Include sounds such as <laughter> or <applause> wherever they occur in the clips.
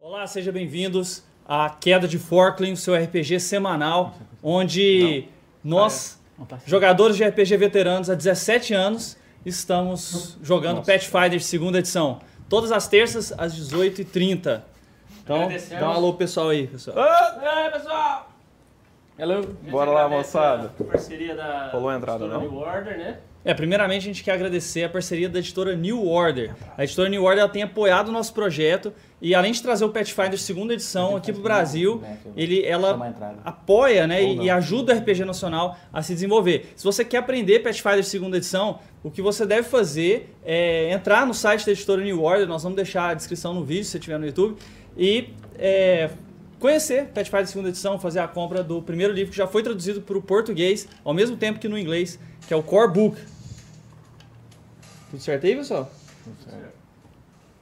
Olá, sejam bem-vindos à Queda de Forkling, o seu RPG semanal, onde nós, jogadores de RPG veteranos há 17 anos, estamos jogando Pathfinder segunda edição. Todas as terças, às 18h30. Então, Agradecemos. dá um alô pro pessoal aí, pessoal. Olá, pessoal! Hello. A gente Bora lá, agradece moçada. a Parceria da Rolou a entrada, editora não? New Order, né? É, primeiramente a gente quer agradecer a parceria da editora New Order. A editora New Order ela tem apoiado o nosso projeto e além de trazer o Pathfinder segunda edição aqui pro Brasil, ele, Uma ela entrada. apoia né, e, e ajuda o RPG Nacional a se desenvolver. Se você quer aprender Pathfinder segunda edição, o que você deve fazer é entrar no site da editora New Order, nós vamos deixar a descrição no vídeo se você estiver no YouTube, e é, conhecer Pathfinder segunda edição, fazer a compra do primeiro livro que já foi traduzido para o português, ao mesmo tempo que no inglês, que é o Core Book. Tudo certo aí, pessoal?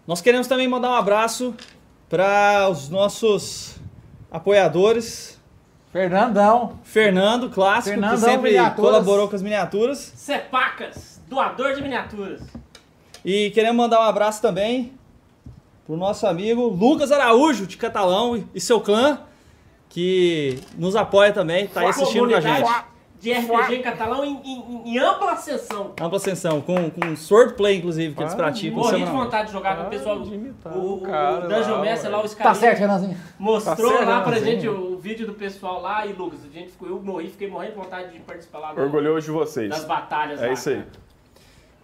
Nós queremos também mandar um abraço para os nossos apoiadores. Fernandão. Fernando, clássico, Fernandão, que sempre miniaturas. colaborou com as miniaturas. Cepacas, doador de miniaturas. E queremos mandar um abraço também pro nosso amigo Lucas Araújo, de Catalão, e seu clã, que nos apoia também, tá aí assistindo com a Comunidade gente. De RPG em catalão em, em- em ampla ascensão. Ampla ascensão, com, com swordplay, inclusive, que eles Ah, praticam. Morri de semanalmente. vontade de jogar com o pessoal. de imitar O, o cara o Dungeon lá, Master lá, o ué. Scarinho, Tá certo, Renanzinho. mostrou Tá certo, lá pra Renanzinho. gente o, o vídeo do pessoal lá. E Lucas, a gente ficou, eu morri, fiquei morrendo de vontade de participar lá do- Orgulhoso de vocês. das batalhas lá, É isso aí. cara.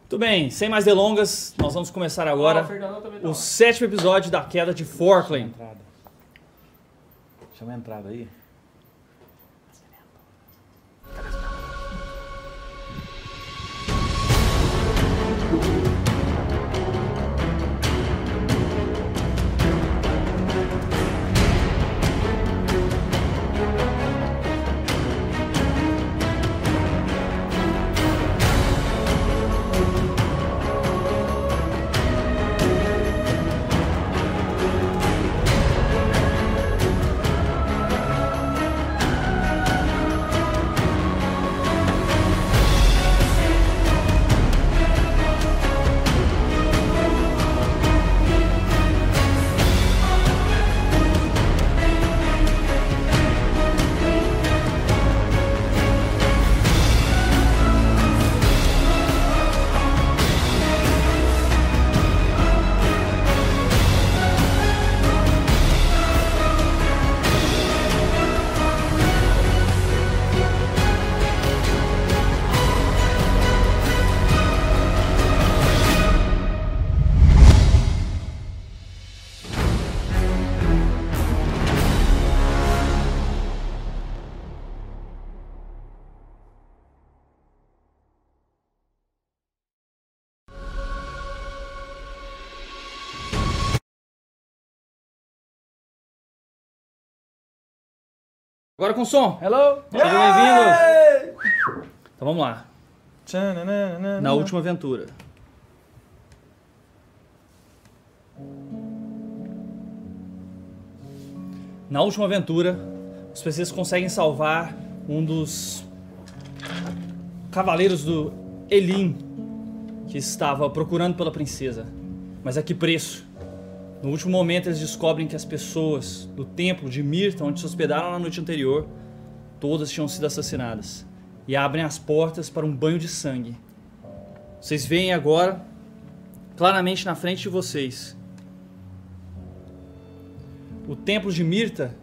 Tudo bem, sem mais delongas, nós vamos começar Ah, o agora Fernandão também tá o lá. sétimo episódio da queda de Forkland. Entrada. Chama a entrada aí. Agora com som. Hello. Sejam bem-vindos. Então vamos lá. Na última aventura. Na última aventura, os PCs conseguem salvar um dos cavaleiros do Elim que estava procurando pela princesa. Mas a que preço? No último momento, eles descobrem que as pessoas do templo de Mirta, onde se hospedaram na noite anterior, todas tinham sido assassinadas. E abrem as portas para um banho de sangue. Vocês veem agora, claramente na frente de vocês, o templo de Mirta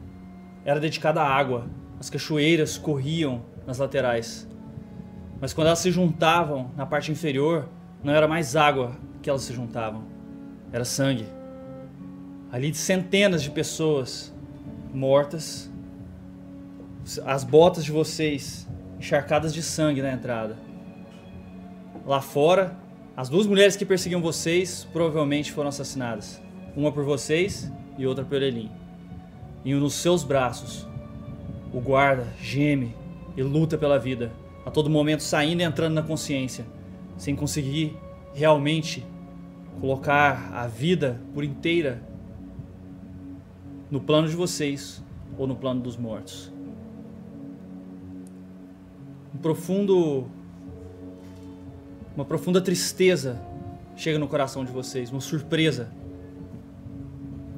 era dedicado à água. As cachoeiras corriam nas laterais. Mas quando elas se juntavam na parte inferior, não era mais água que elas se juntavam, era sangue. Ali de centenas de pessoas mortas, as botas de vocês encharcadas de sangue na entrada. Lá fora, as duas mulheres que perseguiam vocês provavelmente foram assassinadas. Uma por vocês e outra por Elin. E um nos seus braços, o guarda geme e luta pela vida, a todo momento saindo e entrando na consciência, sem conseguir realmente colocar a vida por inteira no plano de vocês ou no plano dos mortos. Um profundo uma profunda tristeza chega no coração de vocês, uma surpresa.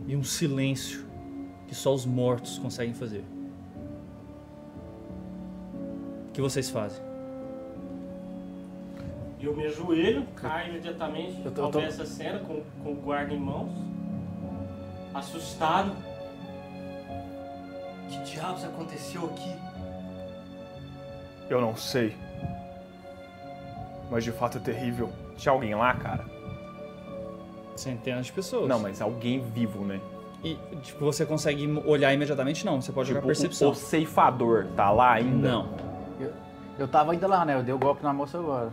e um silêncio que só os mortos conseguem fazer. O que vocês fazem? Eu me ajoelho, caio imediatamente Eu eu tô- eu ao tô- ver essa cena com, com o guarda em mãos. Assustado. Que diabos aconteceu aqui? Eu não sei. Mas de fato é terrível. Tinha alguém lá, cara? Centenas de pessoas. Não, mas alguém vivo, né? E, tipo, você consegue olhar imediatamente? Não, você pode jogar Tipo, o, percepção. o ceifador tá lá ainda? Não. Eu tava ainda lá, né? Eu dei o golpe na moça agora.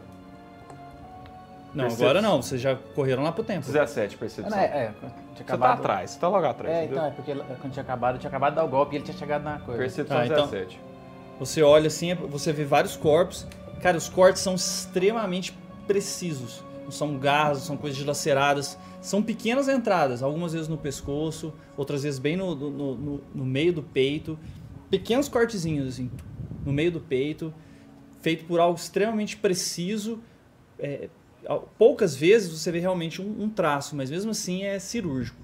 Não, Percep- agora não. Vocês já correram lá pro tempo. 17, Ah, percepção. não, é, é, tinha Você tá acabado. atrás, você tá logo atrás, É, entendeu? então, é porque ela- quando tinha acabado, eu tinha acabado de dar o golpe e ele tinha chegado na coisa. Percepção Tá, então. 17. Você olha assim, você vê vários corpos. Cara, os cortes são extremamente precisos. Não são garras, não são coisas dilaceradas. São pequenas entradas, algumas vezes no pescoço, outras vezes bem no, no- no- no meio do peito. Pequenos cortezinhos, assim, no meio do peito, feito por algo extremamente preciso. É, al- poucas vezes você vê realmente um, um traço, mas mesmo assim é cirúrgico.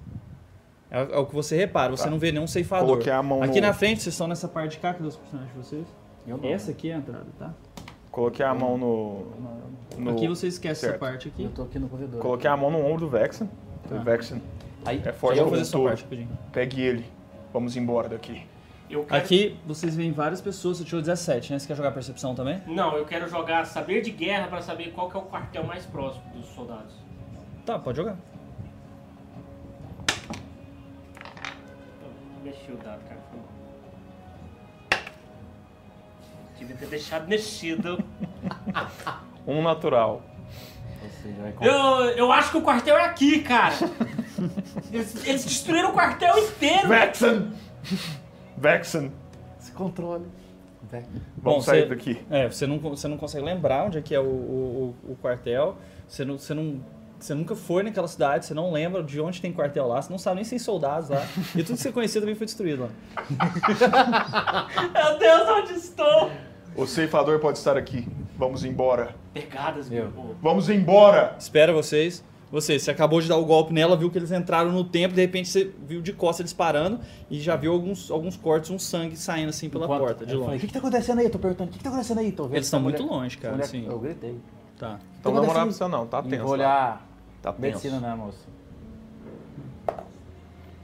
É, o- é o que você repara, você Tá. não vê nenhum ceifador. Coloquei a mão Aqui no... na frente, vocês estão nessa parte de cá, que é os personagens de vocês. Eu não. Essa aqui é a entrada, tá? Coloquei a mão no... Não, eu não. no... Aqui você esquece certo. Então, essa parte aqui. Eu tô aqui no corredor. Coloquei a mão no ombro do Vexen. Tá. O Vexen, Aí, é Eu forte vou como fazer um essa touro. parte rapidinho. Pegue ele. Vamos embora daqui. Eu quero... Aqui vocês veem várias pessoas, você tirou 17, né? Você quer jogar percepção também? Não, eu quero jogar saber de guerra pra saber qual que é o quartel mais próximo dos soldados. Tá, pode jogar. Mexi o dado, cara. Foi mal. Devia ter deixado mexido. Um natural. Ou seja, vai com- Eu, eu acho que o quartel é aqui, <laughs> cara. Eles, eles destruíram o quartel inteiro. Vexen! Vexen! Se controle. Vai. Bom, Vamos sair cê- daqui. É, você não, você não consegue lembrar onde é que é o, o, o- o quartel. Você, não, você, não, você nunca foi naquela cidade, você não lembra de onde tem quartel lá, você não sabe nem se tem soldados lá. E tudo que você conhecia também foi destruído lá. Meu Deus, onde estou? O ceifador pode estar aqui. Vamos embora. Pegadas, Eu. meu povo. Vamos embora! Espera vocês. Vocês, você acabou de dar o golpe nela, viu que eles entraram no templo, de repente você viu de costas eles parando e já viu alguns, alguns cortes, um sangue saindo assim pela Enquanto- porta, de eu falei, longe. O que, que tá acontecendo aí? Eu tô perguntando, o que, que tá acontecendo aí? Tô vendo Eles estão essa muito mulher- longe, cara, mulher- assim. Eu gritei. Tá. Então não dá moral pra você não, tá Não tenso. vou olhar Tá tenso. medicina, né, moço?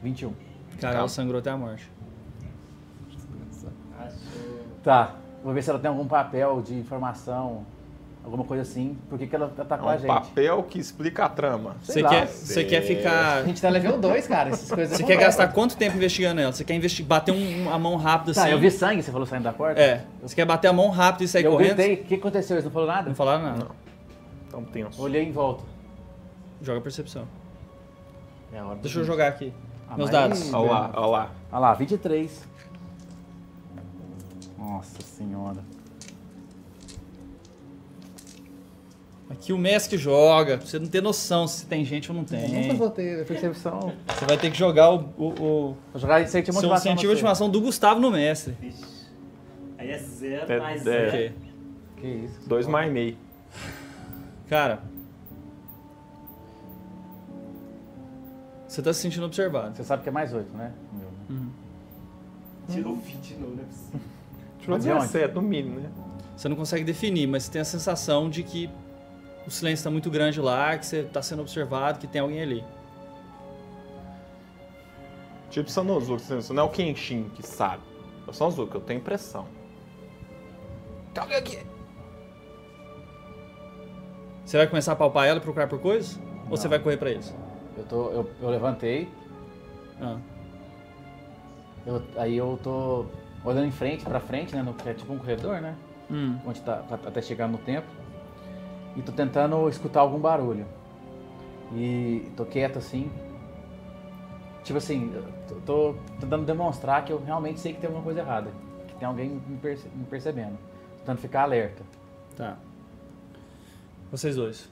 21. Cara, Calma. ela sangrou até a morte. Tá. Vou ver se ela tem algum papel de informação, alguma coisa assim. Por que, que ela tá É com a um gente? papel que explica a trama. Sei Você lá. quer, você quer ficar. <laughs> A gente tá level 2, cara. Essas coisas Você quer acontecem. gastar quanto tempo investigando ela? Você quer investi- bater um- uma mão rápida assim? Tá, eu vi sangue, você falou saindo da porta? É. Você quer bater a mão rápida e sair eu correndo? gritei, o que aconteceu? Eles não falaram nada? Não falaram nada. Então tenso. Olhei em volta. Joga percepção. É a hora. Deixa eu jogar aqui. Ah, meus mas- dados. Olha lá, olha lá. Olha lá, 23. Nossa senhora. Aqui o mestre joga. pra Você não ter noção se tem gente ou não é Eu tem. nunca botei a percepção. Você vai ter que jogar o- o- o Vou jogar incentivo São de um motivação. incentivo de você. motivação do Gustavo no mestre. Aí é zero É- mais é. zero. Ok. Que isso. Dois mais meio. Cara. Você tá se sentindo observado. Você sabe que é mais 8, né? Tirou 20 de novo, não é possível. Tirou Mas de onde? 17, é no mínimo, né? Você não consegue definir, mas você tem a sensação de que o silêncio tá muito grande lá, que você tá sendo observado, que tem alguém ali. Tipo Sanozuka, assim, isso não é o Kenshin que sabe. É o Sanozuka, eu tenho impressão. Tem alguém aqui. Você vai começar a palpar ela e procurar por coisas? Ou você vai correr pra eles? Eu, tô, eu, eu levantei, Ah. eu- aí eu tô olhando em frente, pra frente, né? No, que é tipo um corredor, né? Hum. Onde tá, tá- até chegar no tempo. E tô tentando escutar algum barulho. E tô quieto assim. Tipo assim, eu tô, tô tentando demonstrar que eu realmente sei que tem alguma coisa errada. Que tem alguém me, perce- me percebendo. Tentando ficar alerta. Tá. Vocês dois.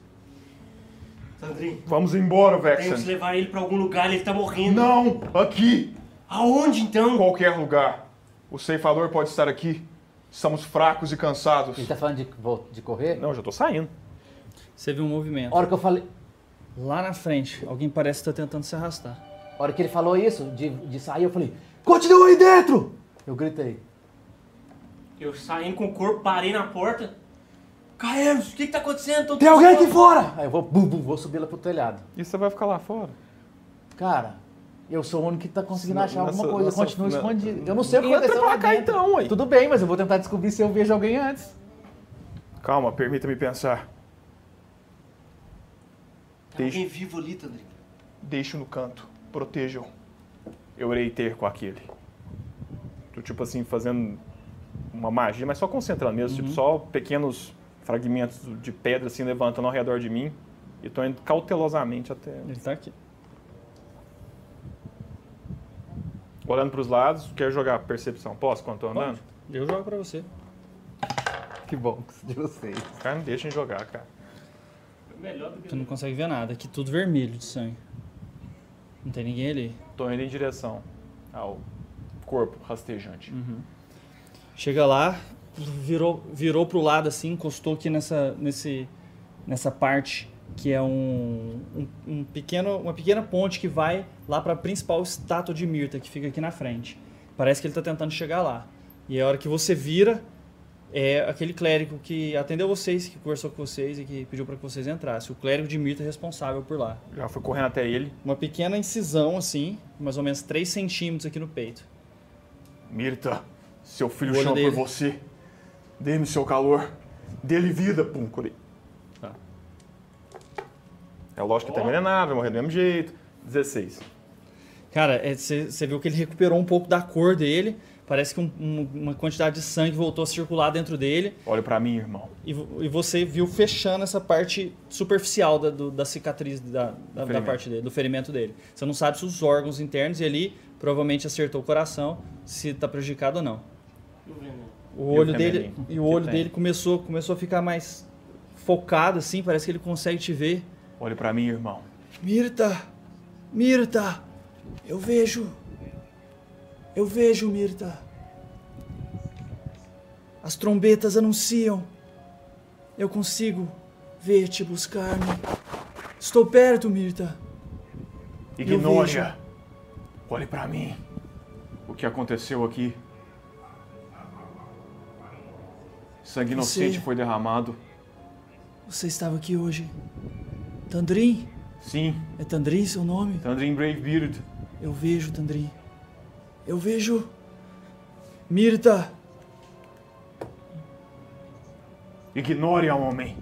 Sandrinho, Vamos embora, temos que Vexen. levar ele pra algum lugar, ele tá morrendo. Não, aqui. Aonde Em então? qualquer lugar. O ceifador pode estar aqui. Estamos fracos e cansados. Ele tá falando de, vol- de correr? Não, já tô saindo. Você viu um movimento. A hora que eu falei. Lá na frente, alguém parece estar tá tentando se arrastar. A hora que ele falou isso, de, de sair, eu falei, continua aí dentro! Eu gritei. Eu saindo com o corpo, parei na porta. Caemos, o que que tá acontecendo? Todo Tem mundo alguém aqui falando. fora! Aí eu vou, bum, bum, vou subir lá pro telhado. E você vai ficar lá fora? Cara, eu sou o único que tá conseguindo Não, achar nessa- alguma coisa. nessa- eu continuo na- escondido. Eu não sei o que Entra aconteceu pra lá cá, dentro. então, ué. Tudo bem, mas eu vou tentar descobrir se eu vejo alguém antes. Calma, permita-me pensar. Tem alguém vivo ali, Tandrinho. Deixo no canto. Protejam. Eu irei ter com aquele. Tô, tipo assim, fazendo uma magia, mas só concentrando mesmo. Tipo, só pequenos fragmentos de pedra, assim, levantando ao redor de mim. E tô indo cautelosamente até... Ele tá aqui. Olhando pros lados, quero jogar percepção. Posso, quando tô andando? Eu jogo pra você. Que bom de vocês. Cara, não deixa em jogar, cara. Melhor do que Tu não consegue ver nada. Aqui tudo vermelho de sangue. Não tem ninguém ali. Tô indo em direção ao corpo rastejante. Chega lá, virou, virou pro lado assim, encostou aqui nessa, nesse, nessa parte que é um, um, um pequeno, uma pequena ponte que vai lá pra principal estátua de Mirta que fica aqui na frente. Parece que ele tá tentando chegar lá. E a hora que você vira, é aquele clérigo que atendeu vocês, que conversou com vocês e que pediu pra que vocês entrassem. O clérigo de Mirta é responsável por lá. Já fui correndo até ele. Uma pequena incisão assim, mais ou menos 3 centímetros aqui no peito. Mirta, seu filho O olho chama dele. por você. Dê-me seu calor. Dê-lhe vida, Púncoli. É lógico que tá envenenado, vai morrer do mesmo jeito. 16. Cara, você viu que ele recuperou um pouco da cor dele. Parece que um- um- uma quantidade de sangue voltou a circular dentro dele. Olha pra mim, irmão. E, vo- e você viu fechando essa parte superficial da, do- da cicatriz da, da- da ferimento. parte dele, do ferimento dele. Você não sabe se os órgãos internos e ali provavelmente acertou o coração, se tá prejudicado ou não. o veneno. O olho dele feminino? e o Que olho tem? dele começou, começou a ficar mais focado assim, parece que ele consegue te ver. Olha pra mim, irmão. Mirta! Mirta! Eu vejo! Eu vejo, Mirta! As trombetas anunciam! Eu consigo ver-te buscar-me! Estou perto, Mirta! Ignoja. Olhe pra mim. O que aconteceu aqui? Sangue inocente Você- foi derramado. Você estava aqui hoje. Tandrin? Sim, É Tandrin seu nome? Thundering Bravebeard. Eu vejo, Tandrin. Eu vejo. Mirta! Ignore ao homem.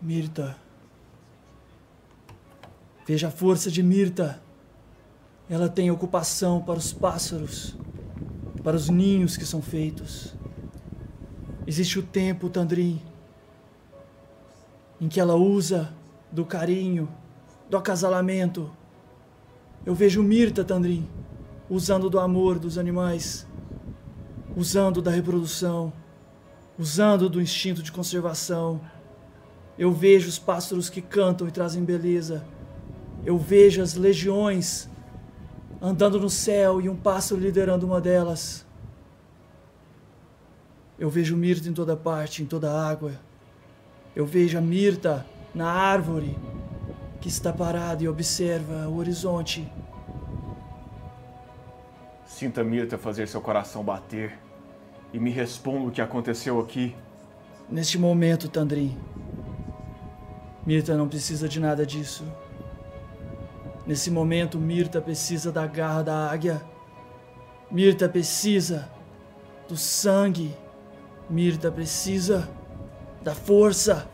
Mirta. Veja a força de Mirta. Ela tem ocupação para os pássaros, para os ninhos que são feitos. Existe o tempo, Tandrin, em que ela usa do carinho, do acasalamento. Eu vejo Mirta, Tandrin, usando do amor dos animais, usando da reprodução, usando do instinto de conservação. Eu vejo os pássaros que cantam e trazem beleza. Eu vejo as legiões andando no céu e um pássaro liderando uma delas. Eu vejo mirta em toda parte, em toda água. Eu vejo a mirta na árvore que está parada e observa o horizonte. Sinta Mirta fazer seu coração bater e me responda o que aconteceu aqui. Neste momento, Tandrin, Mirta não precisa de nada disso. Nesse momento, Mirta precisa da garra da águia. Mirta precisa do sangue. Mirta precisa da força.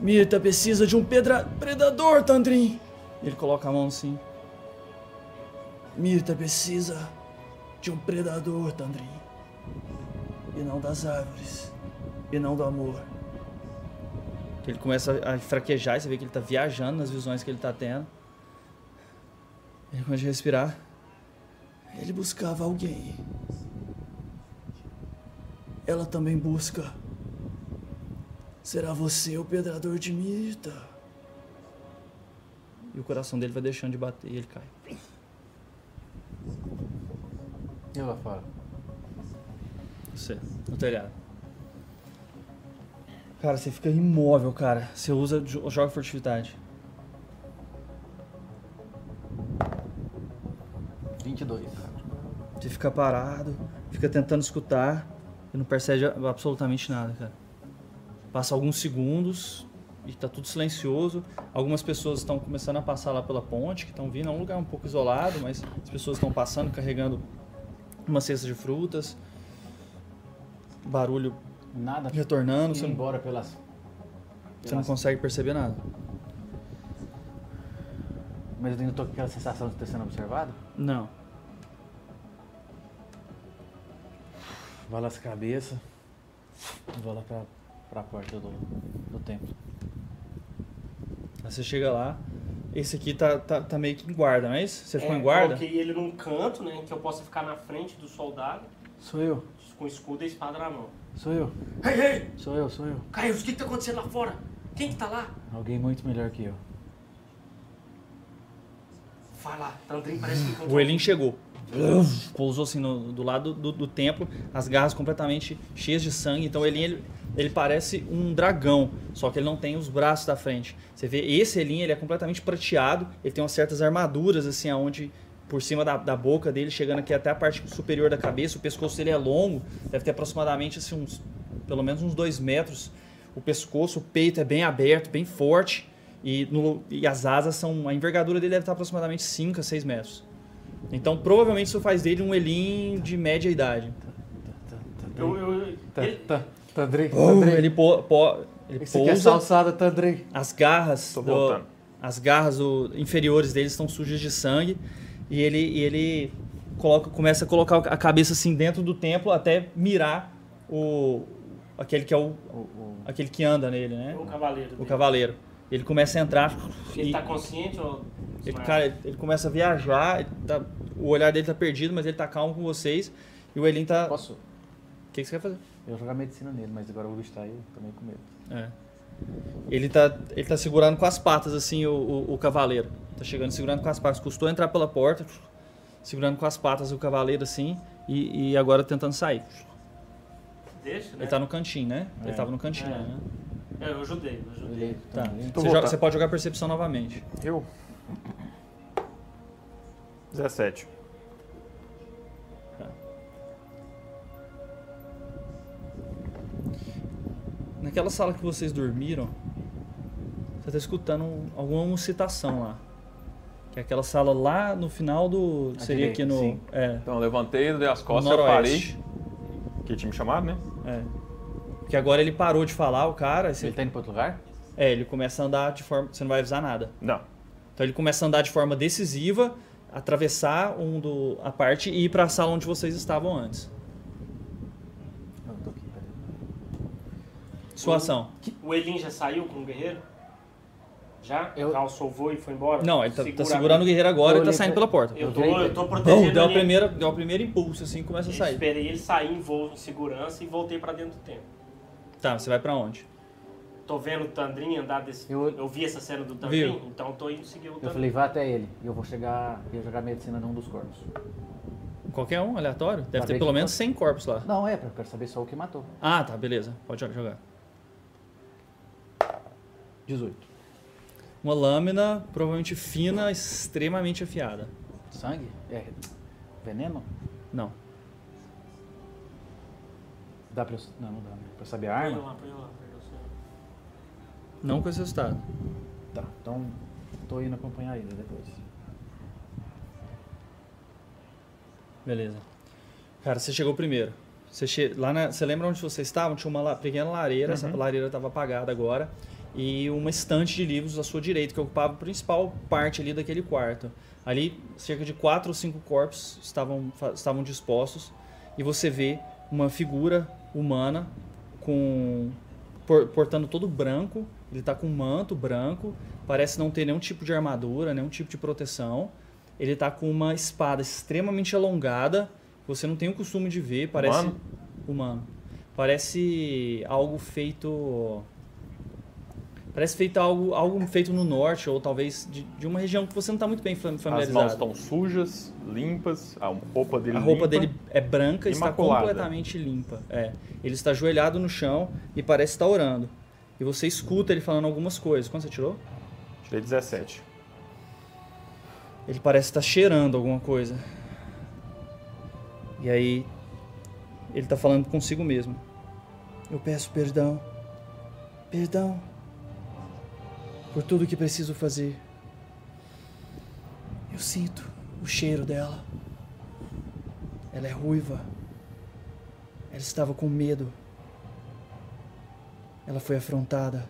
Mirta precisa de um pedra- predador, Tandrin. Ele coloca a mão assim. Mirta precisa de um predador, Tandrin. E não das árvores e não do amor. Ele começa a fraquejar, e você vê que ele tá viajando nas visões que ele tá tendo. Ele começa a respirar. Ele buscava alguém. Ela também busca. Será você o pedrador de Mirta? E o coração dele vai deixando de bater e ele cai. Eu lá fora. Você, no telhado. Cara, você fica imóvel, cara. Você usa, jo- joga furtividade. 22. Você fica parado, fica tentando escutar e não percebe absolutamente nada, cara. Passa alguns segundos e tá tudo silencioso. Algumas pessoas estão começando a passar lá pela ponte, que estão vindo. É um lugar um pouco isolado, mas as pessoas estão passando, carregando uma cesta de frutas. Barulho Nada. retornando, Indo você não, embora pelas. você não consegue perceber nada. Mas eu ainda tô com aquela sensação de estar sendo observado? Não. Vai lá essa cabeça. e Vou lá pra, pra porta do, do templo. Aí você chega lá, esse aqui tá, tá, tá meio que em guarda, não é isso? Você ficou É, em guarda? Coloquei ele num canto, né? Que eu possa ficar na frente do soldado, Sou eu, com escudo e espada na mão. sou eu, Ei, ei! sou eu, sou eu. Caius, o que que tá acontecendo lá fora? Quem que tá lá? Alguém muito melhor que eu. Vai lá, Tandrin parece que O Elin chegou. Pousou assim no- do lado do, do templo, as garras completamente cheias de sangue. Então o Elin ele, ele parece um dragão, só que ele não tem os braços da frente. Você vê esse Elin, ele é completamente prateado, ele tem umas certas armaduras assim, aonde por cima da, da boca dele, chegando aqui até a parte superior da cabeça, o pescoço dele é longo, deve ter aproximadamente assim, uns, pelo menos uns dois metros. O pescoço, o peito é bem aberto, bem forte. E, no- e as asas são. A envergadura dele deve estar aproximadamente 5 a 6 metros. Então, provavelmente isso faz dele um Elin de média idade. Eu, eu, Tá. ele- Tandrei, Ele, po, po- ele Esse aqui é pousa, salsada, Tandrei. as garras, Tô do- voltando. as garras do- inferiores dele estão sujas de sangue e ele, e ele coloca, começa a colocar a cabeça assim dentro do templo até mirar o aquele que é o O, o- aquele que anda nele, né? o é um cavaleiro. O dele. cavaleiro. Ele começa a entrar Ele e- tá consciente ou. é? Ele, desmaiado? cara, ele, ele começa a viajar, ele tá- o olhar dele tá perdido, mas ele tá calmo com vocês. E o Elin tá. O Posso? que, que você quer fazer? Eu vou jogar medicina nele, mas agora o bicho tá aí, eu tô meio com medo. É. Ele tá, ele tá segurando com as patas, assim, o, o, o cavaleiro. Tá chegando, segurando com as patas. Custou entrar pela porta, segurando com as patas o cavaleiro, assim, e, e agora tentando sair. Deixa, né? Ele tá no cantinho, né? Ele tava no cantinho, É. né? É, Eu ajudei, eu ajudei. Ele Tá. tá ali. Você, Tô joga- voltando. você pode jogar percepção novamente. Eu? 17. Naquela sala que vocês dormiram, você tá escutando um- alguma citação lá. Que é aquela sala lá no final do. À Seria direita, aqui no. sim. É. Então, eu levantei, dei as no costas, eu parei. noroeste. Que tinha me chamado, né? É. Porque agora ele parou de falar, o cara. esse- Ele tá indo pra outro lugar? É, ele começa a andar de forma. Você não vai avisar nada. Não. Então ele começa a andar de forma decisiva, atravessar um do, a parte e ir pra sala onde vocês estavam antes. Não, eu tô aqui, peraí. Sua ação. O Elin já saiu com o guerreiro? Já? Eu- Calçou o voo e foi embora? Não, ele tá, tá Segura a segurando o mão. guerreiro agora e tá Olhei saindo pra- pela porta. Eu tô, Eu eu tô Bum, protegendo deu, a ele. primeira, deu o primeiro impulso, assim, começa a Eu sair. esperei ele sair em voo em segurança e voltei pra dentro do templo. Tá, você vai pra onde? Tô vendo o Tandrin andar desse... Eu, Eu- vi essa cena do Tandrin, Viu? então tô indo seguir o Eu Tandrin. falei, vá até ele, e eu vou chegar e eu jogar medicina num dos corpos. Qualquer um, aleatório? Deve Pra ter ver pelo quem menos 100 corpos lá. Não, é, pra- eu quero saber só o que matou. Ah, tá, beleza. Pode jogar. 18. Uma lâmina, provavelmente fina, extremamente afiada. Sangue? É. Veneno? Não. Dá pra eu. Não, não dá, né? Pra eu saber a Põe arma? lá, põe lá, põe lá, senhor. Não com esse resultado. Tá, então tô indo acompanhar ele depois. Beleza. Cara, você chegou primeiro. Você, che... lá na- você lembra onde vocês estavam? Tinha uma la- pequena lareira, essa lareira estava apagada agora. E uma estante de livros à sua direita, que ocupava a principal parte ali daquele quarto. Ali, cerca de quatro ou cinco corpos estavam, fa- estavam dispostos. E você vê uma figura humana com por- portando todo branco. Ele tá com um manto branco. Parece não ter nenhum tipo de armadura, nenhum tipo de proteção. Ele tá com uma espada extremamente alongada. que Você não tem o costume de ver. Parece. Humano? Humano. Parece algo feito. Parece feito algo, algo feito no norte, ou talvez de, de uma região que você não tá muito bem fam- As mãos familiarizado. estão sujas, limpas, a roupa dele A roupa limpa. dele é branca e está Imaculada. completamente limpa. É. Ele está ajoelhado no chão e parece estar orando. E você escuta ele falando algumas coisas. Quanto você tirou? Tirei 17. Ele parece estar cheirando alguma coisa. E aí ele tá falando consigo mesmo. Eu peço perdão. Perdão. Por tudo que preciso fazer. Eu sinto o cheiro dela. Ela é ruiva. Ela estava com medo. Ela foi afrontada.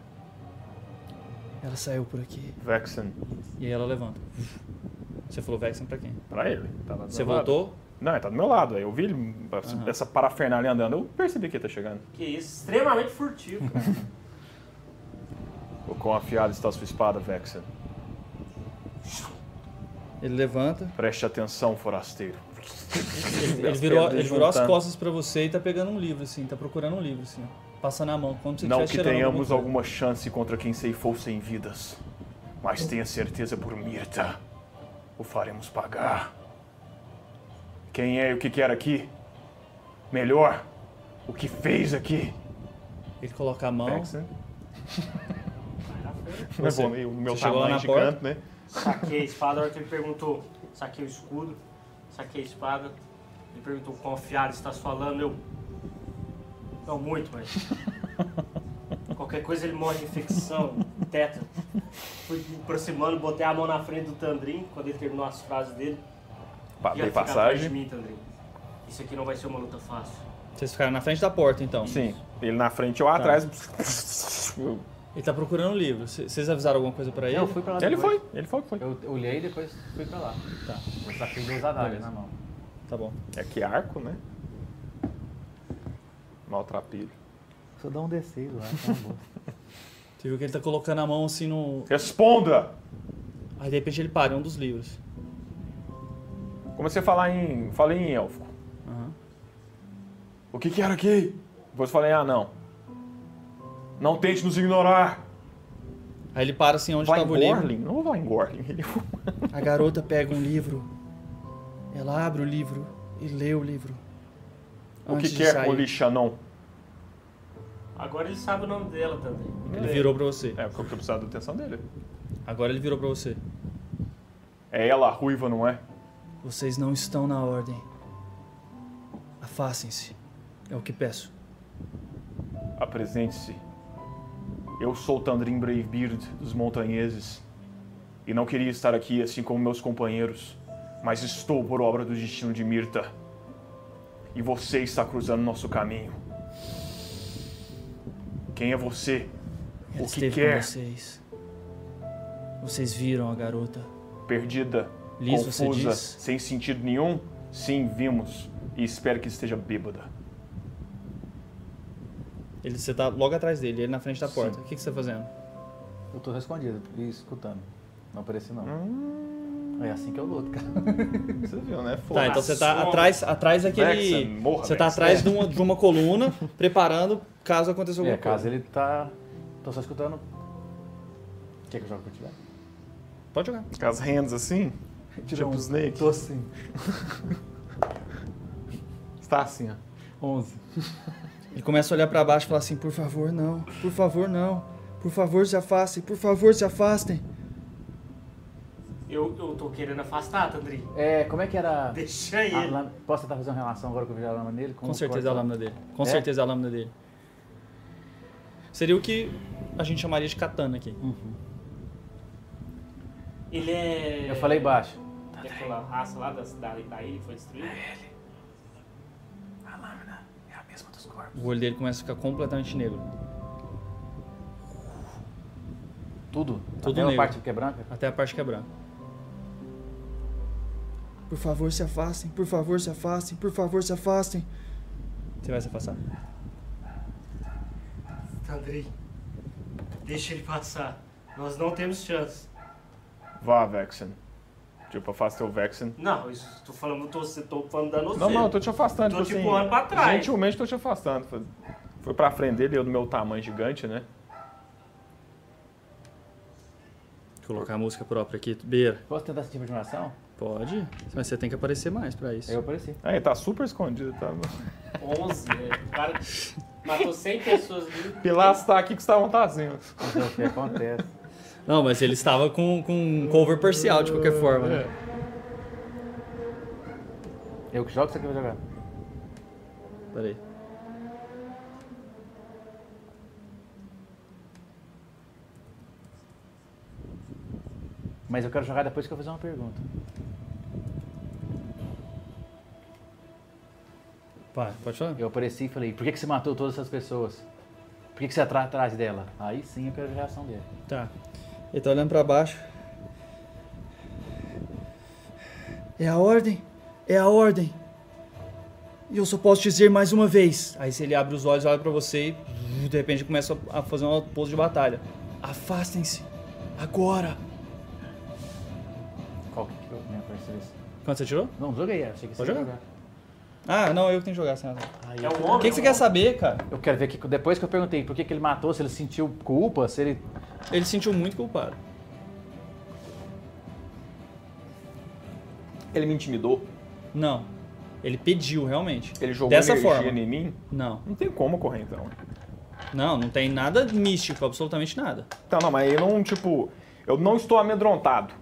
Ela saiu por aqui. Vexen. E aí ela levanta. Você falou Vexen pra quem? Pra ele. Tá lá do Você meu lado. voltou? Não, ele tá do meu lado. aí Eu vi ele, essa parafernália andando. Eu percebi que ele tá chegando. Que isso, extremamente furtivo, cara. O quão afiada está sua espada, Vexen. Ele levanta. Preste atenção, forasteiro. Ele As virou, pedras ele virou as juntando. costas pra você e tá pegando um livro, assim, tá procurando um livro, assim, ó. Passa na mão. Quando você Não estiver que cheirando tenhamos alguma alguma chance contra quem ceifou sem vidas, mas tenha certeza por Mirta, o faremos pagar. Quem é e o que quer aqui? Melhor, o que fez aqui? coisa. Ele coloca a mão. <laughs> Não é Então. Você- né? bom, né? o meu você chegou lá tamanho na porta? gigante, né? Saquei a espada, a hora que ele perguntou, saquei o escudo, saquei a espada. Ele perguntou quão afiado está sua lama, eu... Não muito, mas... Qualquer coisa ele morre de infecção, teta. Fui me aproximando, botei a mão na frente do Tandrin, quando ele terminou as frases dele. Pa- "Ia Dei ficar atrás de Tá passagem. mim, Tandrin. Isso aqui não vai ser uma luta fácil. Vocês ficaram na frente da porta, então. Sim, ele na frente, <laughs> eu atrás. Eu- Ele tá procurando um livro. C- Vocês avisaram alguma coisa pra ele? Eu fui pra lá Ele depois. foi, ele foi, foi. Eu olhei e depois fui pra lá. Tá, Eu saquei duas adagas Beleza. na mão. tá bom. É que arco, né? Maltrapilho. Só dá um descer lá, Você viu que ele tá colocando a mão assim no. Responda! Aí de repente ele para, é um dos livros. Comecei a falar em. Falei em élfico. Aham. O que que era aqui? Depois falei, ah, não. Não tente nos ignorar. Aí ele para assim onde Vai em tava o livro. Gorlin? Não vai em Gorlin. <laughs> Ele A garota pega um livro. Ela abre o livro e lê o livro. O que Antes que de é sair. com lixa, não? Agora ele sabe o nome dela, Tandrin. Ele virou pra você. É, porque eu precisava da atenção dele. Agora ele virou pra você. É ela, a ruiva, não é? Vocês não estão na ordem. Afastem-se. É o que peço. Apresente-se. Eu sou Tandrin Bravebeard, dos Montanheses. E não queria estar aqui, assim como meus companheiros. Mas estou por obra do destino de Mirta. E você está cruzando nosso caminho. Quem é você? Ela O que é? esteve quer? com vocês. Vocês viram a garota. Perdida, Liz, você confusa, diz? sem sentido nenhum? Sim, vimos. E espero que esteja bêbada. Ele, você tá logo atrás dele, ele na frente da Sim. porta. O que, que você tá fazendo? Eu tô escondido e escutando. Não apareci não. É assim que eu luto, cara. Hum, Você viu, né? tá, então você tá sombra. atrás, atrás daquele. Vexen, é, morra, você tá Vexen. atrás de uma, de uma coluna, <laughs> preparando caso aconteça alguma É, caso coisa. ele tá. Tô só escutando. Quer que eu jogo por tirar? Pode jogar. Com as hands assim? um. Tipo Snake? Tô assim. Está assim, ó. 11. Ele começa a olhar pra baixo e falar assim: por favor, não, por favor, não, por favor, se afastem, por favor, se afastem. Eu, eu tô querendo afastar, Tandrin. É, como é que era. Deixa a ele. lâmina- Posso tentar fazer uma relação agora que eu virei a lâmina nele? Com certeza é a lâmina dele. Com É? certeza é a lâmina dele. Seria o que a gente chamaria de katana aqui. Ele é... Eu falei baixo. Daquela raça lá da, da, da ilha que foi destruída. A lâmina é a mesma dos corpos. O olho dele começa a ficar completamente negro. Tudo? Tudo Até negro. a parte que é branca? Até a parte quebrar. Por favor, se afastem, por favor, se afastem, por favor, se afastem. Você vai se afastar? Tá, Andrei, deixa ele passar. Nós não temos chance. Vá, Vexen. Tipo, afasta o Vexen. Não, isso tô falando, tô, tô falando da noção. Não, não, eu tô te afastando. Tô tipo te assim, empurrando pra trás. Gentilmente tô te afastando. Foi- Foi pra frente dele, eu do meu tamanho gigante, né? Colocar a música própria aqui. Beira. Posso tentar tipo sentir admiração? Pode? Mas você tem que aparecer mais pra isso. Eu apareci. Aí, tá super escondido, tá? 11, é, né? o cara... Matou 100 pessoas ali. Pilastar tá aqui que estavam tazinhos. Fazer o que acontece. Não, mas ele estava com, com um cover parcial de qualquer forma. né? Eu que jogo, você que vai jogar? Peraí. Mas eu quero jogar depois que eu fazer uma pergunta. Pá, pode falar? Eu apareci e falei, por que, que você matou todas essas pessoas? Por que, que você está atrás dela? Aí sim eu quero a reação dele. Tá. Ele tá olhando pra baixo. É a ordem? É a ordem. E eu só posso dizer mais uma vez. Aí se ele abre os olhos, olha pra você e uh, de repente começa a fazer uma pose de batalha. Afastem-se. Agora. Qual que que eu né, minha percebi? Quanto você tirou? Não, joguei, eu achei que Pode você ia jogar. Ah, não, eu que tenho que jogar, sem razão. Aí É eu- um O homem. que, que você quer saber, cara? Eu quero ver que depois que eu perguntei por que, que ele matou, se ele sentiu culpa, se ele. Ele se sentiu muito culpado. Ele me intimidou. Não. Ele pediu, realmente. Ele jogou Dessa energia forma. em mim. Não. Não tem como correr, então. Não, não tem nada místico, absolutamente nada. Tá, não, mas eu não, tipo... Eu não estou amedrontado.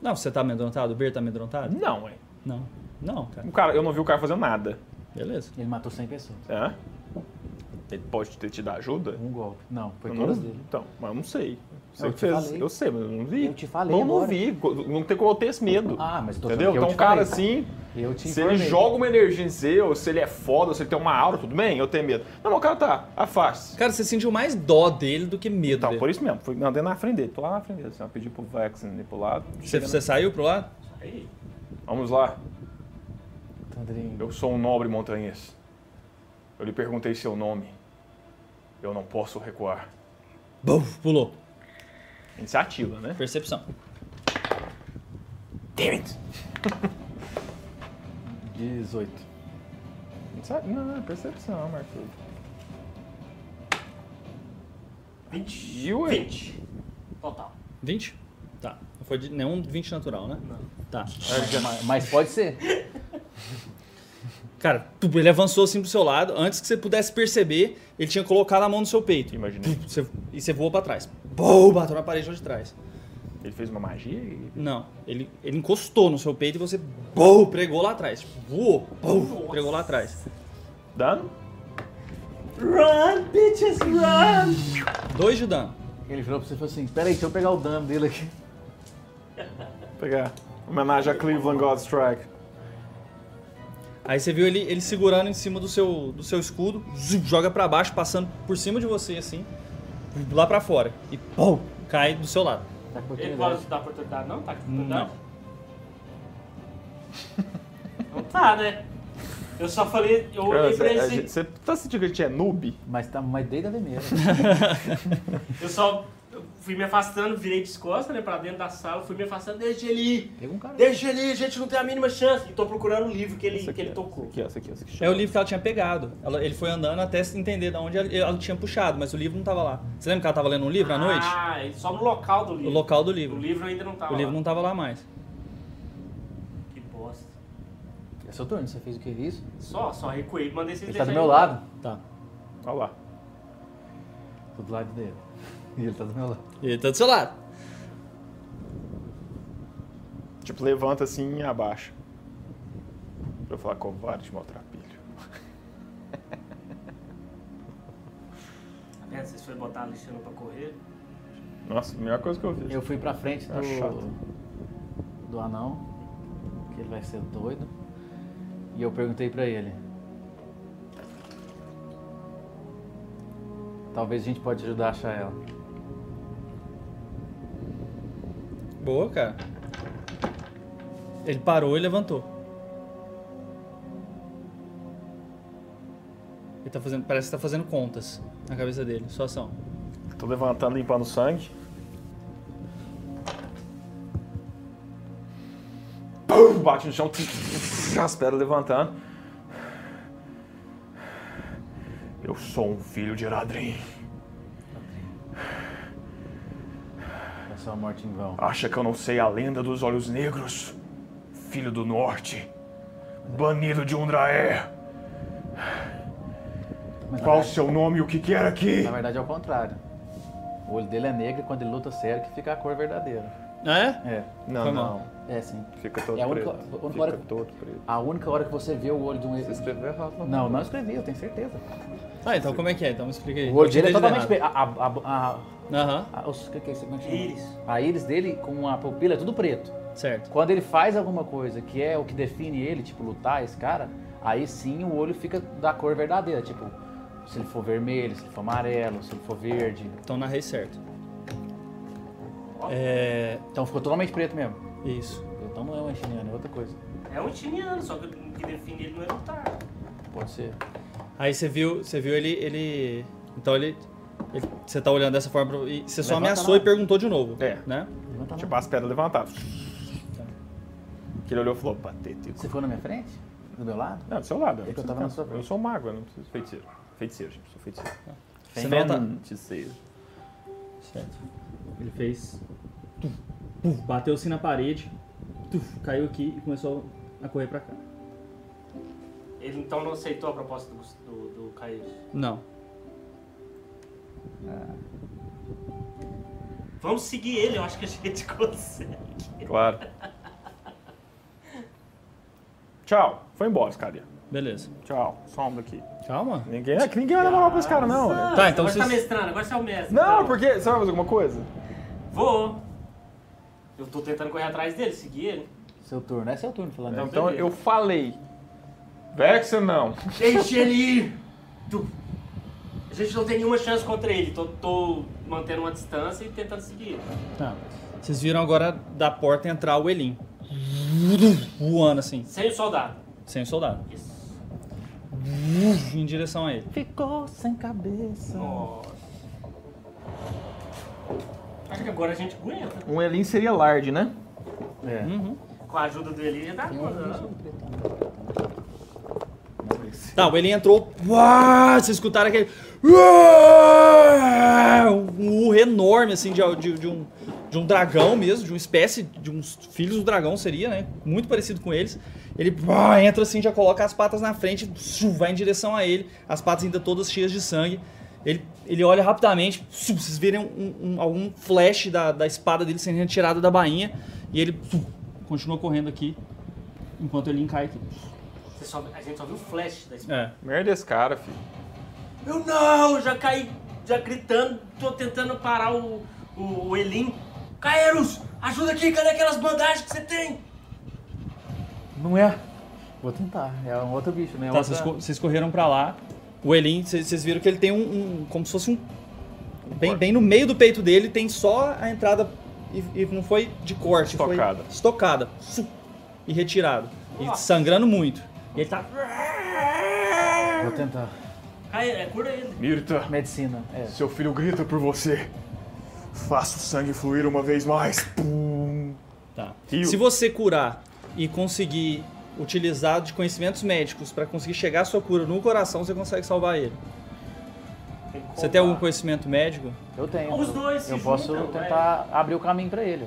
Não, você tá amedrontado? O Ber tá amedrontado? Não, é. Não. Não, cara. O cara, eu não vi o cara fazendo nada. tá? Beleza. Ele matou 100 pessoas. Hã? Ele pode ter te dado ajuda? Um golpe. Não, foi Eu todas não- dele. Então, mas eu não sei. Você Eu que te fez- falei. eu sei, mas eu não vi. Eu te falei Não, não agora. vi. Não tem como eu ter esse medo. Ah, mas eu tô falando Entendeu? que eu Então, te um cara falei. assim, Eu te se ele informei. joga uma energia em você, ou se ele é foda, ou se ele tem uma aura, tudo bem, eu tenho medo. Não, mas o cara tá, afaste-se. Cara, você sentiu mais dó dele do que medo Então, dele. por isso mesmo, fui andei na frente dele, tô lá na frente dele, assim, ó, pedi pro Vex ir pro lado. Você, chega na- você saiu pro lado? Aí, Vamos lá, Tandrinho. eu sou um nobre montanhês. Eu lhe perguntei seu nome. Eu não posso recuar. Bum, pulou. Iniciativa, né? Percepção. Damn it! 18. Inicia- Não, não, percepção, Marquinhos. 20. 28. Total. 20? Tá. Não foi de nenhum 20 natural, né? Não. Tá. Mas, mas pode ser. Cara, tu- ele avançou assim pro seu lado. Antes que você pudesse perceber, ele tinha colocado a mão no seu peito. Imaginei. Você- e você voou pra trás. Bum, bateu na parede lá de trás. Ele fez uma magia e. Não. Ele, ele encostou no seu peito e você bum, pregou lá atrás. Tipo, Voou. Bum, pregou lá atrás. Dano? Run, bitches, run! Dois de dano. Ele virou pra você e falou assim: peraí, deixa eu pegar o dano dele aqui. Pegar. Homenagem a Cleveland God Strike. Aí você viu ele, ele segurando em cima do seu, do seu escudo, zup, joga pra baixo, passando por cima de você assim, lá pra fora. E pum, cai do seu lado. Tá com Ele oportunidade. pode te dar oportunidade, não? Tá com oportunidade? Não tá, né? Eu só falei, eu olhei pra ele assim, Você tá sentindo que a gente é noob? Mas tá mais desde a primeira. eu só eu fui me afastando, virei de costas, né, pra dentro da sala, fui me afastando, deixa ele ir, Pega um cara. deixa ele ir, a gente não tem a mínima chance. E tô procurando o livro que ele, Essa que ele é, tocou. Essa aqui, essa aqui, essa aqui. É o livro que ela tinha pegado. Ela- ele foi andando até se entender de onde ela, ela tinha puxado, mas o livro não tava lá. Você lembra que ela tava lendo um livro à noite? Ah, ele só no local do O livro. local do O livro. livro ainda não tava O livro lá. não tava lá mais. Que bosta. É seu turno, você fez o que? Isso? Só, só recuei, mandei vocês Ele tá do deixarem meu em paz. lado. Tá. Olha lá. Tô do lado dele. E ele tá do meu lado. E ele tá do seu lado. Tipo, levanta assim e abaixa. Pra eu falar covarde, maltrapilho. Tá vendo? Vocês foram botar a Alexandre pra correr. Nossa, a melhor coisa que eu vi. Eu fui pra frente Ah, chato. do, do anão, que ele vai ser doido. E eu perguntei pra ele. Talvez a gente pode ajudar a achar ela. Boa, cara. Ele parou e levantou. Ele tá fazendo, parece que tá fazendo contas na cabeça dele, só ação. Tô levantando, limpando o sangue. Pum, bate no chão. As pedras levantando. Eu sou um filho de Eradrim. É só morte em vão. Acha que eu não sei a lenda dos olhos negros? Filho do norte. Banido de Undraé. Mas na Qual o verdade- seu nome e o que quer aqui? Na verdade é o contrário. O olho dele é negro e quando ele luta sério que fica a cor verdadeira. É? É, Foi Não, mal. não. é sim. Fica todo É a preto. única- a única Fica hora- todo preto. A única hora que você vê o olho de um... Você escreveu errado. Não, não escrevi, eu tenho certeza. Ah, então como é que é? Então me explica aí. O olho dele é Eu tinha totalmente... entendido pe- A, a, a, a, errado. Aham, a, os- que que é isso? Como é que chama? Íris. A íris dele com a pupila é tudo preto. certo. Quando ele faz alguma coisa que é o que define ele, tipo lutar esse cara, aí sim o olho fica da cor verdadeira, tipo se ele for vermelho, se ele for amarelo, se ele for verde. Então narrei certo. É. Então ficou totalmente preto mesmo. Isso. Então não é uma chiniana, é outra coisa. É um chiniano, só que o que define ele não é lutar. Pode ser. Aí você viu, você viu ele, ele. Então ele. ele- você tá olhando dessa forma. pra- E você só Levanta ameaçou e lá. perguntou de novo. É. Né? Levanta a mão. Tipo, as pedras levantadas. Que ele olhou e falou, patético. Você ficou na minha frente? Do meu lado? Não, do seu lado. É que eu não tava preciso na sua pensar. frente. Eu sou um mago, eu não preciso de feiticeiro. Feiticeiro, gente, sou feiticeiro. Você volta. Feiticeiro. Certo. Ele fez. tuf, puf, bateu assim na parede, tuf, caiu aqui e começou a correr pra cá. Ele então não aceitou a proposta do, do, do Caíros. Não. Vamos seguir ele, eu acho que a gente <laughs> consegue. Claro. <laughs> Tchau. Foi embora, cara. Beleza. Tchau. Sombra aqui. Calma. Ninguém, é que ninguém vai dar moral pra esse cara, não. velho. Tá, então agora você tá vocês- mestrando, agora você é o mestre. Não, então. porque. Sabe mais alguma coisa? Vou. Eu tô tentando correr atrás dele, seguir ele. Seu turno. É seu turno falando. Não. Então beleza. eu falei. Vexa não. Deixe ele ir! Tu- A gente não tem nenhuma chance contra ele, tô, tô mantendo uma distância e tentando seguir. ele. Tá. Vocês viram agora da porta entrar o Elim. Voando assim, Sem o soldado. sem o soldado. Isso. Em direção a ele. Ficou sem cabeça. Nossa. Acho que agora a gente aguenta. Um Elin seria Lard, né? É. Uhum. Com a ajuda né? do Eli já dá Tem um conta, bicho não? preto. Tá, o Elim entrou. Uá, vocês escutaram aquele. Uá, um urro enorme, assim, de, de- de um, de um dragão mesmo, de uma espécie, de uns filhos do dragão seria, né? Muito parecido com eles. Ele uá, entra assim, já coloca as patas na frente, su, vai em direção a ele, as patas ainda todas cheias de sangue. Ele, ele olha rapidamente, su, vocês verem um- um- algum flash da, da espada dele sendo retirada da bainha, e ele su, continua correndo aqui, enquanto ele cai aqui. Você só- a gente só viu o flash da espada. É. Merda esse cara, filho. Eu não! Já caí, já gritando, tô tentando parar o, o, o Elim. Caeiros, ajuda aqui, cadê aquelas bandagens que você tem? Não é. Vou tentar. É um outro bicho, né? Tá, Outra- vocês, co- vocês correram pra lá. O Elin, vocês vocês viram que ele tem um, um- como se fosse um. Bem, bem no meio do peito dele tem só a entrada. E, e não foi de corte, Estocada. foi estocada. Su- E retirado. E Nossa. sangrando muito. E ele tá. Vou tentar. Caeiro, é, cura ele. Mirta, Medicina. É. seu filho grita por você. Faça o sangue fluir uma vez mais. Pum. Tá. Rio. Se você curar e conseguir utilizar de conhecimentos médicos pra conseguir chegar à sua cura no coração, você consegue salvar ele. Tem que Você tem algum roubar. conhecimento médico? Eu tenho. Os dois se Eu posso juntam, é. tentar abrir o caminho pra ele.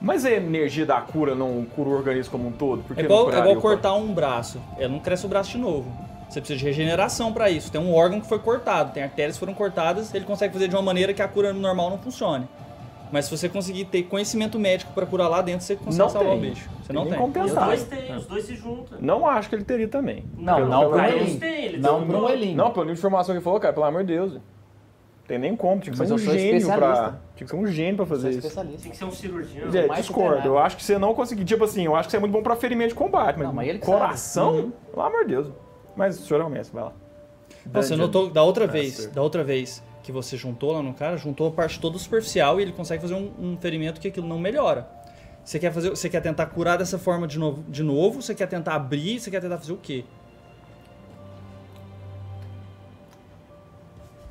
Mas a energia da cura não cura o organismo como um todo? Por que É igual, não é curaria igual o corpo? cortar um braço. É, não cresce o braço de novo. Você precisa de regeneração pra isso. Tem um órgão que foi cortado, tem artérias que foram cortadas, ele consegue fazer de uma maneira que a cura normal não funcione. Mas se você conseguir ter conhecimento médico pra curar lá dentro, você consegue Não salvar tem. o bicho. Você Tem não nem tem. como E os pensar. dois têm, os dois se juntam. Não acho que ele teria também. Não, Pelo- não pelo- pro Mas Elin. eles têm, eles Não têm pro um- Elin. Não, pelo nível de informação que ele falou, cara, pelo amor de Deus. Tem nem como, tinha que Mas ser um eu sou gênio pra. especialista. Tinha que ser um gênio pra Sou fazer isso. especialista. Tem que ser um cirurgião. É, mais discordo. veterano. Eu acho que você não conseguiu. Tipo assim, eu acho que você é muito bom pra ferimento de combate, mas, Não, mas ele que Uhum. coração? Pelo amor de Deus. Mas o senhor é o mestre, vai lá. Então, você notou que da outra vez, Master. da outra vez que você juntou lá no cara, juntou a parte toda superficial e ele consegue fazer um, um ferimento que aquilo não melhora. Você quer fazer, você quer tentar curar dessa forma de novo, de novo, você quer tentar abrir, você quer tentar fazer o quê?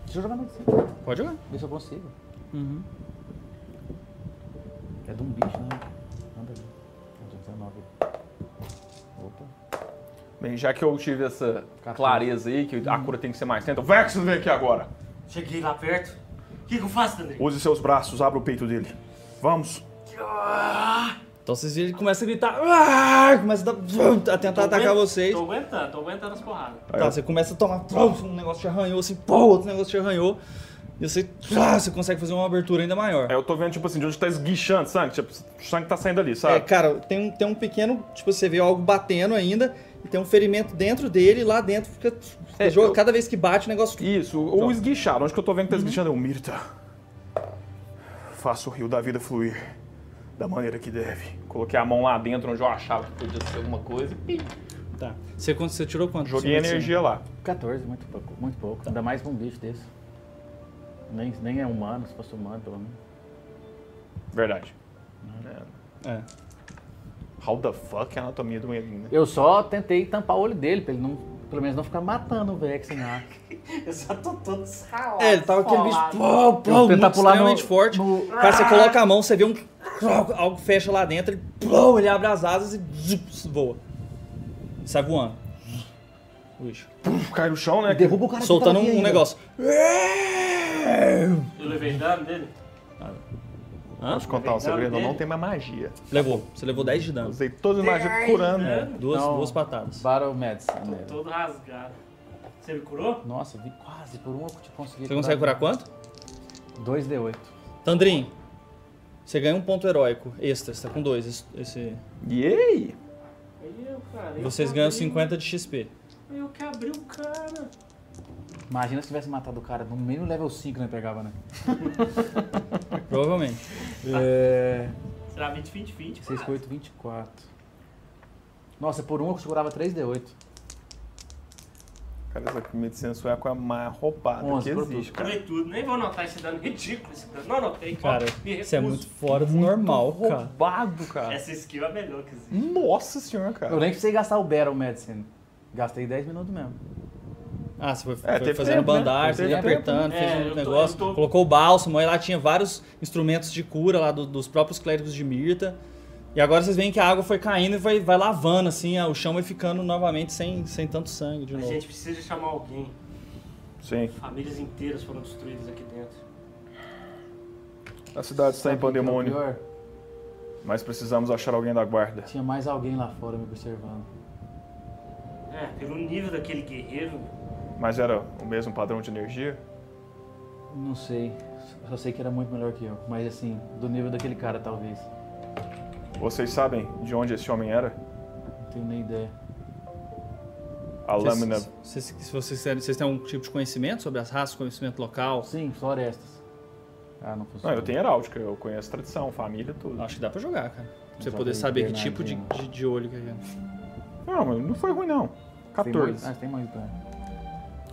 Deixa eu jogar medicina. Pode jogar. Vê se eu consigo. Uhum. É de um bicho, né? Nada a ver. É Eu tô 19. Opa. Bem, já que eu tive essa Café. clareza aí, que Uhum. a cura tem que ser mais lenta, o Vex vem aqui agora. Cheguei lá perto. O que, que eu faço, André? Use seus braços, abra o peito dele. Vamos. Ah, Então vocês viram ele começa a gritar, "Ah!", começa a, dar- a Tô tentar aguenta- atacar vocês. Tô aguentando, tô aguentando as porradas. Tá, você começa a tomar, "Pum", um negócio te arranhou assim, pô, outro negócio te arranhou. E você, "Ah", você consegue fazer uma abertura ainda maior. Aí eu tô vendo, tipo assim, de onde tá esguichando sangue. Tipo, o sangue tá saindo ali, É, sabe? cara, tem um, tem um pequeno. Tipo, você vê algo batendo ainda, e tem um ferimento dentro dele, e lá dentro fica. fica É, jo- eu- Cada vez que bate, o negócio. Isso, ou esguichar. Onde que eu tô vendo que tá esguichando? Eu, Mirta, faça o rio da vida fluir da maneira que deve. Coloquei a mão lá dentro onde eu achava que podia ser alguma coisa. e Tá. Você, quanto- você tirou quanto? Joguei Você- energia lá. 14, muito pouco, muito pouco. Ainda mais pra um bicho desse. Nem, nem é humano, se fosse humano, pelo menos. Verdade. É. How the fuck é a anatomia do Eggman, né? Eu só tentei tampar o olho dele, pra ele não, pelo menos não ficar matando o Vex em <laughs> ar. <laughs> Eu só tô todo sarrado. É, ele tava aquele bicho. Pô, pô, Eu vou tentar muito pular um no- extremamente forte. no- Cara, você coloca a mão, você vê um. Algo fecha lá dentro, ele, pô, ele abre as asas e zup, voa. Sai voando. O bicho. Puf, cai no chão, né? Derruba o cara que Soltando tá um, ali um ainda. negócio. É! Eu levei dano dele? Hã? Posso contar um segredo? Eu não tenho mais magia. Levou. Você levou 10 de dano. Usei todas as magias curando. É, duas, Não. duas patadas. Battle Medicine. nele. Todo rasgado. Você me curou? Nossa, vi quase, por um eu te consegui. Você consegue curar quanto? 2D8. Tandrin, você ganha um ponto heróico extra, você tá com dois. esse- esse- Yay! Aí eu, cara. eu vocês que ganham abri- 50 de XP. Eu que abri o cara. Imagina se tivesse matado o cara no mínimo level 5, né? Pegava, né? Provavelmente. É. Será 20, 20, 20. 6 cara. com 8, 24. Nossa, por um eu segurava 3D8. Cara, essa medicina sueca é a mais roubada Onze, que por existe, tudo. cara. Curei tudo. Nem vou notar esse dano ridículo. Esse dano. Não anotei. Cara, ó, me isso é recuso. muito fora do normal, cara. Roubado, cara. Essa skill é a melhor que existe. Nossa senhora, Eu cara. nem precisei gastar o Battle Medicine. Gastei 10 minutos mesmo. Ah, você foi, foi teve fazendo tempo, né? bandagem, você Teve ia tempo. apertando, É, fez um eu tô- negócio, eu tô- colocou o bálsamo, aí lá tinha vários instrumentos de cura lá do- dos próprios clérigos de Mirta. E agora vocês veem que a água foi caindo e vai, vai lavando, assim, ah, o chão vai ficando novamente sem, sem tanto sangue de A novo. gente precisa chamar alguém. Sim. Famílias inteiras foram destruídas aqui dentro. A cidade é está tá em pandemônio, é Pior, mas precisamos achar alguém da guarda. tinha mais alguém lá fora me observando. É, pelo nível daquele guerreiro. Mas era o mesmo padrão de energia? Não sei. Só sei que era muito melhor que eu. Mas assim, do nível daquele cara, talvez. Vocês sabem de onde esse homem era? Não tenho nem ideia. A Vocês- lâmina. vocês- se vocês, querem- vocês têm algum tipo de conhecimento sobre as raças, conhecimento local? Sim, florestas. Ah, não Não, funciona. eu tenho heráldica, eu conheço tradição, família, tudo. Acho que dá pra jogar, cara. Pra você Joga poder aí, saber que tipo de, de, Bernardinho. de olho que é. Não, mas não foi ruim, não. Tem mais- 14. Ah, tem mais dano.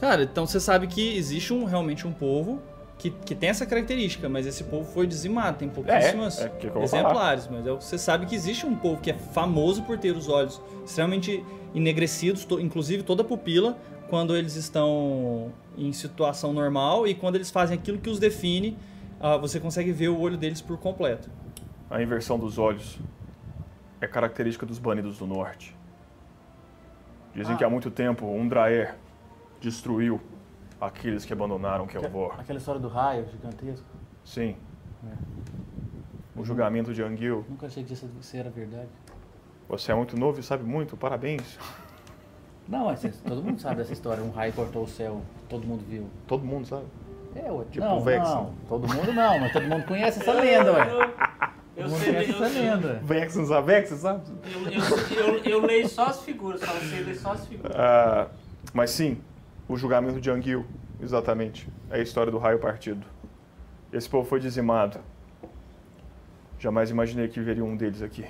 Cara, então você sabe que existe um, realmente um povo que, que tem essa característica, mas esse povo foi dizimado, tem pouquíssimas É, é o que eu vou exemplares, mas é o que você sabe que existe um povo que é famoso por ter os olhos extremamente enegrecidos, to- inclusive toda a pupila, quando eles estão em situação normal e quando eles fazem aquilo que os define, ah, você consegue ver o olho deles por completo. A inversão dos olhos é característica dos banidos do norte. Dizem que há muito tempo um Draer destruiu aqueles que abandonaram Kelvor. Aquela história do raio gigantesco. Sim. O julgamento de Anguil. Nunca achei que isso- isso era verdade. Você é muito novo e sabe muito, parabéns. Não, mas vocês- todo mundo sabe dessa história. Um raio cortou o céu, todo mundo viu. Todo mundo sabe. É, ué. Tipo não, o Vex, não. Todo mundo não, mas todo mundo conhece essa lenda, ué. Eu, Todo eu mundo sei, conhece eu, essa eu, lenda. Vexen sabe, Vexen sabe. eu, eu- eu leio só as figuras, só eu sei ler só as figuras. Ah, mas sim, o julgamento de Anguil, exatamente. É a história do raio partido. Esse povo foi dizimado. Jamais imaginei que veria um deles aqui.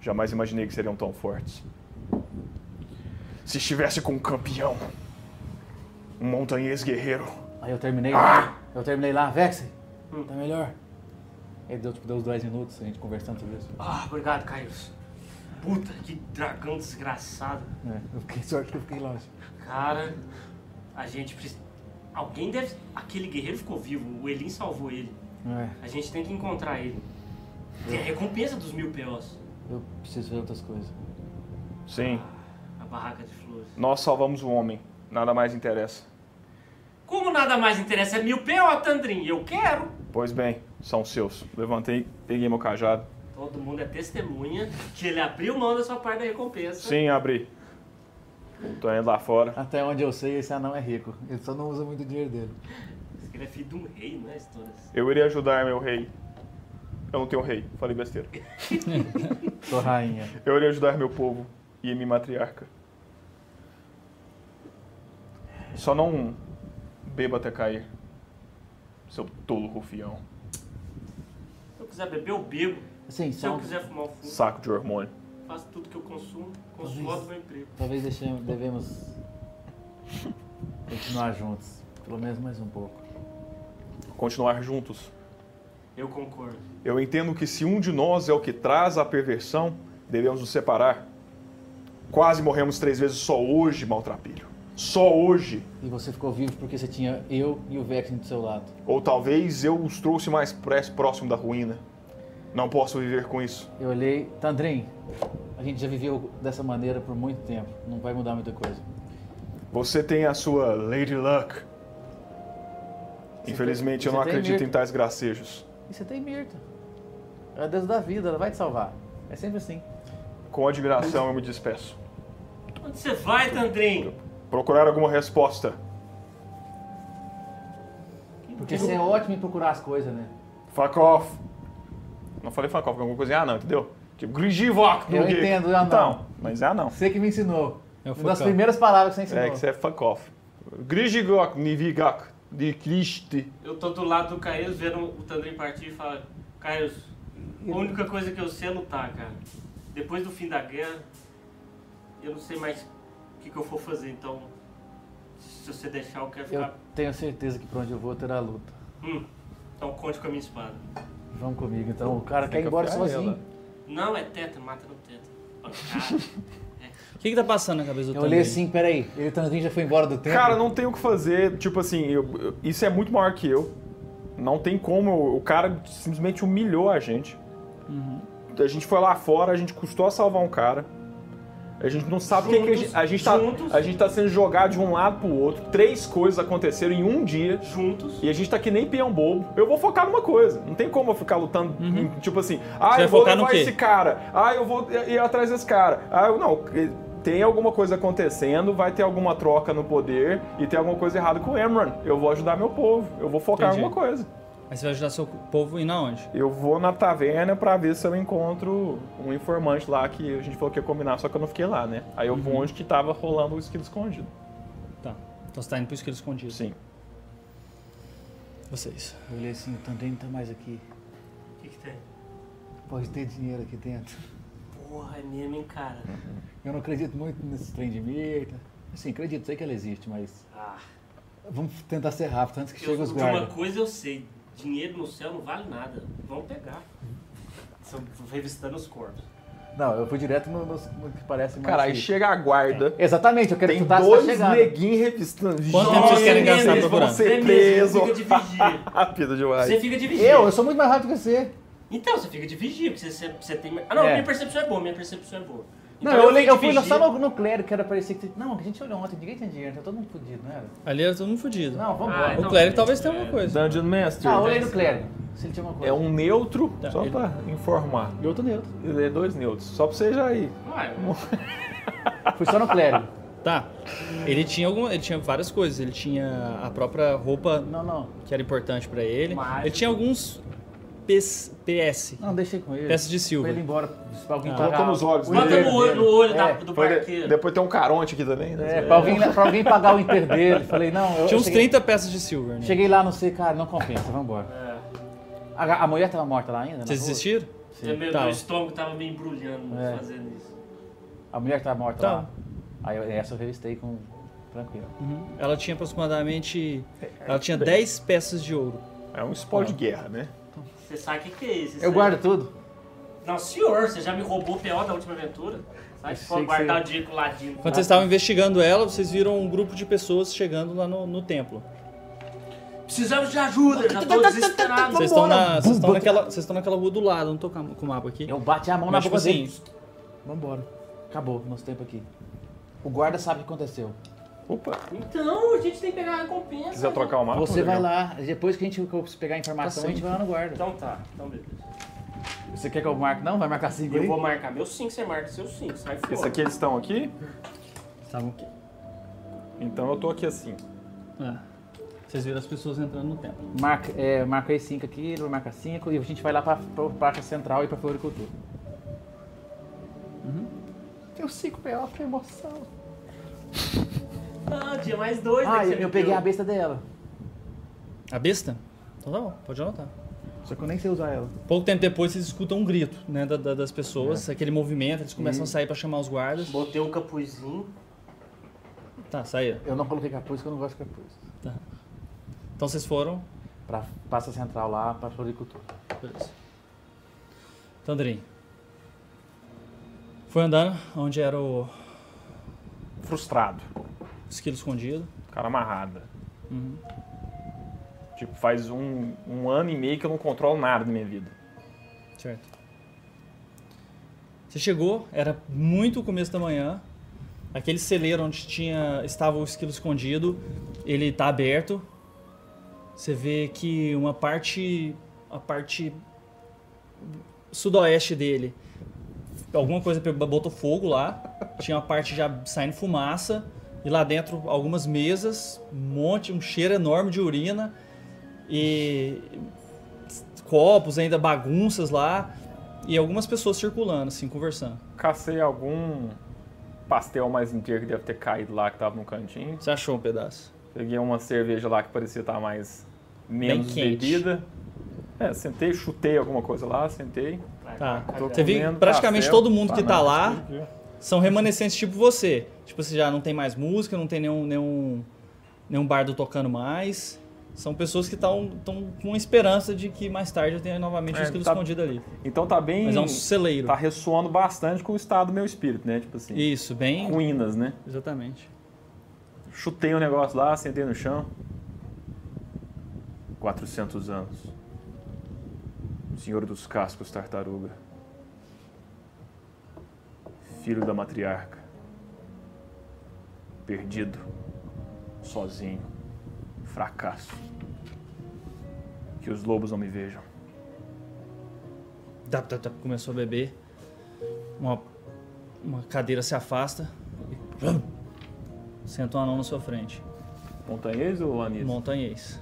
Jamais imaginei que seriam tão fortes. Se estivesse com um campeão, um montanhês guerreiro, Aí eu terminei, eu terminei lá, Vex, tá melhor. Ele deu, tipo, deu uns 10 minutos, a gente conversando sobre isso. Ah, obrigado, Caio. Puta, que dragão desgraçado. É, eu fiquei sorte que eu fiquei longe. Cara, a gente precisa... Alguém deve... Aquele guerreiro ficou vivo, o Elin salvou ele. É, A gente tem que encontrar ele. Tem a recompensa dos mil P.O.s. eu preciso ver outras coisas. sim, A barraca de flores. nós salvamos o homem. Nada mais interessa. Como nada mais interessa, é mil P.O., Tandrin. Eu quero. Pois bem, são seus. Levantei, peguei meu cajado, Todo mundo é testemunha que ele abriu mão da sua parte da recompensa. Sim, abri. Tô indo lá fora. Até onde eu sei, esse anão é rico. Ele só não usa muito o dinheiro dele. Diz que Ele é filho de um rei, né, Stonas? Eu iria ajudar meu rei. Eu não tenho rei, falei besteira. Sou rainha. Eu iria ajudar meu povo e minha matriarca. Só não beba até cair, seu tolo rufião. Se eu quiser beber, eu bebo. Assim, Se eu só, quiser fumar, eu fumo. Saco de hormônio. Faço tudo que eu consumo, consumo do meu emprego. talvez deixemos, devemos continuar juntos. Pelo menos mais um pouco. Continuar juntos. Eu concordo. Eu entendo que se um de nós é o que traz a perversão, devemos nos separar. Quase morremos três vezes só hoje, maltrapilho. Só hoje. E você ficou vivo porque você tinha eu e o Vex do seu lado. Ou talvez eu os trouxe mais pré- próximo da ruína. Não posso viver com isso. Eu olhei, Tandrin, a gente já viveu dessa maneira por muito tempo. Não vai mudar muita coisa. Você tem a sua Lady Luck. Infelizmente, tem- eu não você tem acredito Mir- em tais gracejos. E você tem Mirta. Ela é a deusa da vida, ela vai te salvar. É sempre assim. Com admiração, eu me despeço. Onde você vai, Tandrin? Procurar alguma resposta. Porque você é ótimo em procurar as coisas, né? Fuck off. Não falei fuck off, alguma coisa é ah não, entendeu? Tipo, Grigivok. Eu entendo, ah, não. Então, mas ah não. Você que me ensinou. É o Uma das focão. primeiras palavras que você ensinou. É que você é fuck off. Grigivok, Nivigak, de Christi. Eu tô do lado do Caíros vendo o Tandrin partir e falo, Caíros, a única coisa que eu sei é lutar, cara. Depois do fim da guerra, eu não sei mais o que, que eu for fazer, então se você deixar eu quero Eu ficar. tenho certeza que pra onde eu vou terá luta. Hum, então conte com a minha espada. Vamos comigo, então. O cara quer tem ir que embora afiar sozinho. ela. Não é teta, mata no teto. Pancada. O que, que tá passando na cabeça do Eu Tandrin? olhei assim, peraí, ele Tandrin já foi embora do tempo. Cara, não tem o que fazer. Tipo assim, eu- eu- isso é muito maior que eu. Não tem como. eu- O cara simplesmente humilhou a gente. Uhum. A gente foi lá fora, a gente custou a salvar um cara. A gente não sabe o que, que a Juntos, gente. A gente, tá, juntos. a gente tá sendo jogado de um lado pro outro. Três coisas aconteceram em um dia. Juntos. E a gente tá que nem peão bobo. Eu vou focar numa coisa. Não tem como eu ficar lutando, em- tipo assim, ah, Uhum. Você eu vai vou focar no levar quê? esse cara. Ah, eu vou ir atrás desse cara. Ah, eu não. Tem alguma coisa acontecendo, vai ter alguma troca no poder e tem alguma coisa errada com o Emran. Eu vou ajudar meu povo. Eu vou focar em Entendi. alguma coisa. Mas você vai ajudar seu povo a ir na onde? Eu vou na taverna pra ver se eu encontro um informante lá que a gente falou que ia combinar, só que eu não fiquei lá, né? Aí eu Uhum. vou onde que tava rolando o esquilo escondido. Tá. Então você tá indo pro esquilo escondido. Sim. Vocês. Eu olhei assim, o Tandrin não tá mais aqui. O que, que tem? Pode ter dinheiro aqui dentro. Porra, é mesmo, hein, cara? Eu não acredito muito nesse trem de Mirta. Assim, acredito, sei que ela existe, mas Ah, vamos tentar ser rápido antes que eu, cheguem os de uma guardas. coisa eu sei: dinheiro no céu não vale nada. Vamos pegar. São revistando os corpos. Não, eu fui direto no, no- no que parece mais. Cara, aí rico. chega a guarda. Exatamente, eu quero Tem escutar dois se tá chegando. neguinhos revistando. Quanto tempo vocês querem gastar Eles vão procurando? ser Você presos. mesmo, fica de <laughs> vigia. Rápido demais. Você fica de vigia. Eu, eu sou muito mais rápido que você. Então, você fica de vigia, porque você, você tem. Ah, não, É. minha percepção é boa, minha percepção é boa. Não, Então, eu, olhei- fico eu de fui lá só vigia. no, no clérigo, que era parecer que. Não, a gente olhou ontem, ninguém tinha dinheiro, tá todo mundo fudido, não era? Ali era todo mundo fudido. Não, vamos Ah, embora. então- o clérigo talvez tenha alguma coisa. Dungeon Master. Ah, eu olhei no clérigo, se ele tinha uma coisa. É um neutro, Tá, só ele- pra informar. E outro neutro. Ele é dois neutros, só pra você já ir. Ué, Fui só no clérigo. Tá. Ele tinha alguma, ele tinha várias coisas. Ele tinha a própria roupa Não, não. que era importante pra ele. Mas- Ele tinha alguns PS, PS Não, deixei com ele. peças de Foi silva. ele embora. Se alguém Ah. pagar Bota nos olhos o dele. bota inteiro no olho, no dele. olho da- É, do Foi de- barqueiro. Depois tem um caronte aqui também, né? É, pra alguém, pra alguém pagar o inteiro dele. Falei, não, eu Tinha uns cheguei, 30 peças de silver, né? cheguei lá, não sei, cara, não compensa, vambora. É, A, a mulher tava morta lá ainda? na Vocês rua? desistiram? até meu, Tá. meu estômago tava me embrulhando É. fazendo isso. A mulher tava morta Tá. lá. Aí eu- essa eu revistei com... Tranquilo. Uhum. Ela tinha aproximadamente. Ela tinha 10 peças de ouro. É um spoiler de guerra, né? Você sabe o que, que é isso? isso Eu aí- guardo tudo. Não, senhor, você já me roubou o PO da última aventura. Sabe? Eu Se sei for que guardar você- o dinheiro com o ladinho. Quando vocês estavam investigando ela, vocês viram um grupo de pessoas chegando lá no, no templo. Precisamos de ajuda, eu já tô desesperado. Vocês estão na, vocês estão naquela, vocês estão naquela rua do lado, eu não tô com a- com o mapa aqui. Eu bati a mão na Mas, tipo boca assim, dele. Vambora. Acabou nosso tempo aqui. O guarda sabe o que aconteceu. Opa, Então, a gente tem que pegar a recompensa. quiser trocar um- o mapa. Você vai Ah, legal. lá, depois que a gente pegar a informação, Tá a gente vai lá no guarda. Então tá, então beleza. Você quer que eu marque? Não, vai marcar 5 Eu aí? vou marcar meu 5, você marca seu 5, sai fora. Esse aqui eles estão aqui, Estavam aqui. então eu tô aqui assim. É. Vocês viram as pessoas entrando no templo. Marca, é, marca aí 5 aqui, ele vai marcar 5 e a gente vai lá pra, pra Praça Central e pra Floricultura. Deu 5 PO, que emoção. Ah, tinha mais dois Ah, né, que eu, você eu me peguei deu. a besta dela. A besta? Então tá bom, pode anotar. Só que eu nem sei usar ela. Pouco tempo depois vocês escutam um grito né, da- da- das pessoas, aquele movimento, eles começam a sair pra chamar os guardas. Botei um capuzinho. Tá, saíram. Eu não coloquei capuz porque eu não gosto de capuz. Então vocês foram. Pra Praça Central lá, pra Floricultura. Beleza. Tandrin. Foi andando onde era o Frustrado. esquilo escondido. Cara amarrada. Tipo, faz um, um ano e meio que eu não controlo nada na minha vida. Certo. Você chegou, era muito o começo da manhã. Aquele celeiro onde tinha estava o esquilo escondido, ele tá aberto. Você vê que uma parte a parte sudoeste dele alguma coisa pe- botou fogo lá. Tinha uma parte já saindo fumaça e lá dentro algumas mesas, um monte, um cheiro enorme de urina e copos ainda, bagunças lá e algumas pessoas circulando, assim, conversando. Cacei algum pastel mais inteiro que deve ter caído lá, que tava no cantinho. Você achou um pedaço? Peguei uma cerveja lá que parecia estar mais... Menos quente. bebida. É, sentei, chutei alguma coisa lá, sentei. Tá. Tô Você vê comendo praticamente pastel, todo mundo que tá banana. lá são remanescentes tipo você. Tipo, você já não tem mais música, não tem nenhum, nenhum, nenhum bardo tocando mais. São pessoas que estão com a esperança de que mais tarde eu tenha novamente o É, esquilo tá- escondido ali. Então tá bem... Mas é um celeiro. Tá ressoando bastante com o estado do meu espírito, né? Tipo assim, Isso, bem. ruínas, né? Exatamente. Chutei um negócio lá, sentei no chão. 400 anos. O Senhor dos Cascos Tartaruga. Filho da matriarca. Perdido. Sozinho. Fracasso. Que os lobos não me vejam. Tap, tap, tap, começou a beber. Uma, uma cadeira se afasta <clears throat> e senta um anão na sua frente. Montanhês ou Anis? Montanhês.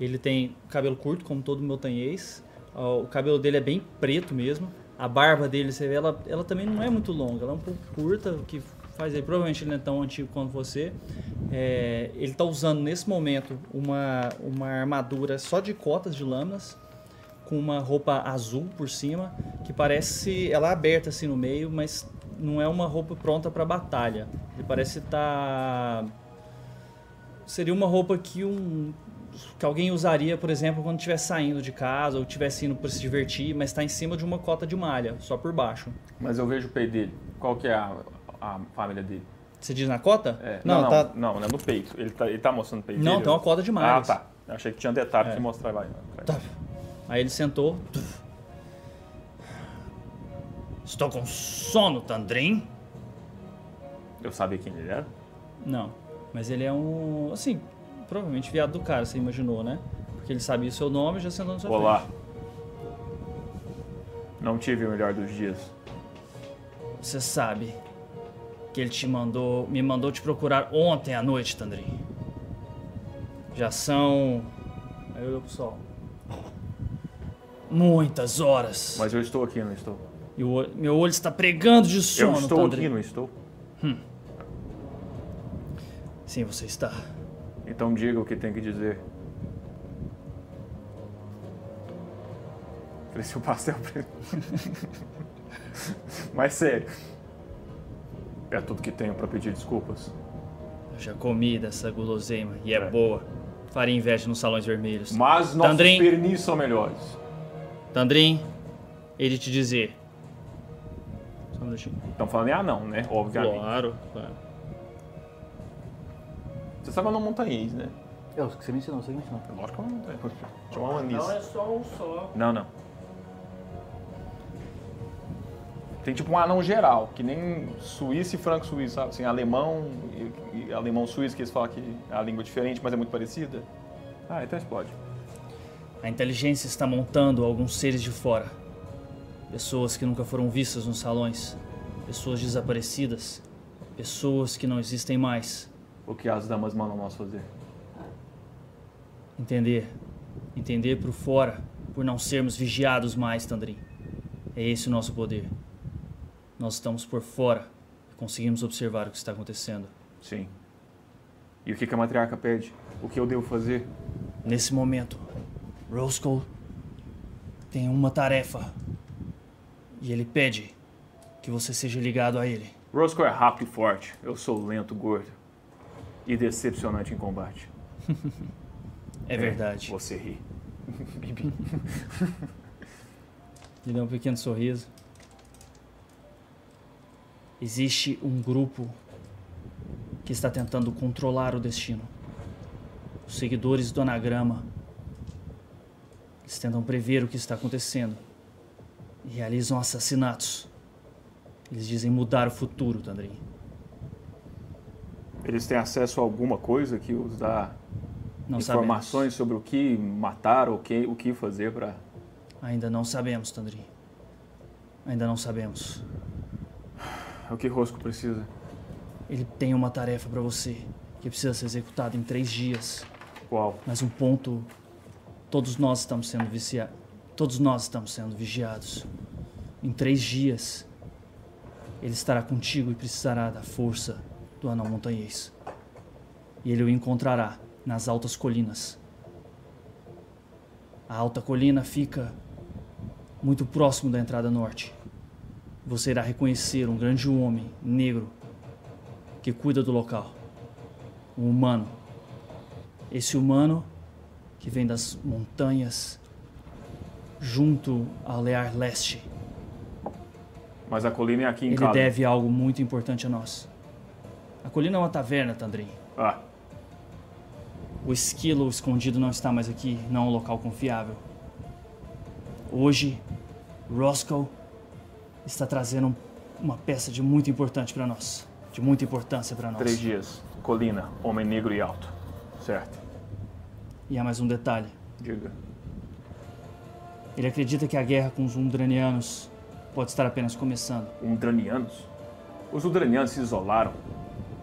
Ele tem cabelo curto, como todo montanhês. Ó, O cabelo dele é bem preto mesmo. A barba dele, você vê, ela, ela também não é muito longa, ela é um pouco curta, o que faz ele. Provavelmente ele não é tão antigo quanto você. É, ele tá usando nesse momento uma, uma armadura só de cotas de lâminas, com uma roupa azul por cima, que parece. Ela é aberta assim no meio, mas não é uma roupa pronta para batalha. Ele parece estar. Tá seria uma roupa que um que alguém usaria, por exemplo, quando estiver saindo de casa ou estivesse indo para se divertir, mas está em cima de uma cota de malha, só por baixo. Mas eu vejo o peito dele. Qual que é a, a família dele? Você diz na cota? É, Não, não, não, tá. não, não é no peito. Ele tá, ele tá mostrando o peito Não, dele? tem uma cota de malhas. Ah, tá. Eu achei que tinha um detalhe É. que mostrava aí. Tá. Aí ele sentou. Estou com sono, Tandrin. Eu sabia quem ele Tá era? Não, mas ele é um, assim, provavelmente viado do cara, você imaginou, né? Porque ele sabia o seu nome e já sentou na sua frente. Olá. Não tive o melhor dos dias. Você sabe que ele te mandou, me mandou te procurar ontem à noite, Tandrin. Já são. Aí olhou pro sol. Muitas horas. Mas eu estou aqui, não estou? E o olho- meu olho está pregando de sono, eu estou Tandrin. aqui, não estou? Sim, você está. Então diga o que tem que dizer. Ofereci o pastel pra ele. <laughs> Mas sério. É tudo que tenho pra pedir desculpas. Eu já comi dessa guloseima e é, É. boa. Faria inveja nos salões vermelhos. Mas nossos Tandrin. pernis são melhores. Tandrin, ele te dizer. Só um minutinho. Estão falando em anão, né? Obviamente. Claro, claro. Você sabe anão montanhês, né? É, os que você me ensinou, você que me ensinou. Lógico que é uma montanha. Chama um anis. Não, é só um só. Não, não. Tem tipo um anão geral, que nem suíço e franco suíço, sabe? Assim, alemão e, e alemão suíço, que eles falam que é a língua é diferente, mas é muito parecida. Ah, então explode. A inteligência está montando alguns seres de fora. Pessoas que nunca foram vistas nos salões. Pessoas desaparecidas. Pessoas que não existem mais. O que as damas mandam nós fazer? Entender. Entender por fora, por não sermos vigiados mais, Tandrin. É esse o nosso poder. Nós estamos por fora e conseguimos observar o que está acontecendo. Sim. E o que, que a matriarca pede? O que eu devo fazer? Nesse momento, Roscoe tem uma tarefa. E ele pede que você seja ligado a ele. Roscoe é rápido e forte. Eu sou lento, gordo. E decepcionante em combate. É verdade. Você <laughs> ri. Ele dá um pequeno sorriso. Existe um grupo que está tentando controlar o destino. Os seguidores do anagrama. Eles tentam prever o que está acontecendo. E realizam assassinatos. Eles dizem mudar o futuro, Tandrin. Eles têm acesso a alguma coisa que os dá Não sabemos. informações sobre o que matar ou que, o que fazer para. Ainda não sabemos, Tandrin. Ainda não sabemos. O que Rosco precisa? Ele tem uma tarefa pra você que precisa ser executada em três dias. Qual? Mas um ponto, todos nós estamos sendo viciados. Todos nós estamos sendo vigiados. Em três dias, ele estará contigo e precisará da força do anão montanhês. E ele o encontrará nas altas colinas. A alta colina fica muito próximo da entrada norte. Você irá reconhecer um grande homem negro que cuida do local. Um humano. Esse humano que vem das montanhas junto ao Lear Leste. Mas a colina é aqui em Ele casa. deve algo muito importante a nós. A colina é uma taverna, Tandrin. Ah, O esquilo escondido não está mais aqui, não é um local confiável. Hoje, Roscoe está trazendo um- uma peça de muito importante para nós, de muita importância para nós. três dias. Colina, homem negro e alto. Certo. E há mais um detalhe. Diga. Ele acredita que a guerra com os Umdranianos pode estar apenas começando. Umdranianos? Os Udranianos se isolaram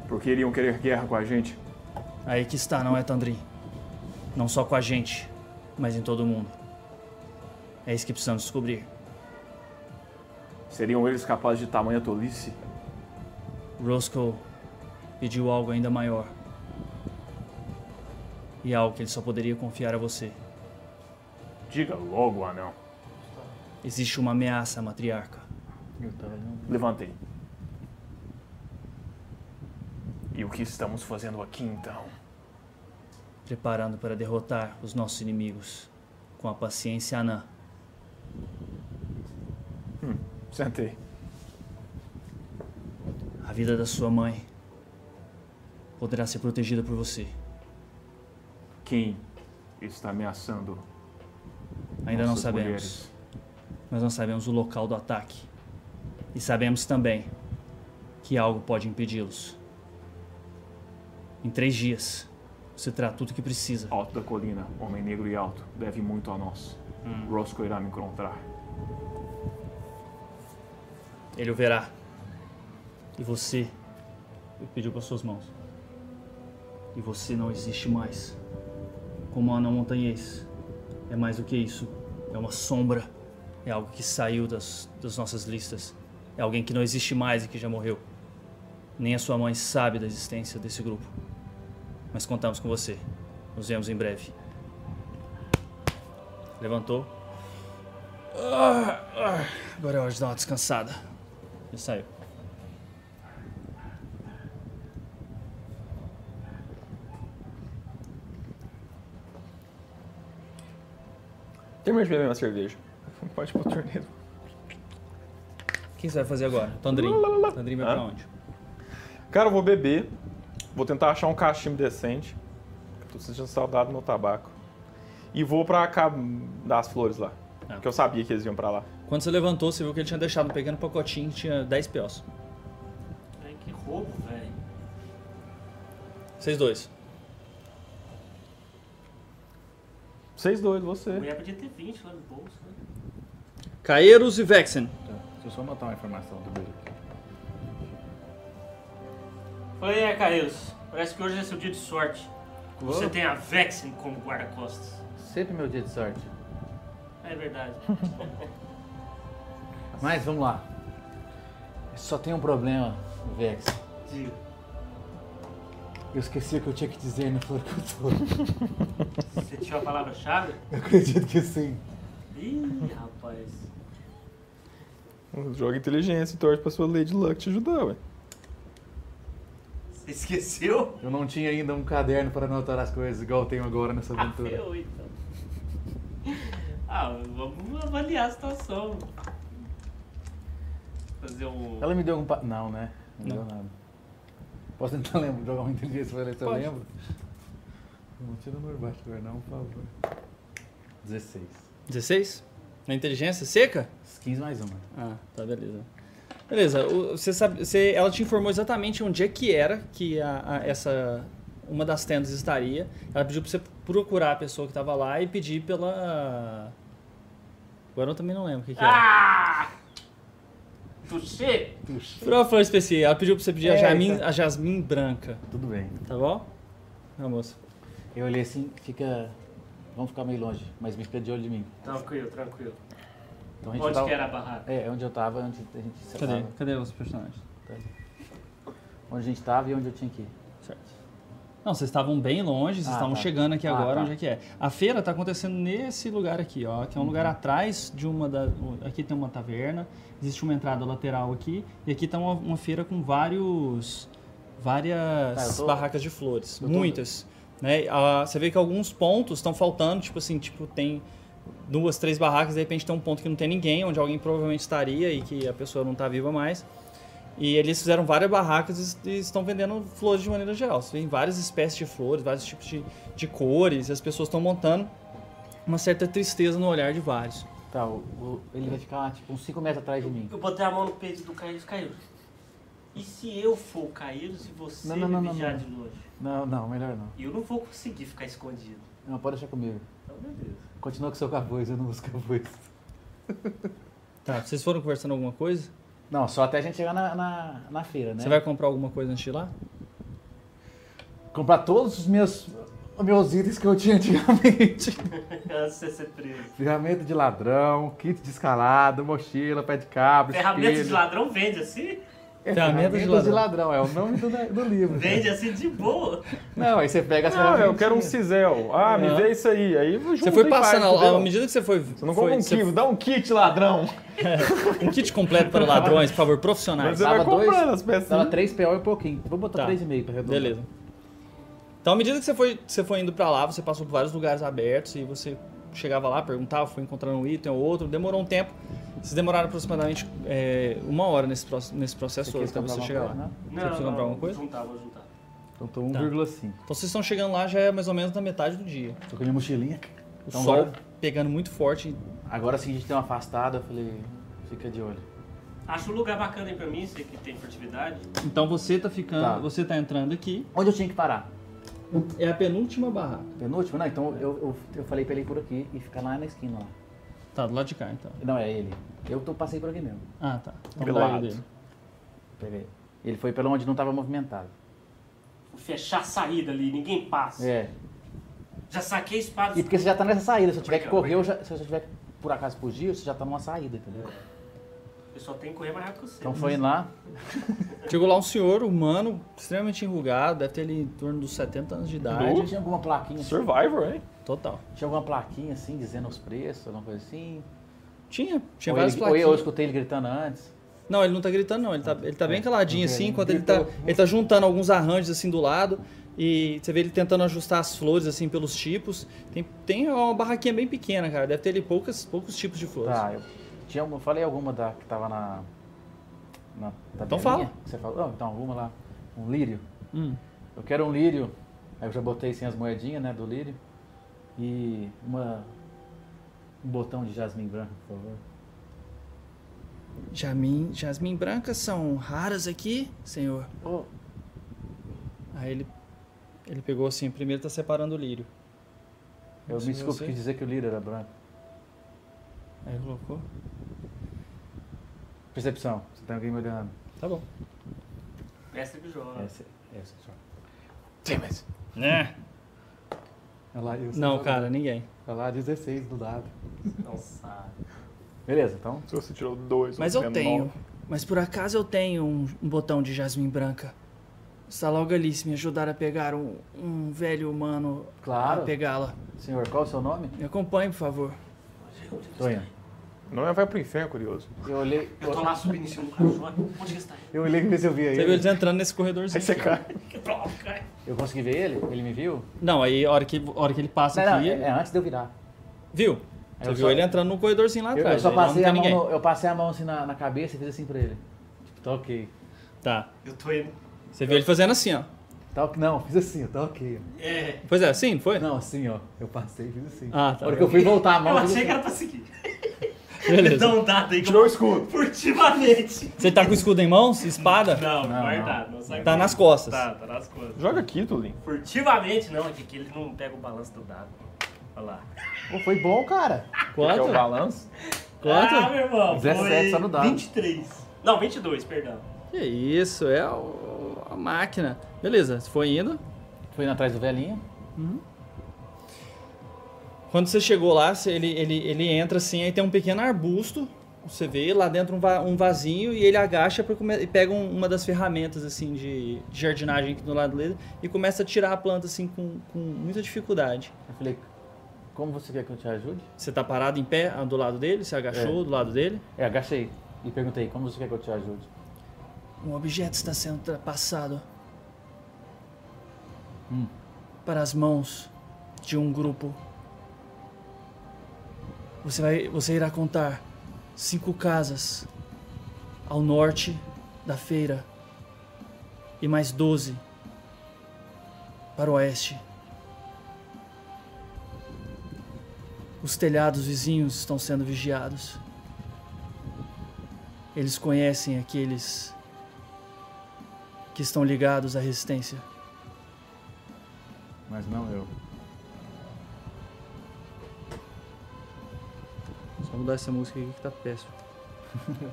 porque iriam querer guerra com a gente. Aí que está, não é, Tandrin? Não só com a gente, mas em todo mundo. É isso que precisamos descobrir. Seriam eles capazes de tamanha tolice? Roscoe pediu algo ainda maior. E algo que ele só poderia confiar a você. Diga logo, anão. Existe uma ameaça à matriarca. Eu tava olhando. Levantei. E o que estamos fazendo aqui então? preparando para derrotar os nossos inimigos com a paciência anã. Sentei. A vida da sua mãe poderá ser protegida por você. Quem está ameaçando? Ainda não nossas sabemos, mulheres? mas nós sabemos o local do ataque. E sabemos também que algo pode impedi-los. Em três dias, você terá tudo o que precisa. Alto da colina, homem negro e alto, deve muito a nós. Hum. Roscoe irá me encontrar. Ele o verá. E você. Ele pediu com as suas mãos. E você não existe mais. Como anão montanhês. É mais do que isso. É uma sombra. É algo que saiu das, das nossas listas. É alguém que não existe mais e que já morreu. Nem a sua mãe sabe da existência desse grupo. Mas contamos com você. Nos vemos em breve. Levantou. Ah, Agora é hora de dar uma descansada. Já saiu. Termina de beber uma cerveja. <laughs> Pode pôr o torneiro. O que você vai fazer agora? Tandrin. Tandrin vai pra onde? Cara, eu vou beber. Vou tentar achar um cachimbo decente. Tô sentindo saudade do meu tabaco. E vou pra cá das flores lá. Ah. Que eu sabia que eles iam pra lá. Quando você levantou, você viu que ele tinha deixado um pequeno pacotinho que tinha 10 pios. Ai, que roubo, velho. Vocês dois. Vocês dois, A você. mulher podia ter 20 lá no bolso, né? Caeiros e Vexen. Tá. Deixa eu só anotar uma informação do Bruno. Falei, é, Caeiros, parece que hoje é seu dia de sorte. Você tem a Vexen como guarda-costas. Sempre meu dia de sorte. É <laughs> verdade. Mas vamos lá. Só tem um problema, Vex. Digo, Eu esqueci o que eu tinha que dizer na floricultura. <laughs> você tinha a palavra-chave? Eu acredito que sim. Ih, rapaz. Joga inteligência e torce pra sua Lady Luck te ajudar, ué. Você esqueceu? Eu não tinha ainda um caderno para anotar as coisas igual eu tenho agora nessa Ah, aventura. eu, então. Ah, vamos avaliar a situação. Fazer um. Ela me deu algum. Pa... Não, né? Não, deu nada. Posso tentar <laughs> lembrar, jogar uma inteligência para ver se eu lembro? Não tira no baixo, não, por favor. 16. 16? Na inteligência seca? 15 mais uma. Ah, tá, beleza. Beleza, o- você sabe, você, ela te informou exatamente onde é que era que a, a- essa uma das tendas estaria. Ela pediu pra você procurar a pessoa que tava lá e pedir pela. Agora eu também não lembro o que, que era. Ah! Tuxê! Por uma flor especial, ela pediu pra você pedir a, É, Jamin, então. a Jasmin Branca, Tudo bem. tá bom? Não, moça. Eu olhei assim, fica. Vamos ficar meio longe, mas me fica de olho de mim. Tranquilo, tranquilo. Então a gente Onde tava- que era a barraca? É, onde eu tava, onde a gente se Cadê? tava. Cadê os personagens? Onde a gente tava e onde eu tinha que ir. Certo. Não, vocês estavam bem longe, vocês Ah, estavam tá. chegando aqui Ah, agora, tá. onde é que é? A feira tá acontecendo nesse lugar aqui, ó, que é um lugar Uhum. atrás de uma da... Aqui tem uma taverna, existe uma entrada lateral aqui, e aqui tá uma, uma feira com vários... Tá, eu Várias tô- barracas de flores, eu tô- muitas, né? Ah, você vê que alguns pontos estão faltando, tipo assim, tipo tem duas, três barracas, de repente tem um ponto que não tem ninguém, onde alguém provavelmente estaria e que a pessoa não tá viva mais. E eles fizeram várias barracas e, e estão vendendo flores de maneira geral. Você tem várias espécies de flores, vários tipos de, de cores, e as pessoas estão montando uma certa tristeza no olhar de vários. Tá, o- o- ele vai ficar tipo uns 5 metros atrás de mim. Eu botei a mão no peito do Caíros, Caíros. E se eu for o Caíros e você Não, não, não, me não, vigiar não. de longe? Não, não, melhor não. Eu não vou conseguir ficar escondido. Não, pode deixar comigo. Então, meu Deus. <laughs> Continua com seu capuz, eu não uso capuz. Tá, vocês foram conversando alguma coisa? Não, só até a gente chegar na, na, na feira, né? Você vai comprar alguma coisa antes de ir lá? comprar todos os meus, os meus itens que eu tinha antigamente. <laughs> Antes de você ser preso. Ferramenta de ladrão, kit de escalada, mochila, pé de cabra, Ferramenta de espelho. ladrão vende assim? É, Ferramenta de ladrão. é o nome do, do livro. Vende assim de boa. Não, aí você pega as Ah, eu ferramentas. quero um cisel. Ah, me Aham. dê isso aí. Aí eu junto Você foi e faz, passando, entendeu? à à medida que você foi. Você não foi compra um você- kit, dá um kit, ladrão. um kit completo para ladrões, por favor, Mas profissionais. você vai Dava dois, comprando as peças. né? Tava 3 PO e um pouquinho. Vou botar Tá. 3,5 pra redondar. Beleza. Então, à medida que você foi, que você foi indo pra lá, você passou por vários lugares abertos e você chegava lá, perguntava, foi encontrando um item ou outro, demorou um tempo. Vocês demoraram aproximadamente é, uma hora nesse, proce- nesse processo todo quis até você comprar chegar uma lá. coisa, né? Não, precisa não, comprar alguma coisa? Vou juntar, vou juntar. Então tô Tá. 1,5. Então, vocês estão chegando lá já é mais ou menos na metade do dia. Tô com a minha mochilinha. O Então sol bora. pegando muito forte. Agora sim a gente tem uma afastada, eu falei, fica de olho. Acho um lugar bacana aí pra mim, você que tem furtividade. Então você tá ficando, Tá. você tá entrando aqui. Onde eu tinha que parar? É a penúltima barraca. Penúltimo? Não, então eu, eu, eu falei pra ele ir por aqui e ficar lá na esquina lá. Tá, do lado de cá então. Não, é ele. Eu tô, passei por aqui mesmo. Ah, tá. Então, Pelado. dá aí o dele. Peguei. Ele foi pelo onde não tava movimentado. Fechar a saída ali, ninguém passa. É. Já saquei a espada. E porque você já tá nessa saída. Se eu tiver que correr, eu já, se eu tiver que por acaso fugir, você já tá numa saída, entendeu? Eu só tenho que correr mais rápido que você. Então foi lá. Chegou lá um senhor humano, extremamente enrugado, deve ter ele em torno dos 70 anos de idade. Aí tinha alguma plaquinha. Survivor, hein? Total. Tinha alguma plaquinha assim, dizendo os preços, alguma coisa assim. Tinha, tinha ou várias ele, ou eu plaquinhas. escutei ele gritando antes. Não, ele não tá gritando, não. Ele tá, ele tá bem caladinho, É, Não, assim, ele enquanto ele tá, gritou. ele tá juntando alguns arranjos, assim, do lado. E você vê ele tentando ajustar as flores, assim, pelos tipos. Tem, tem uma barraquinha bem pequena, cara. Deve ter ali poucas, poucos tipos de flores. Tá, eu, tinha, alguma- eu falei alguma da, que tava na. na tabelinha fala. que Você falou, "Não, então alguma lá. Um lírio. Hum. Eu quero um lírio. Aí eu já botei sem as moedinhas, né, do lírio. E uma. Um botão de jasmim branco, por favor. Jamin, jasmim brancas são raras aqui, senhor. Ô, Aí ele, ele pegou, assim, primeiro tá separando o lírio. Eu me desculpo, você? quis dizer que o líder era branco. Aí colocou. Percepção, você tem alguém me olhando. É, Tá bom. Mestre que joga. Essa, essa, só. Né? Olha É lá, eu- Não, cara, ninguém. Olha Tá lá, 16 do dado. Não sabe. Beleza, então. Se você tirou dois, Mas um eu tenho. Mas por acaso eu tenho um, um botão de jasmim branca. Está logo ali se me ajudar a pegar um, um velho humano Claro. a pegá-la. Senhor, qual é o seu nome? Me acompanhe, por favor. Tô indo. Não é vai pro inferno, curioso. Eu olhei. Eu tô lá um subindo em cima do cachorro. Onde que tá? ele está? Eu olhei pra ver se eu vi ele. entrando nesse corredorzinho. Que droga, cara. Eu consegui ver ele? Ele me viu? Não, aí a hora que, a hora que ele passa Não, não, aqui. é, é antes de eu virar. Viu? Eu Você viu só- ele entrando no corredorzinho lá Eu, atrás. eu só aí lá passei não a tem mão ninguém. no- eu passei a mão assim na, na cabeça e fiz assim pra ele. Tipo, tá ok. Tá. Eu tô indo. Você viu ele fazendo assim, ó. Tá ok. Não, fiz assim, tá ok. É. Pois é, sim, não foi? Não, assim, ó. Eu passei e fiz assim. Ah, tá. A hora que eu fui voltar a mão. Eu fiz achei que assim. era pra seguir. Beleza. Então- Dá um dado aí. Tirou o escudo. Furtivamente. Você tá com o escudo em mãos? Espada? Não, Não, guardado. Não sai Tá nas costas. Tá, tá nas costas. Joga aqui, Tulin. Furtivamente não, é que que ele não pega o balanço do dado. Olha lá. Pô, foi bom, cara. Que é o Quanto? balanço. Quanto? Ah, meu irmão. 17 foi só no dado. 23. Não, 22, perdão. Que isso, é o- a máquina. Beleza, você foi indo. Fui indo atrás do velhinho. Quando você chegou lá, você- ele, ele, ele entra assim, aí tem um pequeno arbusto. Você vê lá dentro um, va- um vasinho e ele agacha pra come- e pega um- uma das ferramentas assim de, de jardinagem aqui do lado dele e começa a tirar a planta assim com, com muita dificuldade. Eu falei, como você quer que eu te ajude? Você tá parado em pé ah, do lado dele, você agachou do lado dele. Eu agachei e perguntei, como você quer que eu te ajude? Um objeto está sendo ultrapassado para as mãos de um grupo. Você, vai, você irá contar cinco casas ao norte da feira e mais doze para o oeste. Os telhados vizinhos estão sendo vigiados. Eles conhecem aqueles que estão ligados à resistência. Mas não eu. Só mudar essa música aqui que tá péssimo.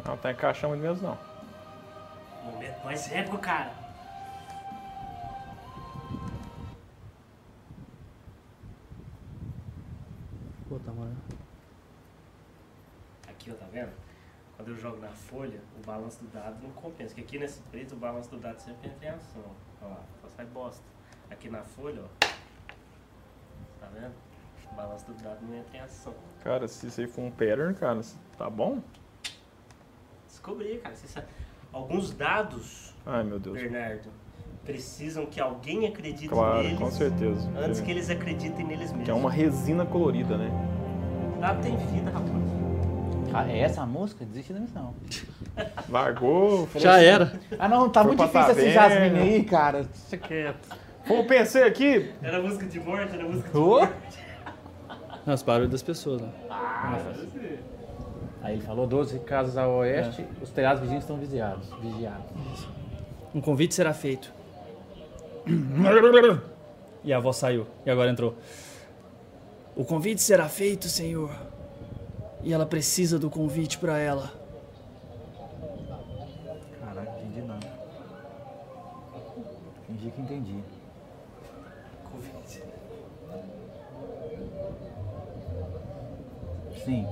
Não tá encaixando muito mesmo, não. Momento mais épico, cara. Pô, tá mano. Aqui, ó, tá vendo? Quando eu jogo na folha, o balanço do dado não compensa. Porque aqui nesse preto, o balanço do dado sempre entra em ação. Olha lá, só sai bosta. Aqui na folha, ó. Tá vendo? O balanço do dado não entra em ação. Cara, se isso aí for um pattern, cara, tá bom? Descobri, cara. Você sabe. Alguns dados, Ai, meu Deus. Bernardo, precisam que alguém acredite Claro, neles com certeza. antes que eles acreditem neles mesmos. Que é uma resina colorida, né? Dado tem vida, rapaz. Ah, é essa a música? Desiste da missão. Largou. Já era. Ah não, tá Foi muito pra difícil esse taverna. Jasmine aí, cara. Deixa quieto. Pô, pensei aqui. Era música de morte, era música de... Ô? Não, os barulhos das pessoas, né? Ah, Aí ele falou 12 casas ao oeste, os telhados vizinhos estão vigiados. vigiados. Um convite será feito. E a avó saiu. E agora entrou. O convite será feito, senhor. E ela precisa do convite pra ela. Caraca, não entendi nada. Fingi que entendi. convite. Sim.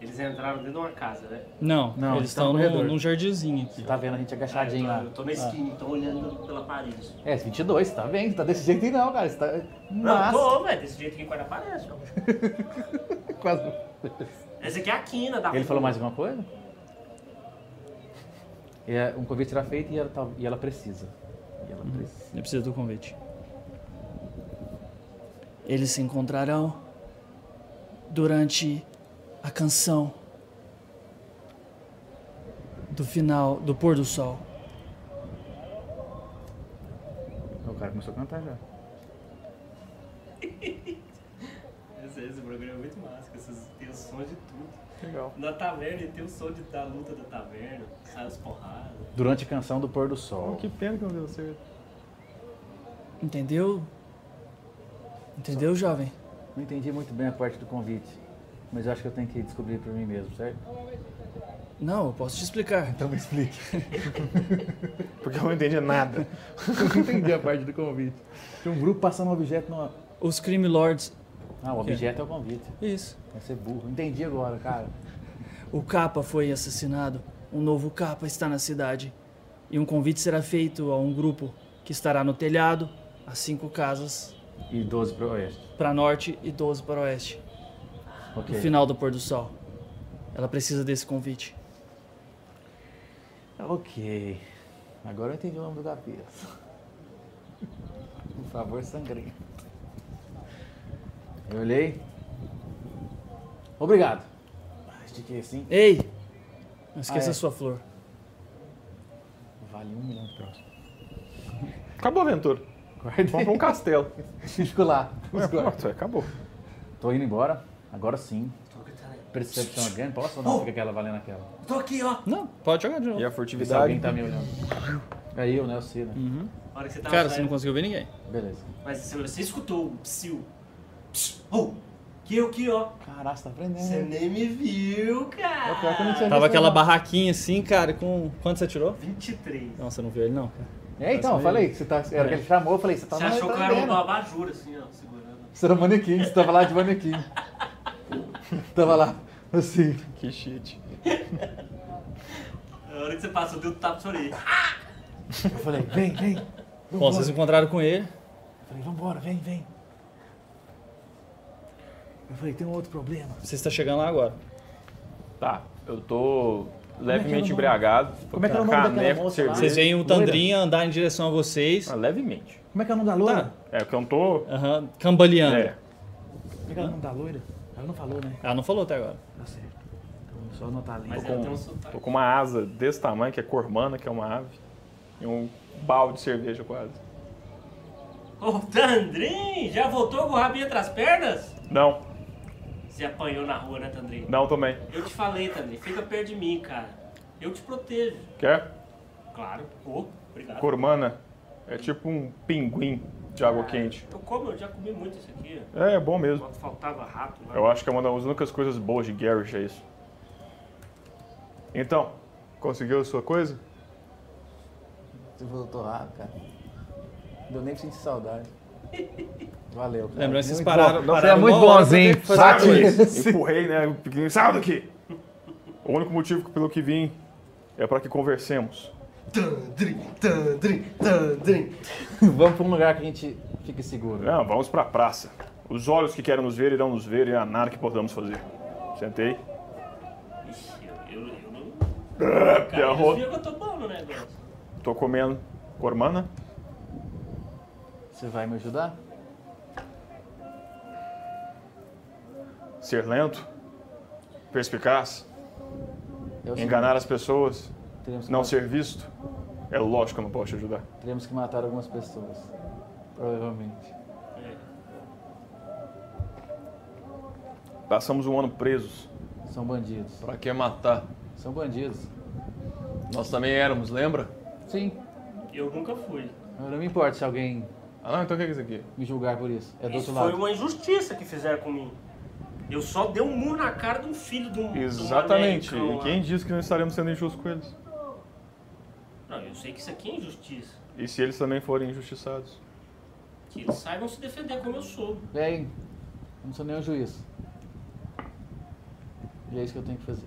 Eles entraram dentro de uma casa, né? Não, Não, eles tá no estão num, corredor. num jardinzinho aqui. Você tá vendo a gente agachadinho Ah, lá. eu tô- Eu tô na esquina, então olhando pela parede. É, esse 22, tá bem, tá desse jeito aí não, cara. Você tá... Não, Mas... tô, velho. Desse jeito que guarda aparece. ó. Quase... Essa aqui é a quina da Ele rua. falou mais alguma coisa? É, um convite será feito e ela, tal- e ela precisa. E ela precisa. Eu preciso do convite. Eles se encontrarão durante a canção do final do pôr do sol. O cara começou a cantar já. Esse, esse programa é muito massa, com esses, tem o som de tudo. Legal. Na taverna ele tem o som de, da luta da taverna, sai as porradas. Oh, Durante a canção do pôr do sol. que pena que não deu certo. Entendeu? Entendeu, jovem? Não entendi muito bem a parte do convite, mas eu acho que eu tenho que descobrir por mim mesmo, certo? Não, eu posso te explicar. Então me explique. Porque eu não entendi <laughs> nada. Eu não entendi a parte do convite. Tem um grupo passando um objeto no. Os crime lords. Ah, o objeto é o convite. Isso. Vai ser burro. Entendi agora, cara. O capa foi assassinado. Um novo capa está na cidade. E um convite será feito a um grupo que estará no telhado, a cinco casas, E 12 pro oeste. para norte e 12 para oeste. Ok. No final do pôr do sol. Ela precisa desse convite. Ok. Agora eu entendi o nome do capeta. <laughs> Por favor, sangrinho. Eu olhei. Obrigado. Ah, Estiquei assim. Ei! Não esqueça Ah, é. a sua flor. Vale um milhão de próximo. Acabou a aventura. Vamos pra Guardei. um castelo. <laughs> Fico lá. É, pronto, acabou. Tô indo embora. Agora sim. Tô gritando aí. Percepção again. Posso ou não? Fica aquela valendo aquela. Tô aqui, ó. Não, pode jogar de novo. E a Se alguém furtividade. tá me olhando. É eu, né? Eu sei, né? Na hora que você tava Cara, você não saindo. conseguiu ver ninguém. Beleza. Mas você, você escutou o psiu. Psiu. Oh, que eu que, ó. Caraca, você tá Você aprendendo. né? nem me viu, cara. É pior que eu não tinha Tava visto, aquela não. barraquinha assim, cara, com. Quanto você tirou? 23. Não, você não viu ele não, cara. É, então, eu falei. que Você tá... Era que ele chamou, eu falei. Você tá Você na- achou tá que eu era vendo. uma abajura, assim, ó, segurando. Você era manequim, você tava lá de <laughs> manequim. tava lá, assim. Que shit. Na hora que você passa, eu dei um tapa no seu orelha. Eu falei, vem, vem. Bom, vocês encontraram com ele. Eu falei, vambora, vem, vem. Eu falei, tem um outro problema. Você está chegando lá agora. Tá, eu tô nome? levemente embriagado. Como é que era o nome Caneco daquela de moça lá? cerveja. Vocês veem o é? Tandrinha andar em direção a vocês. Ah, levemente. Como é que é o nome da loira? Tá. É, porque eu não tô. Aham, cambaleando. É. Como é que é o nome da loira? Ela não falou, né? Ela não falou até agora. Tá certo. Então, só anotar ali. Mas com- ela tem um sotaque. Tô com uma asa desse tamanho, que é cormana, que é uma ave. E um balde de cerveja quase. Ô, Tandrin, já voltou com o rabinho entre as pernas? Não, Você apanhou na rua, né, Tandrin? não também. Eu te falei, Tandrin, fica perto de mim, cara. Eu te protejo. Quer? Claro. Ô, obrigado. Cormana é tipo um pinguim de água Ah. quente. Eu como, eu já comi muito isso aqui. É, é bom mesmo. Quando faltava rato lá. Eu acho que é uma das únicas coisas boas de Garrett, é isso. Então, conseguiu a sua coisa? Você voltou rápido, cara. Não Deu nem pra sentir saudade. Valeu, cara. Lembrando que vocês Muito pararam. bom. pararam Você é muito uma hora pra bonzinho. ter que fazer uma Sabe? coisa. Sim. Empurrei, né? O pequenininho, sai daqui! O único motivo pelo que vim é para que conversemos. Tandrin, Tandrin, Tandrin. <laughs> Vamos pra um lugar que a gente fique seguro. Não, vamos pra praça. Os olhos que querem nos ver irão nos ver e é nada que podemos fazer. Sentei. Ixi, eu, eu, eu não... E Cara, arro... eles viram que eu tô bom no negócio. Tô comendo cormana. Você vai me ajudar? Ser lento. Perspicaz. Eu sei. Enganar as pessoas. Teremos que Não matar- ser visto. É lógico que eu não posso te ajudar. Teremos que matar algumas pessoas. Provavelmente. Passamos um ano presos. São bandidos. Pra que matar? São bandidos. Nós também éramos, lembra? Sim. Eu nunca fui. Eu não me importo se alguém Ah, não, então o que é isso aqui? me julgar por isso. É do Isso outro foi lado. uma injustiça que fizeram comigo. Eu só dei um murro na cara de um filho de um. de um Exatamente. americano E lá. quem disse que não estaremos sendo injustos com eles? Não, eu sei que isso aqui é injustiça. E se eles também forem injustiçados? Que eles saibam se defender como eu sou. Bem, eu não sou nenhum juiz. E é isso que eu tenho que fazer.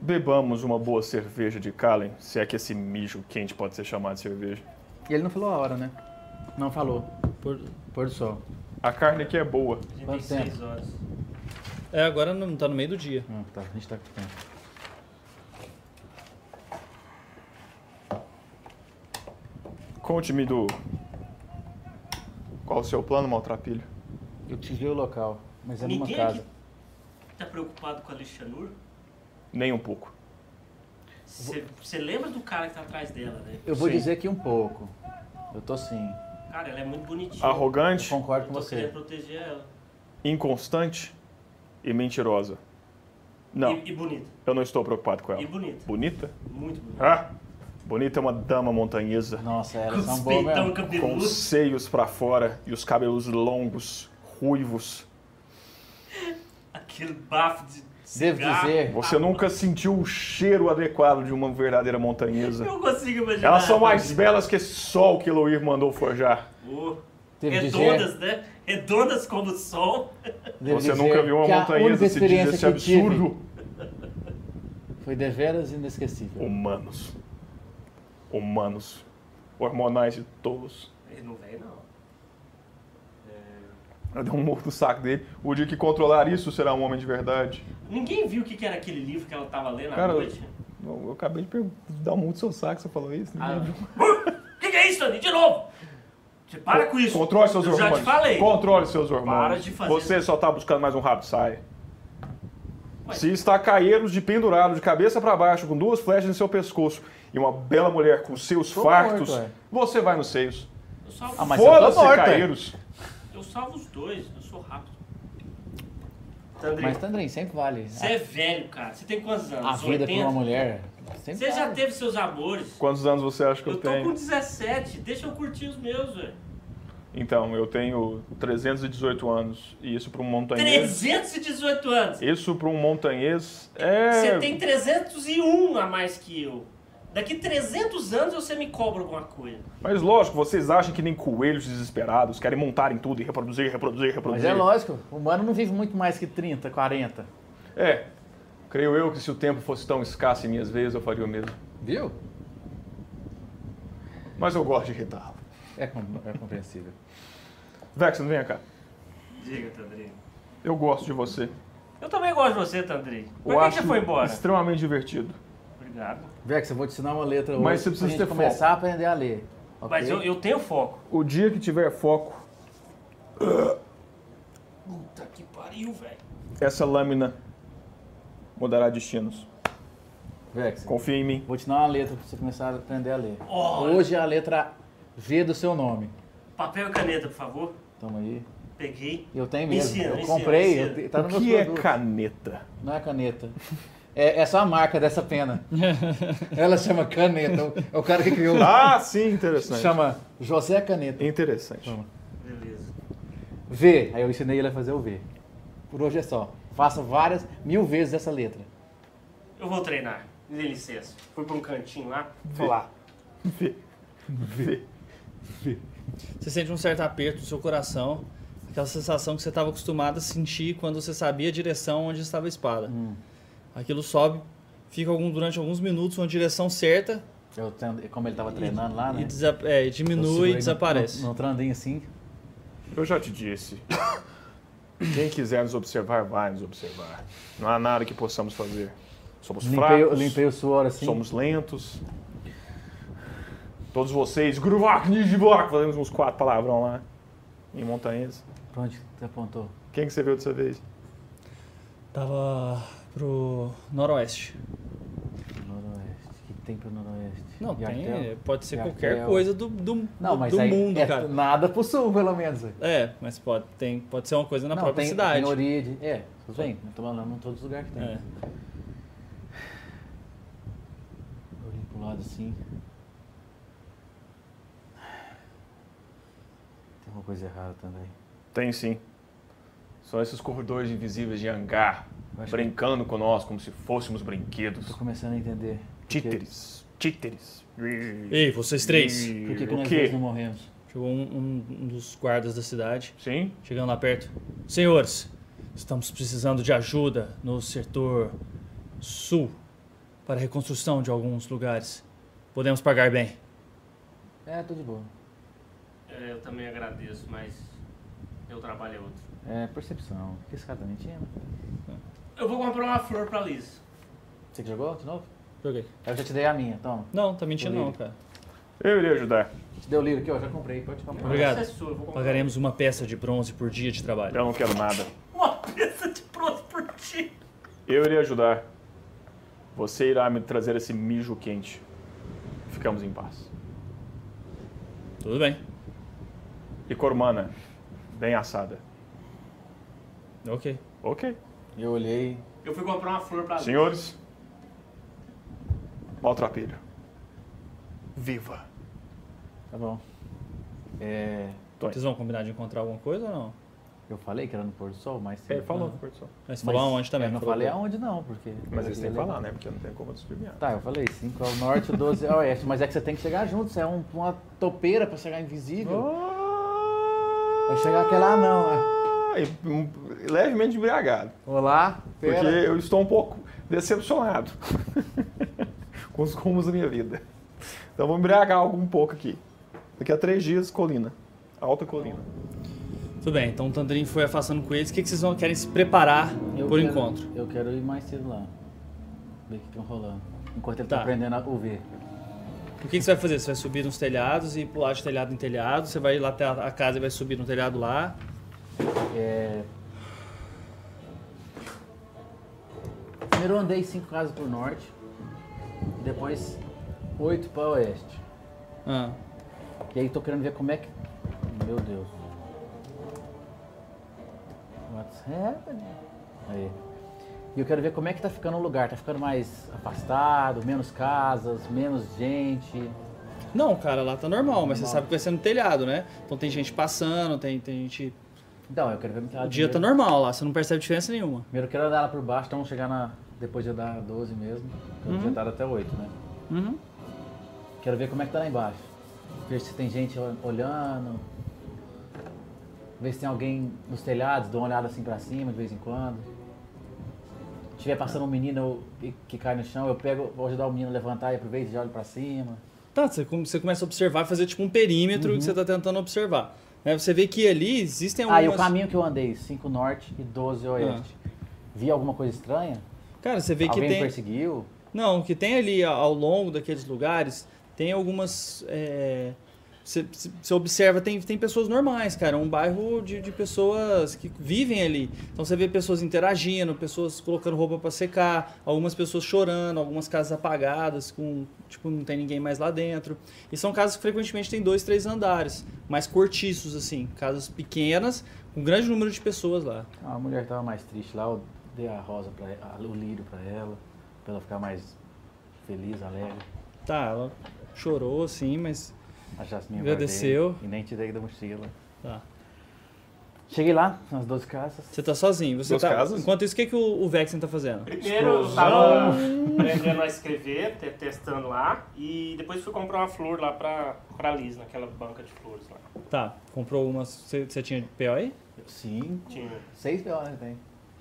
Bebamos uma boa cerveja de Kallen, se é que esse mijo quente pode ser chamado de cerveja. E ele não falou a hora, né? Não falou. Pôr, pôr do sol. A carne aqui é boa. Quanto 36 horas. Tá É, agora não tá no meio do dia. Ah, tá. A gente tá com tempo. Conte-me do. Qual o seu plano, maltrapilho? Eu te vi o local, mas é numa Ninguém casa. Tá preocupado com a Alexanur? Nem um pouco. Você lembra do cara que tá atrás dela, né? Eu vou Sim. dizer que um pouco. Eu tô sim. Cara, ela é muito bonitinha. Eu Arrogante, concordo com Tô querendo você. proteger ela. inconstante e mentirosa. Não, E, e bonita. eu não estou preocupado com E ela. bonita. Bonita? Muito bonita. Ah, Bonita é uma dama montanhesa, Nossa, elas Com são os boas peitão é mesmo. com cabeludo. os seios pra fora e os cabelos longos, ruivos. Aquele bafo de Devo cigarro. dizer, Você nunca sentiu o cheiro adequado de uma verdadeira montanhesa. Eu não consigo imaginar. Elas são mais belas que esse sol que Eloir mandou forjar. Oh, devo dizer, Redondas, né? Redondas como o sol. devo Você dizer nunca viu uma que a única montanhesa se diz experiência esse que tive absurdo. Foi deveras inesquecível. Humanos. Humanos. Hormonais e tolos. Ele não vem, não. É, Ela deu um morro no saco dele. O dia que controlar isso será um homem de verdade. Ninguém viu o que que era aquele livro que ela tava lendo Cara, à noite. Eu, eu acabei de per- dar um murro no seu saco, você falou isso? Ah, Ninguém viu. O que, que é isso, Tony? De novo! Você para com isso. Controle seus Eu já te hormônios. falei. Controle seus hormônios. de fazer Você só tá buscando mais um rabo, sai. Ué. Se está caeiros de pendurado, de cabeça para baixo, com duas flechas no seu pescoço e uma bela mulher com seus Tô fartos, morto, ué. você vai nos seios. Eu salvo, Ah, mas eu tô Foda-se, morto, ué. caeiros. eu salvo os dois, eu sou rápido. Mas Tandrinho, Tandrin, sempre vale. você é velho, cara. Você tem quantos anos? tá A, a vida pra 80? uma mulher sempre Você já vale. teve seus amores. Quantos anos você acha que eu, Eu tô tenho? com 17, deixa eu curtir os meus, velho. Então, eu tenho 318 anos. E isso para um montanhês. 318 anos. Isso para um montanhês é. Você tem 301 a mais que eu. Daqui 300 anos você me cobra alguma coisa. Mas lógico, vocês acham que nem coelhos desesperados querem montar em tudo e reproduzir, reproduzir, Mas reproduzir. é lógico, o humano não vive muito mais que 30, 40. É. Creio eu que se o tempo fosse tão escasso em minhas veias, eu faria o mesmo. Viu? Mas eu gosto de irritá-lo. É, com- é compreensível. Vexen, venha cá. Diga, Tandrinho. Eu gosto de você. Eu também gosto de você, Tandrinho. Por eu que, que acho você foi embora? extremamente divertido. Obrigado. Vex, eu vou te ensinar uma letra Mas hoje você precisa pra gente ter começar a aprender a ler. ok? Mas eu, eu tenho foco. O dia que tiver foco, Puta que pariu, velho. essa lâmina mudará destinos. Vex, Confia em mim. vou te dar uma letra pra você começar a aprender a ler. Olha. Hoje é a letra V do seu nome. Papel e caneta, por favor. Tamo aí. Peguei. Eu tenho Me mesmo. ensina, eu me ensina, comprei, me eu ensina. te- tá no o meu que é produto. caneta? Não é caneta. É, é só a marca dessa <laughs> pena. Ela chama caneta. o- É o cara que criou. Ah, sim, interessante. Chama José Caneta. Interessante. Chama. Beleza. V. Aí eu ensinei ele a fazer o V. Por hoje é só. Faça várias, mil vezes essa letra. Eu vou treinar. Me dê licença. Fui pra um cantinho lá. Vou lá. Você sente um certo aperto no seu coração, aquela sensação que você estava acostumado a sentir quando você sabia a direção onde estava a espada. Hum. Aquilo sobe, fica algum- durante alguns minutos uma direção certa Eu, tendo- como ele tava treinando lá, né? e desa- é, eu diminui segurei e desaparece. No, no, no trandinho assim. Eu já te disse. Quem quiser nos observar, vai nos observar. Não há nada que possamos fazer. Somos Limpei, o- fracos, limpei o suor assim. somos lentos. Todos vocês, Gruvak, Nijivak, fazemos uns quatro palavrão lá em montanhês. Pra onde você apontou? Quem que você viu dessa vez? Tava pro noroeste. Noroeste. O que tem pro noroeste? Não, tem, Yartel? pode ser qualquer Yartel. coisa do, do, Não, do- mas do aí mundo, é cara. nada pro sul, pelo menos. aí. É, mas pode, tem, pode ser uma coisa na não, própria tem, cidade. Tem oride. É, tudo bem. Eu tô falando em todos os lugares que tem. É. Eu olhei pro lado assim. Tem uma coisa errada também. Tem sim. São esses corredores invisíveis de hangar, Eu acho que- brincando com nós como se fôssemos brinquedos. Tô começando a entender. por quê- Títeres. Títeres. Ei, vocês três. Por que, que O nós quê? dois não morremos? Chegou um, um- um dos guardas da cidade, Sim? chegando lá perto. Senhores, estamos precisando de ajuda no setor sul para a reconstrução de alguns lugares. Podemos pagar bem. É, tô de boa. É, eu também agradeço, mas meu trabalho é outro. É, percepção. O que esse cara tá mentindo? Eu vou comprar uma flor pra Liz. Você que jogou de novo? Joguei. Eu já te dei a minha, toma. Não, tá mentindo não, cara. Eu irei ajudar. Te dei o livro aqui, ó. Já comprei, pode comprar. Obrigado. Essa é sua, eu vou comprar. Pagaremos uma peça de bronze por dia de trabalho. Eu não quero nada. Uma <laughs> peça de pronto por ti. Eu irei ajudar. Você irá me trazer esse mijo quente. Ficamos em paz. Tudo bem. E cormana, bem assada. Ok. Ok. Eu olhei. Eu fui comprar uma flor pra Liz. Senhores, maltrapilho. viva. Tá bom. É, Vocês vão combinar de encontrar alguma coisa ou não? eu falei que era no pôr do sol, mas. É, ele falou, pôr do sol. Mas você Mas falou aonde também? eu não falou é. falei tudo. aonde não, porque. Mas eles têm que Falei- falar, né? Porque não tem como desviar. Tá, eu falei 5 ao norte, 12 ao oeste, mas é que você tem que chegar junto, você é um- uma topeira pra chegar invisível. Oh. Vai chegar aquele lá não. é. Ah, e, um, levemente embriagado. Olá, Porque pera. eu estou um pouco decepcionado <laughs> com os rumos da minha vida. Então vou embriagar algo um pouco aqui. Daqui a três dias, colina. Alta colina. Tudo bem, então o Tandrin foi afastando com eles. O que, que vocês vão querem se preparar Eu por quero- encontro? Eu quero ir mais cedo lá. Ver o que estão rolando. Enquanto ele tá, Tá. aprendendo a ouvir. O que, que você vai fazer? Você vai subir nos telhados e pular de telhado em telhado? Você vai ir lá até a a casa e vai subir no telhado lá? É... Primeiro eu andei 5 casas pro norte. E depois 8 pra oeste. Ah, E aí tô querendo ver como é que. Meu Deus. What's happening? Aí. E eu quero ver como é que tá ficando o lugar. Tá ficando mais afastado, menos casas, menos gente. Não, cara, lá tá normal, mas você sabe que vai ser no telhado, né? Então tem gente passando, tem, tem gente. Então, eu quero ver. O dia tá normal lá, você não percebe diferença nenhuma. Primeiro eu quero andar lá por baixo, então vamos chegar na. Depois de andar 12 mesmo. porque Eu tinha andado até 8, né? Uhum. Quero ver como é que tá lá embaixo. Ver se tem gente ol- olhando. Ver se tem alguém nos telhados, dou uma olhada assim pra cima de vez em quando. Se tiver passando um menino eu- e- que cai no chão, eu pego, vou ajudar o menino a levantar e aproveito e já olho pra cima. Tá, você, come- você começa a observar, fazer tipo um perímetro Uhum. que você tá tentando observar. Né? Você vê que ali existem Ah, e o algumas- caminho que eu andei, 5 norte e 12 oeste. Vi alguma coisa estranha? Cara, você vê Ah. que alguém me tem. perseguiu? Não, o que tem ali a- ao longo daqueles lugares, tem algumas. é, Você você observa, tem, tem pessoas normais, cara. É um bairro de, de pessoas que vivem ali. Então você vê pessoas interagindo, pessoas colocando roupa pra secar, algumas pessoas chorando, algumas casas apagadas, com tipo, não tem ninguém mais lá dentro. E são casas que frequentemente têm dois, três andares, mais cortiços, assim. Casas pequenas, com um grande número de pessoas lá. Ah, A mulher tava mais triste lá, eu dei a rosa para ela, o lírio pra ela, pra ela ficar mais feliz, alegre. Tá, ela chorou, assim, mas. A Jasmine Agradeceu. guardei E nem tirei da mochila. Tá. Cheguei lá, nas 12 casas. Você tá sozinho. Você Dos tá... casos? Enquanto isso, o que, que o, o Vexen tá fazendo? Primeiro eu tava aprendendo a escrever, te- testando lá, e depois fui comprar uma flor lá pra, pra Liz, naquela banca de flores lá. Tá, comprou umas. Você você tinha PO aí? Cinco. Tinha, Seis né, horas tem.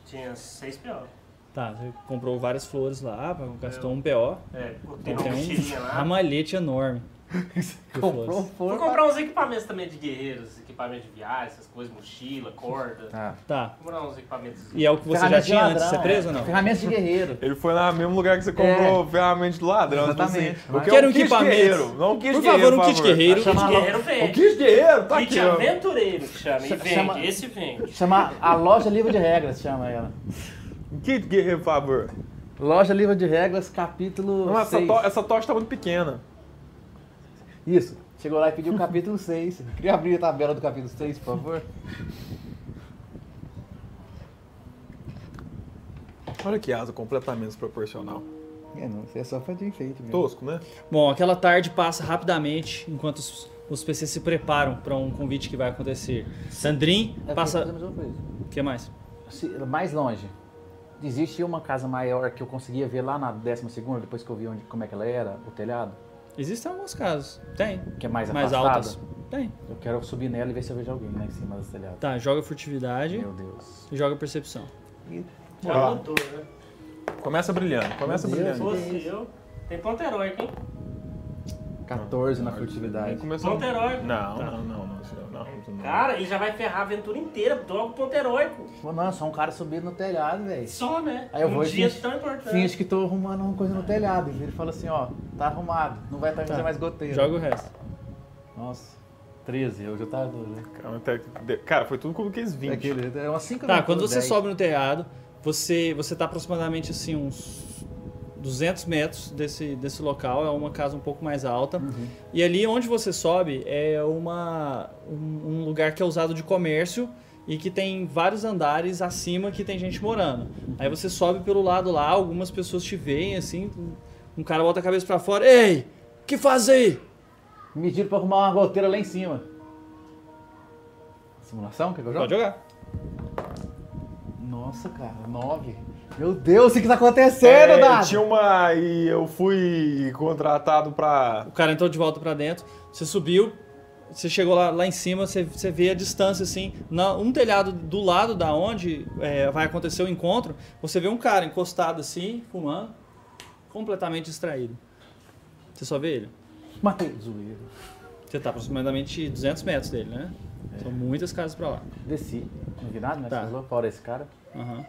tinha seis piores. Tá, você comprou várias flores lá, gastou um PO. É, tem uma Tem mochilinha um lá. ramalhete enorme. de Comprou flores. Vou flor. comprar uns equipamentos também de guerreiros, equipamento de viagem, essas coisas, mochila, corda. Ah. Tá. Vou comprar uns equipamentos. E é o que você já Ferramenta de tinha antes de ladrão, é. ser preso ou não? Ferramenta de guerreiro. Ele foi no mesmo lugar que você comprou ferramenta de ladrão. tipo Exatamente. Assim, eu É. Quero um um kit equipamento. guerreiro. Não um kit Por guerreiro, favor, um kit guerreiro. Kit Chama- guerreiro O vende. kit guerreiro tá Kit aqui, ó. aventureiro que chama. E Ch- vende, chama- esse vende. Chama a loja livre de regras, chama ela. Um kit guerreiro, por favor. Loja livre de regras, capítulo Não, essa, seis. to essa tocha tá muito pequena. Isso. Chegou lá e pediu o capítulo 6. Queria abrir a tabela do capítulo 6, por favor. Olha que asa completamente desproporcional. É, não, isso é só pra de enfeite mesmo. Tosco, né? Bom, aquela tarde passa rapidamente enquanto os, os PCs se preparam pra um convite que vai acontecer. Sandrin É, fazer a passa. mesma coisa. O que mais? Se- mais longe. Existe uma casa maior que eu conseguia ver lá na 12 segunda, depois que eu vi onde, como é que ela era, o telhado, Existem alguns casos. Tem. que é mais, Mais afastada. altas. Tem. Eu quero subir nela e ver se eu vejo alguém lá em cima do telhado. Tá, joga furtividade Meu Deus. e joga percepção. Já Ó. mudou, né? Começa brilhando, começa Meu Deus. Se brilhando. fosse eu. Tem ponto heróico, hein? 14 na furtividade. Começou... Ponto heróico. Não, não, não, não, isso não, não, isso não. Cara, ele já vai ferrar a aventura inteira, logo ponto heróico. Pô, não, é só um cara subindo no telhado, velho. Só, né? Aí eu um vou e dia finge- tão importante. Finge que tô arrumando uma coisa no telhado. E ele fala assim, ó, tá arrumado, não vai tá fazer mais goteira. Joga o resto. Nossa, 13, eu já tava doido, né? Cara, até que de- Cara, foi tudo como aqueles 20. Aquele, é umas 5 Tá, quando você sobe no telhado, você você tá aproximadamente assim uns 200 metros desse, desse local, é uma casa um pouco mais alta. E ali onde você sobe é uma um, um lugar que é usado de comércio e que tem vários andares acima que tem gente morando. Aí você sobe pelo lado lá, algumas pessoas te veem assim, um cara bota a cabeça pra fora, ei, o que faz aí? Me pediram pra arrumar uma goteira lá em cima. Simulação? Quer que eu jogue? Pode jogar. Nossa, cara, nove. Meu Deus, o que que tá É acontecendo, Dado? É, tinha uma e eu fui contratado pra... O cara entrou de volta pra dentro, você subiu, você chegou lá, lá em cima, você, você vê a distância assim, na, um telhado do lado da onde é, vai acontecer o encontro, você vê um cara encostado assim, fumando, completamente distraído. Você só vê ele. Matei. Zoeiro. Você tá aproximadamente 200 metros dele, né? São muitas casas pra lá. Desci. Não vi nada, né? Tá. Tá. Fora esse cara. Aham.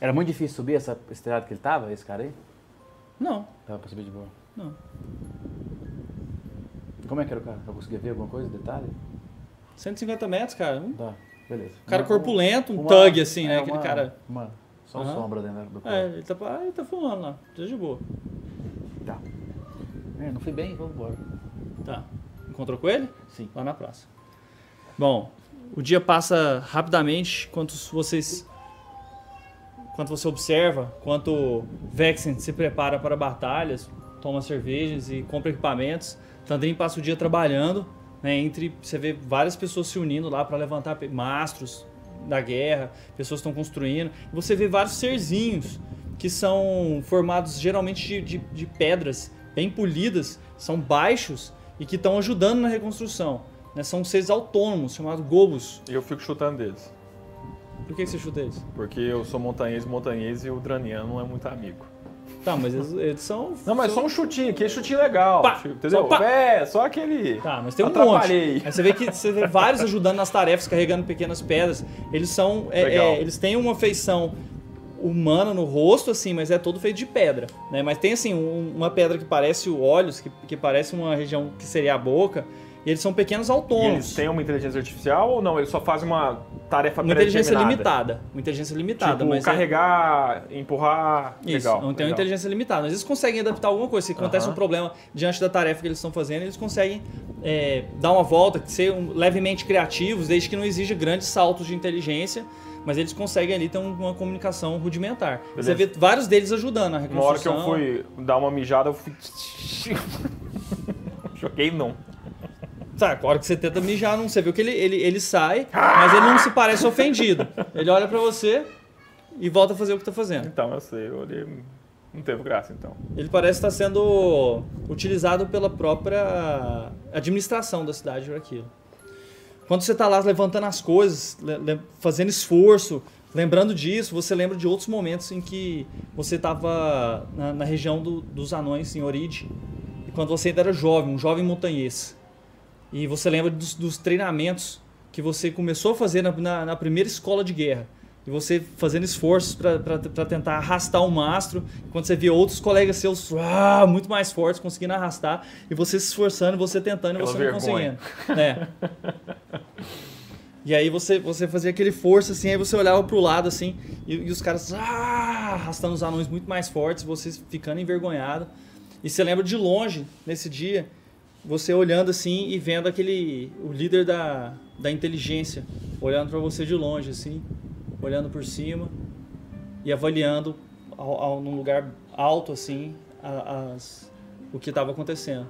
Era muito difícil subir essa estrada que ele tava, esse cara aí? Não, Tava pra subir de boa. não. Como é que era o cara? Eu conseguia ver alguma coisa, detalhe? 150 metros, cara. Um Tá, beleza. cara Uma- corpulento, um uma- thug assim, né? é, Aquele uma- cara. Uma, só Aham. sombra dentro do É, corpo. ele tá, ah, ele tá fumando lá, tá de boa. Tá. É, não fui bem, vamos embora. Tá. Encontrou com ele? Sim. Lá na praça. Bom, o dia passa rapidamente quanto vocês. Quanto você observa, quanto Vexen se prepara para batalhas, toma cervejas e compra equipamentos. Tandrin passa o dia trabalhando, né, entre você vê várias pessoas se unindo lá para levantar pe- mastros da guerra, pessoas estão construindo. Você vê vários serzinhos que são formados geralmente de, de- de pedras bem polidas, são baixos e que estão ajudando na reconstrução. né? São seres autônomos, chamados gobos. E eu fico chutando deles. Por que, que você chuta eles? Porque eu sou montanhês, montanhês e o Dranian não é muito amigo. Tá, mas eles, eles são. Não, mas só um chutinho, aquele chutinho legal. Pá! tipo, entendeu? Só pá! É, só aquele. Tá, mas tem um monte. Atrapalhei. Aí você vê que você vê vários ajudando nas tarefas, carregando pequenas pedras. Eles são. é, Legal. é, eles têm uma feição humana no rosto, assim, mas é todo feito de pedra. Né? Mas tem assim, um- uma pedra que parece o olhos, que, que parece uma região que seria a boca. E eles são pequenos E autônomos. eles têm uma inteligência artificial ou não? Eles só fazem uma tarefa uma inteligência predeterminada? limitada. Uma inteligência limitada, Tipo, mas. é- carregar, empurrar. Isso, legal. não tem uma legal. inteligência limitada, mas eles conseguem adaptar alguma coisa. Se acontece Aham. um problema diante da tarefa que eles estão fazendo, eles conseguem é, dar uma volta, ser um- levemente criativos, desde que não exija grandes saltos de inteligência, mas eles conseguem ali ter um- uma comunicação rudimentar. Você Beleza. vê vários deles ajudando na Uma hora que reconstrução. eu fui dar uma mijada, eu fui. <laughs> Joguei não. Tá, a hora que você tenta mijar, não, você viu que ele, ele, ele sai, mas ele não se parece ofendido. Ele olha pra você e volta a fazer o que tá fazendo. Então, eu sei, eu olhei. Não teve graça, então. Ele parece estar sendo utilizado pela própria administração da cidade para aquilo. Quando você está lá levantando as coisas, le- le- fazendo esforço, lembrando disso, você lembra de outros momentos em que você estava na, na região do- dos anões em Oride, e quando você ainda era jovem, um jovem montanhês. E você lembra dos, dos treinamentos que você começou a fazer na, na- na primeira escola de guerra. E você fazendo esforços para tentar arrastar o mastro, quando você via outros colegas seus ah, muito mais fortes conseguindo arrastar, e você se esforçando, você tentando, e Pela você não conseguindo. vergonha. <laughs> Né? E aí você, você fazia aquele força assim, aí você olhava pro lado assim, e, e os caras ah, arrastando os anões muito mais fortes, você ficando envergonhado. E você lembra de longe, nesse dia, você olhando assim e vendo aquele. o líder da, da inteligência olhando pra você de longe, assim, olhando por cima e avaliando ao, ao- num lugar alto, assim, a- as, o que estava acontecendo.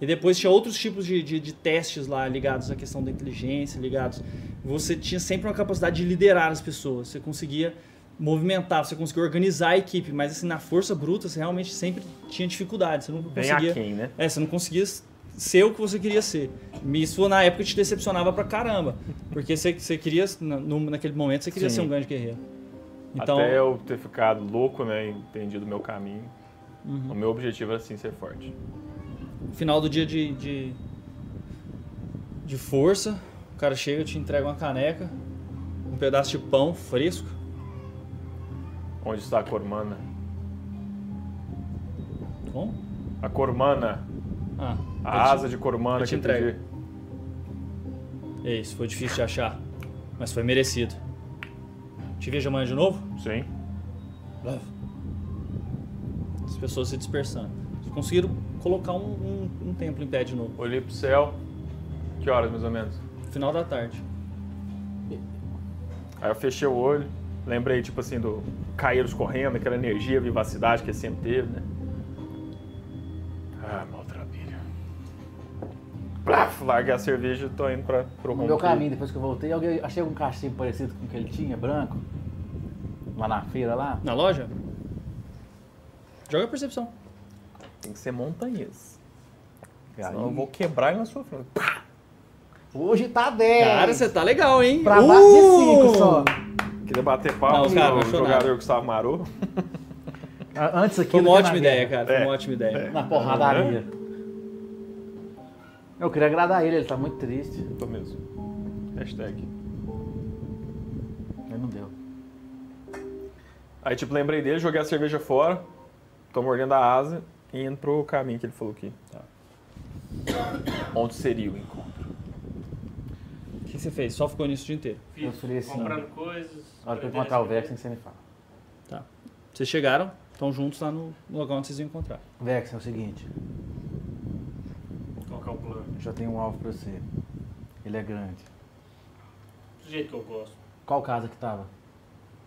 E depois tinha outros tipos de, de, de testes lá ligados à questão da inteligência, ligados. Você tinha sempre uma capacidade de liderar as pessoas, você conseguia movimentar, você conseguia organizar a equipe, mas assim, na força bruta você realmente sempre tinha dificuldade, você não Bem conseguia. aquém, né? É, você não conseguia ser o que você queria ser. Isso na época te decepcionava pra caramba. Porque você, você queria, na- no- naquele momento, você queria Sim. ser um grande guerreiro. Então, Até eu ter ficado louco, né? e Entendido o meu caminho. Uhum. O meu objetivo era sim ser forte. no final do dia de, de, de força, o cara chega, te entrega uma caneca, um pedaço de pão fresco. Onde está a Cormana? Bom? A Cormana, Ah, eu a asa de Cormana eu te que eu entrego. pedi. te- É isso, foi difícil de achar, mas foi merecido. Te vejo amanhã de novo? Sim. As pessoas se dispersando. Eles Conseguiram colocar um, um- um templo em pé de novo. Olhei pro céu. Que horas mais ou menos? Final da tarde. Aí eu fechei o olho, lembrei, tipo assim, do Caíros correndo, aquela energia, vivacidade que ele sempre teve, né? Ah, maltrapilho. Plaf, larguei a cerveja e tô indo pra, pro No rumo meu que- caminho, depois que eu voltei, alguém, achei um cachimbo parecido com o que ele tinha, branco. Lá na feira, lá. Na loja? Joga a percepção. Tem que ser montanhês. Senão eu Aí, vou quebrar ele na sua frente. Hoje tá 10. Cara, você Uh! tá legal, hein? Pra baixo de 5 só. Queria bater papo Não, cara, com o não achou nada. jogador que estava maroto. Ah, Antes aqui. Foi uma do que na ótima guerra. ideia, cara. Foi É. uma ótima ideia. Na porradaria. Eu queria agradar ele, ele tá muito triste. Tô mesmo. Hashtag. Mas não deu. Aí, tipo, lembrei dele, joguei a cerveja fora, tô mordendo a asa e indo pro caminho que ele falou aqui. Tá. Onde seria o encontro? O que você fez? Só ficou nisso o dia inteiro. Eu falei assim, comprando coisas. A hora que eu encontrar o Vexen, você me fala. Vocês chegaram, estão juntos lá no no local onde vocês iam encontrar. Vexen, é o seguinte. Qual que é o plano? Eu já tenho um alvo pra você. Ele é grande. Do jeito que eu gosto. Qual casa que tava?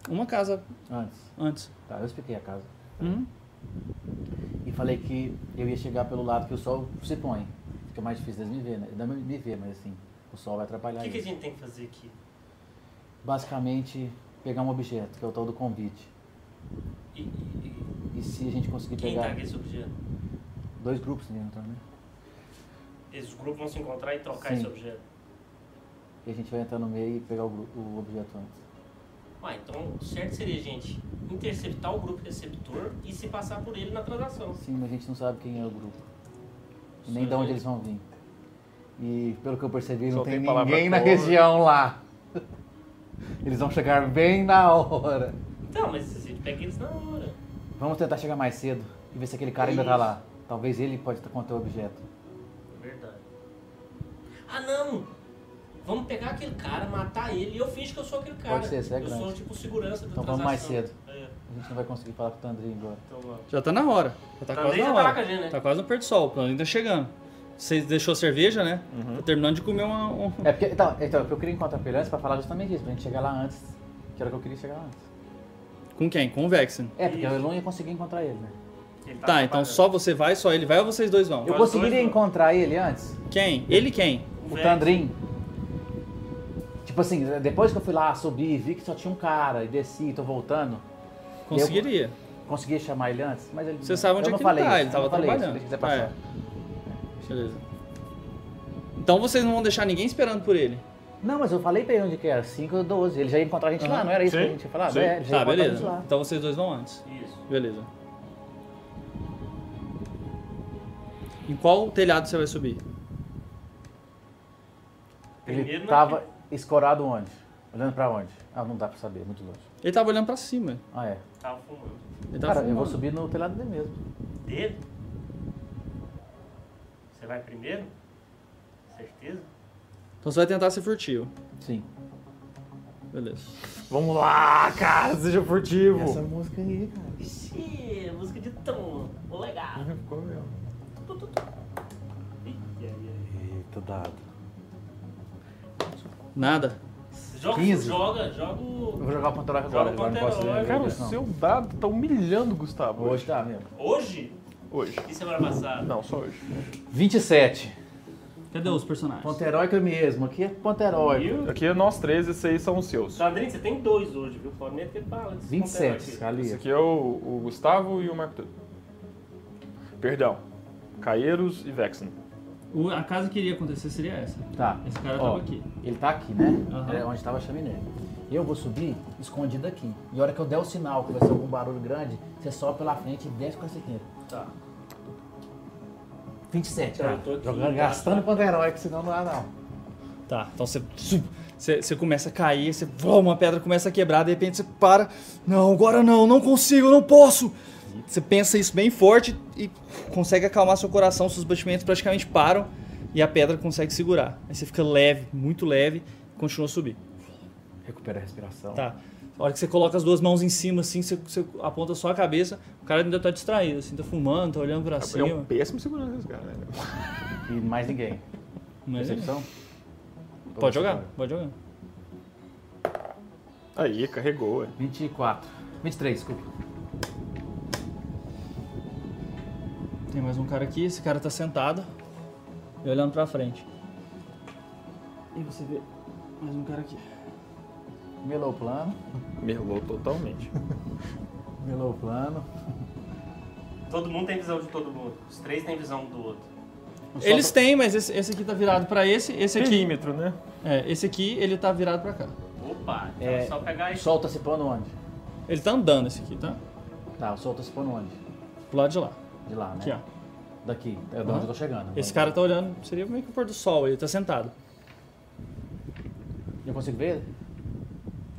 Uma casa Antes. antes. Tá, eu expliquei a casa. Uhum. E falei que eu ia chegar pelo lado que o sol se põe. Fica mais difícil deles me ver, né? Não me ver, mas assim, o sol vai O atrapalhar que, que a isso. gente tem que fazer aqui? Basicamente, pegar um objeto, que é o tal do convite. E, e- E se a gente conseguir e quem pegar tá com esse objeto? dois grupos dentro, né? Esses grupos vão se encontrar e trocar Sim. esse objeto. E a gente vai entrar no meio e pegar o, gru- o objeto antes. Ah, então o certo seria a gente interceptar o grupo receptor e se passar por ele na transação. Sim, mas a gente não sabe quem é o grupo. E Só nem de onde gente. eles vão vir. E pelo que eu percebi, Só não tem, tem palavra ninguém na toda. região lá. <laughs> Eles vão chegar bem na hora. Então, mas a gente pega eles na hora. Vamos tentar chegar mais cedo e ver se aquele cara ainda tá lá. Talvez ele pode estar com o teu objeto. É Verdade. Ah, não! Vamos pegar aquele cara, matar ele e eu finge que eu sou aquele cara. Pode ser, você é Eu grande. sou tipo segurança do Então vamos transação. mais cedo. É, A gente não vai conseguir falar com o Tandri agora. então vamos. Já tá na hora. Já tá Tá quase bem, na já tá lá com a hora. gente, né? Tá quase no perto do sol, o plano ainda chegando. Você deixou a cerveja, né? Uhum. Tá terminando de comer uma. um- É porque, então, então, eu queria encontrar pelo antes pra falar justamente isso, pra gente chegar lá antes. Que era o que eu queria chegar lá antes. Com quem? Com o Vexen. É, porque Isso. eu não ia conseguir encontrar ele, né? Ele Tá, então atrapalhando. só você vai, só ele vai ou vocês dois vão? Eu Nós conseguiria dois não. encontrar ele antes? Quem? Ele quem? O Vexen. Tandrin. Tipo assim, depois que eu fui lá, subi, vi que só tinha um cara e desci, tô voltando. Conseguiria. Consegui chamar ele antes, mas ele. Você sabe onde eu é não que ele falei tá, isso, ele eu tava não falei isso, trabalhando. É. Se ele quiser passar. Beleza. Então vocês não vão deixar ninguém esperando por ele. Não, mas eu falei pra ele onde que era, 5 ou 12. Ele já ia encontrar a gente lá, não era isso que a Sim, gente ia falar? sim. É, ele já Tá, ia encontrar a gente beleza. lá. Então vocês dois vão antes. Isso. Beleza. Em qual telhado você vai subir? Ele Primeiro tava escorado onde? Olhando pra onde? Ah, não dá pra saber, muito longe. Ele tava olhando pra cima. Ah, é. Tava fumando. Ele tava Cara, eu vou fumando. subir no telhado dele mesmo. Dele? Você vai primeiro? Certeza? Então você vai tentar ser furtivo. Sim. Beleza. Vamos lá, cara, seja furtivo. música aí, cara. Ixi, música de tom. Ô, legal. Ficou mesmo. Tu, tu, tu. Ih, e aí, e Eita, dado. Nada. aí? Joga, 15. joga, joga o. Eu vou jogar o Pantera Joga agora, o agora não Pantera posso agora. ler. Cara, o não. seu dado tá humilhando o Gustavo Hoje hoje. tá mesmo. Hoje? Hoje. E semana passada? Não, só hoje. 27. Cadê os personagens? Panteróico mesmo. Aqui é panteróico. Viu? Aqui é nós três, esses aí são os seus. Sandrinho, você tem dois hoje, viu? Pode meter bala. desse 27, ponteiro aqui. ali. Esse aqui é o, o Gustavo e o Marco Tudo. Perdão. Caeiros e Vexen. O- a casa que iria acontecer seria essa. Tá. Esse cara Ó, tava aqui. Ele tá aqui, né? Aham. É onde tava a chaminé. Eu vou subir escondido aqui. E a hora que eu der o sinal, que vai ser algum barulho grande, você sobe pela frente e desce com a sequeira. Tá. 27, Tá, cara. eu tô aqui, Jogando, tá? gastando é? panteróico, senão não dá, não. Tá, então você, você, você começa a cair, você vó, uma pedra começa a quebrar, de repente você para. Não, agora não, não consigo, não posso. Você pensa isso bem forte e consegue acalmar seu coração, seus batimentos praticamente param e a pedra consegue segurar. Aí você fica leve, muito leve, e continua a subir. Recupera a respiração. Tá. A hora que você coloca as duas mãos em cima, assim, você, você aponta só a cabeça, o cara ainda tá distraído, assim, tá fumando, tá olhando pra Ele é um cima. péssimo segurança esse cara, né? E mais ninguém. Mas é isso. Percepção? pode jogar, pode jogar. Aí, carregou, ué. 24. 23, desculpa. Tem mais um cara aqui, esse cara tá sentado e olhando pra frente. E você vê mais um cara aqui. Melou o plano. <laughs> Merlou totalmente. Melou o plano. Todo mundo tem visão de todo mundo. Os três têm visão um do outro. Eles têm, mas esse, esse aqui tá virado pra esse, esse aqui. Perímetro, né? É, esse aqui ele tá virado pra cá. Opa, então É. é só pegar O e sol tá se pondo onde? Ele tá andando esse aqui, tá? Tá, o sol tá se pondo onde? Pro lado de lá. De lá, né? Aqui, ó. Daqui, é de onde eu tô chegando. Esse cara tá olhando, seria meio que o pôr do sol, ele tá sentado. Eu consigo ver? ele?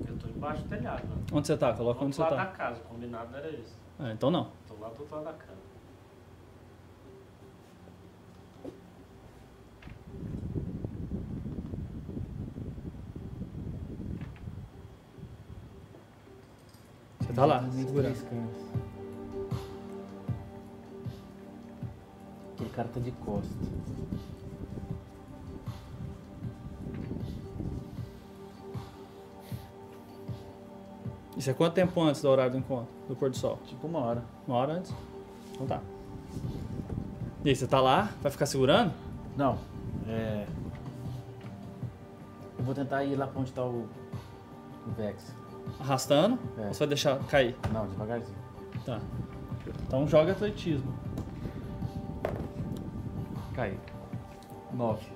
Eu tô embaixo do telhado. né? Onde você tá? Coloca Do onde você outro lado da tá. casa, o combinado era isso. Ah, então não. Tô lá do outro lado da casa. Você tá lá, Meio segurando. três caras. Aquele cara tá de costas. Isso é quanto tempo antes do horário do encontro, do pôr do sol? Tipo uma hora. Uma hora antes? Então tá. E aí, você tá lá? Vai ficar segurando? Não. É. Eu vou tentar ir lá pra onde tá o. O Vex. Arrastando? É. Ou você vai deixar cair? Não, devagarzinho. Tá. Então joga atletismo. Caiu. Nove.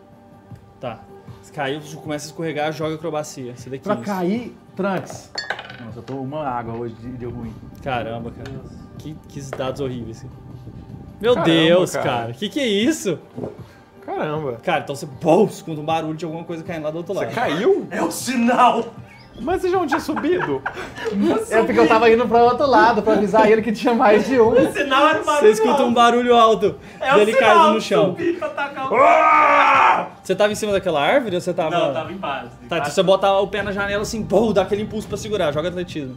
Tá. Você caiu, você começa a escorregar, joga acrobacia. Você daqui. Pra cair, Trunks. Nossa, eu tô uma água hoje de, deu ruim. Caramba, cara. Que, que dados horríveis. cara. Meu Deus, cara. cara. Que que é isso? Caramba. Cara, então você pô, escuta um barulho de alguma coisa caindo lá do outro lado. Caiu? É o sinal! Mas você já não <laughs> tinha subido? É porque eu tava indo pra outro lado pra avisar ele que tinha mais de um. O sinal era o barulho. Você escuta um barulho alto É o dele sinal caindo no de chão. subir pra tacar o- Você tava em cima daquela árvore ou você tava. Não, eu tava embaixo. Tá, então embaixo. você botar o pé na janela assim, pô, dá aquele impulso pra segurar, joga atletismo.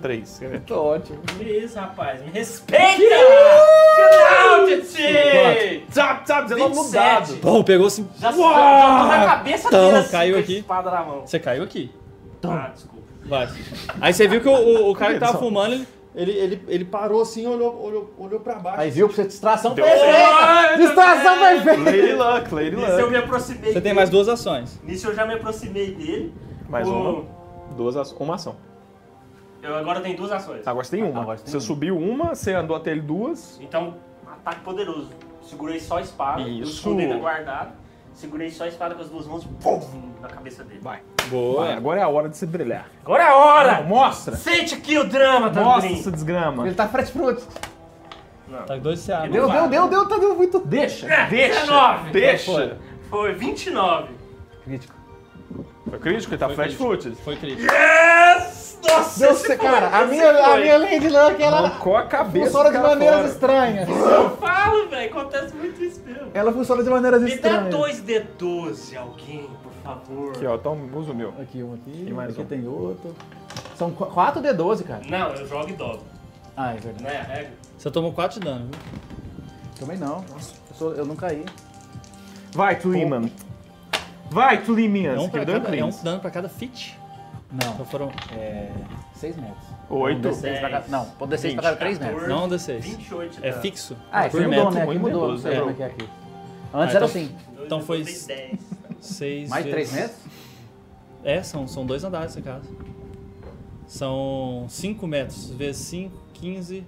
Três. quer ver? Tô ótimo. Que isso, rapaz? Me respeita! Get out, Zap, zap, você não mudado. Pô, pegou assim. Já subiu na cabeça Então, dele. assim, caiu com a aqui. Espada na mão. Você caiu aqui. Ah, desculpa. Vai. Aí você viu que o, o- o cara que tava fumando, ele, ele, ele, ele parou assim, olhou, olhou, olhou pra baixo. Aí viu pra você distração perfeita! Distração perfeita! <laughs> Lady Luck, Lady Nisso é eu Luck. me aproximei Você tem dele. mais duas ações. Nisso eu já me aproximei dele. Mais O- uma. Duas ações. Uma ação. Eu agora tenho duas ações. Agora você tem uma. Agora você tem você uma. subiu uma, você andou até ele duas. Então, ataque poderoso. Segurei só a espada, o Isso. escudo ainda guardado. Segurei só a espada com as duas mãos, pum, na cabeça dele. Vai. Boa. Vai, agora é a hora de você brilhar. Agora é a hora! Mostra! Sente aqui o drama, Mostra Tandrin! essa desgrama. Ele tá frente pro outro. Tá dois CA. Ele Deu, Vai. deu, deu, deu, tá deu muito. Deixa! Deixa! é 19! Deixa! Foi 29. Crítico. Foi crítico, ele tá flat footed. Foi crítico. Yes! Nossa, Deu, esse foi- cara, a esse minha, a foi. minha Lady Luck, ela Arrancou a cabeça. funciona do de cara maneiras fora. estranhas. Eu falo, velho, acontece muito isso mesmo. Ela funciona de maneiras Me dá estranhas. 2D12, alguém, por favor. Aqui, ó, então usa o meu. Aqui um aqui, Tem mais aqui um. tem outro. São 4 D12, cara. Não, eu jogo e dobro, Ah, é verdade. né? A regra. Você tomou quatro de dano, viu? Também não. Eu, sou- eu não caí. Vai, Tliman. Vai, Tliman. É um, Você pra quer dar cada, é clean? um dano pra cada fit. Então Não. foram. É. 6 metros. Oito. Ou D6 pra cada- Não, pode D6 pra cada 3 metros. Não, um D6. 28 É tá. fixo. Ah, isso por mudou, né? metro. Aqui um mudou. Não D12, sei né, como é bro? que é aqui. Antes Ah, era então- assim, Dois Então eu foi botei s- <laughs> 10. Seis mais 3 vezes- metros? É, são, são dois andares essa casa. São 5 metros, vezes 5, 15.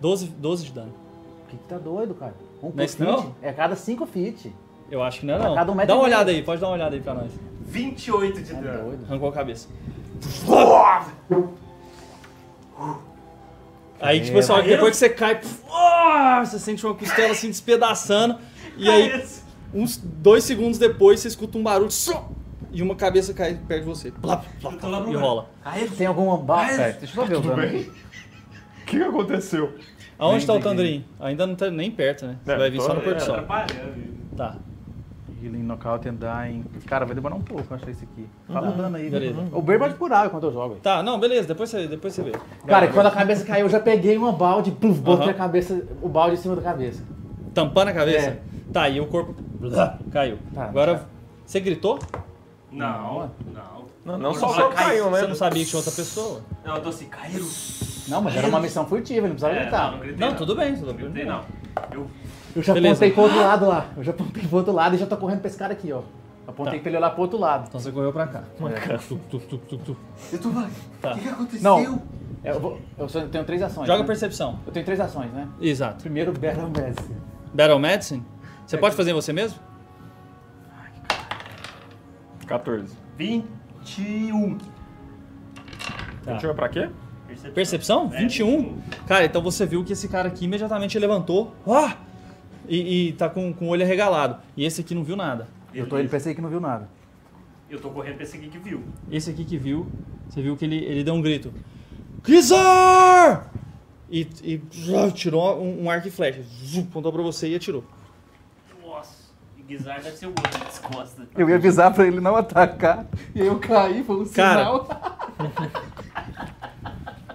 12, 12 de dano. O que, que tá doido, cara? Um Não é por isso não? feet? É cada 5 feet. Eu acho que não é não. cada um metro Dá uma e meio. olhada aí, pode dar uma olhada aí pra nós. 28 de Tá dano. doido. Arrancou a cabeça. Aí, tipo assim, ó, Caiu? depois que você cai, puf, ah, você sente uma costela assim despedaçando. E aí, É Isso. uns dois segundos depois, você escuta um barulho só, e uma cabeça cai perto de você. Plap, plap, Eu tô lá no e lugar. rola. Carreiro. Tem alguma barra? Mas- perto? Deixa eu ver o Tudo dano. bem? O que que aconteceu? Aonde Nem tá o briguei. Tandrin? Ainda não tá nem perto, né? Você É, vai vir só tô- no pôr do sol. Atrapalhando. Tá, Healing Knockout and Dying. Cara, vai demorar um pouco achar isso aqui. Uhum. Fala o dano aí. beleza. O Bear pode curar enquanto eu jogo. Tá, não, beleza, depois você, depois você vê. Cara, quando a cabeça caiu, eu já peguei uma balde, puf, botei Aham. a cabeça, o balde em cima da cabeça. Tampando a cabeça? É. Tá, e o corpo blá, caiu. Tá, Agora, você gritou? Não, não. Não, não Quando só você só cai, caiu, né? Você não sabia que tinha outra pessoa? Não, eu tô assim, Caíro. Não, mas era uma missão furtiva, ele não precisava É, gritar. não, não gritei. Então tá. Não, tudo bem, tudo Não bem. gritei, não. pariu. Eu já Beleza. apontei pro outro lado lá. Eu já apontei pro outro lado e já tô correndo pra esse cara aqui, ó. Tá. Apontei pra ele olhar pro outro lado. Então você correu pra cá. Eu tô vai. Tá. O que, que aconteceu? Não. É, Eu, vou, eu só tenho três ações. Joga né? percepção. Eu tenho três ações, né? Exato. Primeiro, Battle Messi. Battle Medicine? Você pode fazer em você mesmo? 14. 21. Tá. Tira pra quê? Percepção? Percepção? É, 21. Cara, então você viu que esse cara aqui imediatamente levantou. Ó! E, e tá com, com o olho arregalado. E esse aqui não viu nada. Eu tô ele pensei que não viu nada. Eu tô correndo pra esse aqui que viu. Esse aqui que viu, você viu que ele, ele deu um grito. Kizar! E, e <laughs> zrua, tirou um, um arco e flecha. Zuu, Apontou pra você e atirou. Nossa. E Guizar deve ser o outro das costas. Eu ia avisar pra ele não atacar. E aí eu caí, foi um Cara. sinal.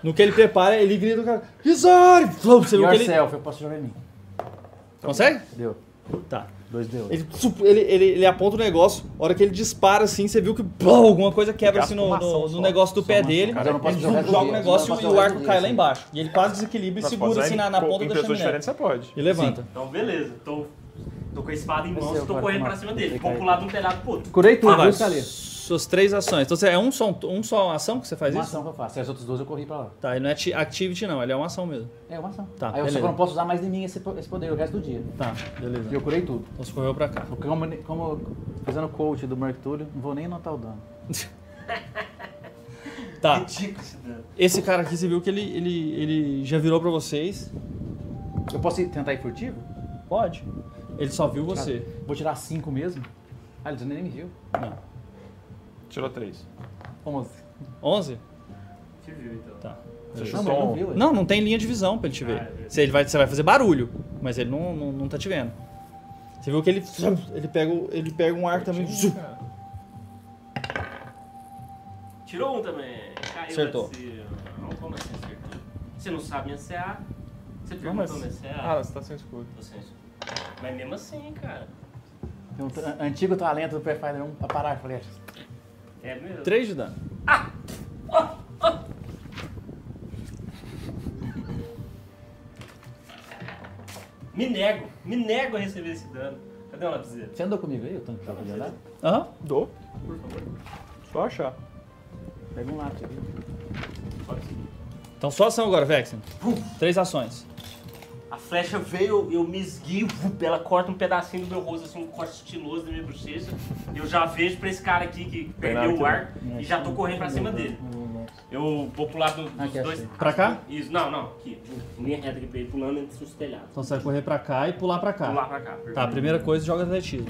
No que ele prepara, ele grita o cara. Kizar! Zuu, Você viu que ele... Yourself, eu posso jogar em mim. Consegue? Deu. Tá. Dois deu. Ele, sup- ele, ele, ele aponta o negócio, a hora que ele dispara assim, você viu que blum, alguma coisa quebra assim no, no, no negócio do pé dele. Mas eu não posso ele jogar joga o com negócio ele, e eu não o posso arco jogar cai com lá ele. embaixo. E ele quase desequilibra e Nós segura podemos assim usar na, em- na com- ponta em da pessoas chaminé. diferentes você pode. E levanta. Ah, Então, beleza. Tô, tô com a espada em Vai mãos, ser, tô eu correndo quero pra tomar. cima dele. Tem que Vou cair. pular de um telhado pro outro. Curei tudo, Ah, vai, busca ali. suas três ações. Então você- é um só, um só uma ação que você faz Uma isso? ação que eu faço. E as outras duas eu corri pra lá. Tá, ele não é ati- activity não, ele é uma ação mesmo. É uma ação. Tá, aí eu só beleza. que eu não posso usar mais de mim esse, po- esse poder o resto do dia. Tá, beleza. E eu curei tudo. Então você correu pra cá. Porque como, como fazendo coach do Mercúrio, não vou nem notar o dano. Tá, Ridículo esse dano. esse cara aqui, você viu que ele, ele, ele já virou pra vocês. Eu posso ir- tentar ir furtivo? Pode. Ele só viu você. Vou tirar cinco mesmo. Ah, ele nem me viu. Não. Tirou 3. assim? 11. 11? Te viu, então. Tá. Não, Você mas chutou ele não um. viu. ele. Não, não tem linha de visão pra ele te ver. Ah, é verdade. você, ele vai, você vai fazer barulho, mas ele não, não, não tá te vendo. Você viu que ele. Ele pega, o- ele pega um arco também. zup, Tirou um também. Caiu Acertou. lá de cima. Não, Como assim acertou? Você não sabe minha CA. Você é Não, é perguntou mas... minha CA. Ah, você tá sem escudo. Você- Mas mesmo assim, cara. Tem um tra- antigo talento do Pathfinder 1 a parar flechas. É mesmo. 3 de dano. Me nego. Me nego a receber esse dano. Cadê uma lapiseira? Você andou comigo aí, o tanque que tava de andar? Aham. Dou. Por favor. Só achar. Pega um lápis aqui. Pode seguir. Então só ação agora, Vexen. Três ações. A flecha veio, eu me esguivo, ela corta um pedacinho do meu rosto, assim, um corte estiloso da minha bochecha. E eu já vejo pra esse cara aqui que perdeu o ar e já tô correndo pra cima dele. Eu vou pular do, dos Aqui, dois. achei. assim. Pra cá? Isso, não, não, aqui. Linha reta aqui pra ele, pulando entre os telhados. Então você vai correr pra cá e pular pra cá. Pular pra cá. perfeito. Tá, primeira coisa, joga atletismo.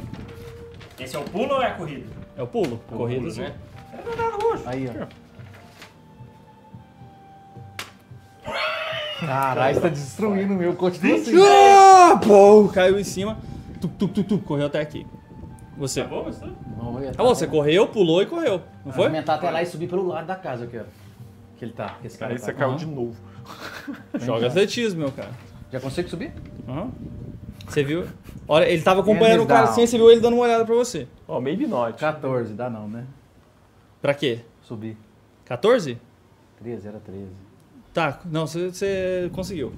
Esse é o pulo ou é a corrida? É o pulo. Corrida, pulo, sim. né? É verdade, roxo. Aí, ó. Caralho, você tá destruindo o meu. Continua assim. Ah, pô, caiu em cima. Tu, tu, tu, tu, correu até aqui. Você. Tá bom, mas tá? Vamos ver. Tá bom, você correu, pulou e correu. Não Ah, Vou foi? aumentar até lá e subir pelo lado da casa aqui, ó. Que ele tá. que Esse cara Aí tá. você caiu de novo. Joga atletismo, meu cara. Já consigo subir? Aham. Você viu? Olha, ele tava acompanhando o cara down. assim, aí você viu ele dando uma olhada pra você. Ó, maybe not. 14, dá não, né? Pra quê? Subir. 14? 13, era 13. Tá, não, você- você conseguiu.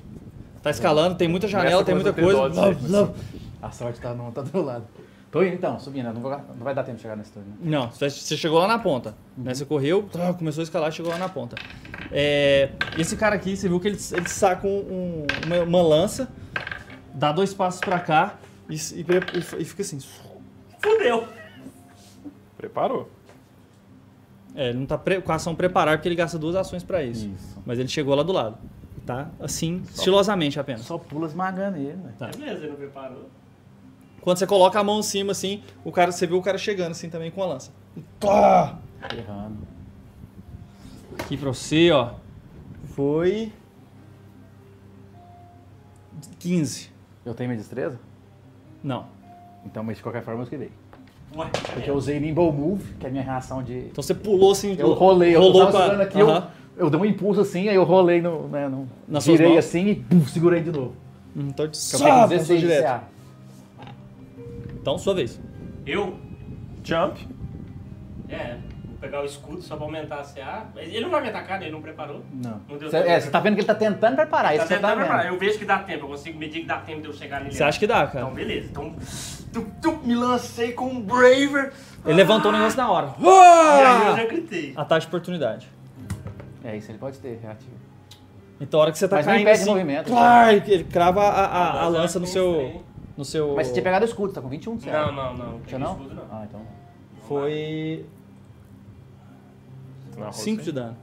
Tá escalando, tem muita janela, Começa tem muita começa a ter coisa. dó de você. Não, A sorte tá, não, tá do lado. Tô indo então, subindo. Não, vou- não vai dar tempo de chegar nesse turno. né? Não, você você chegou lá na ponta. Né? Você correu, tá, começou a escalar, chegou lá na ponta. É, esse cara aqui, você viu que ele, ele saca um- um- uma, uma lança, dá dois passos pra cá e, s- e pre- e f- e fica assim. Fudeu. Preparou. É, ele não tá pre- com a ação preparar porque ele gasta duas ações pra isso. Isso. Mas ele chegou lá do lado. Tá? Assim, estilosamente apenas. Só pula esmagando ele, né? Tá. velho. É mesmo, ele não preparou. Quando você coloca a mão em cima, assim, o cara, você viu o cara chegando assim também com a lança. Tá Errando. Aqui pra você, ó. Foi. 15. Eu tenho minha destreza? Não. Então, mas de qualquer forma eu esquivei. Ué, Porque eu usei Nimble Move, que é a minha reação de. Então você pulou assim. Eu rolei, eu rolou tava com a- segurando aqui, Aham. eu, eu dei um impulso assim, aí eu rolei no. Né, no Nas suas virei mãos? assim e pum, segurei de novo. Então de Que eu peguei é. só 16 de direto. CA. é. Então, sua vez. eu? Jump. É. pegar o escudo só pra aumentar a CA. Mas ele não vai me atacar, né? Ele não preparou. Não. Não deu Cê- tempo. é, você tá vendo que ele tá tentando preparar, Tá isso que você tá tentando vendo. preparar. Eu vejo que dá tempo, eu consigo medir que dá tempo de eu chegar nele. Você acha que dá, Então, cara? beleza. Então, tum, tum, me lancei com um Braver. Ele levantou o negócio na hora. Ah! E aí eu já gritei. Ataque de oportunidade. É, isso ele pode ter, reativo. Então a hora que você tá Mas não caindo impede assim, o movimento. né? claro, ele crava a, a- a Mas eu lança no pensei. seu, no seu... Mas você tinha pegado o escudo, tá com 21 de Não, CA. não, não. Tinha Peguei não? escudo, não. Ah, então. Foi Na roça, 5 hein? de dano.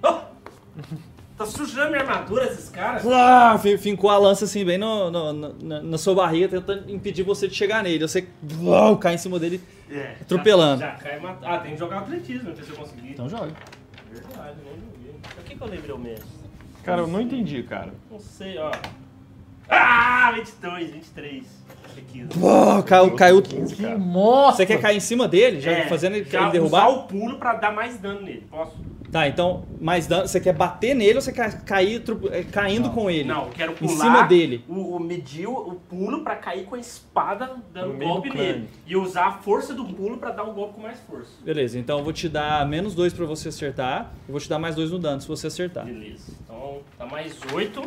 Tá sujando minha armadura esses caras? Plá! Fin- Fincou a lança assim bem no, no- no- na, na sua barriga, tentando impedir você de chegar nele. Você plá, cai em cima dele. É. Atropelando. Já, já cai e mata. Ah, tem que jogar atletismo, não sei se eu consegui. Então joga. Verdade, nem joguei. Por que, que eu lembrei o mestre? Cara, eu não entendi, cara. Não sei, ó. Ah, 22, 23. Aqui, ó. Plá, caiu, caiu. Cara. Nossa! Você quer cair em cima dele? Já É, fazendo ele, já ele derrubar? usar o pulo pra dar mais dano nele. Posso? Tá, então, mais dano. Você quer bater nele ou você quer cair tru- eh, caindo com ele? Não, eu quero pular. cima dele. O, o medir o o pulo pra cair com a espada dando No meio golpe do crânio. nele. E usar a força do pulo pra dar um golpe com mais força. Beleza, então eu vou te dar menos dois pra você acertar. Eu vou te dar mais dois no dano se você acertar. Beleza. Então, tá mais 8.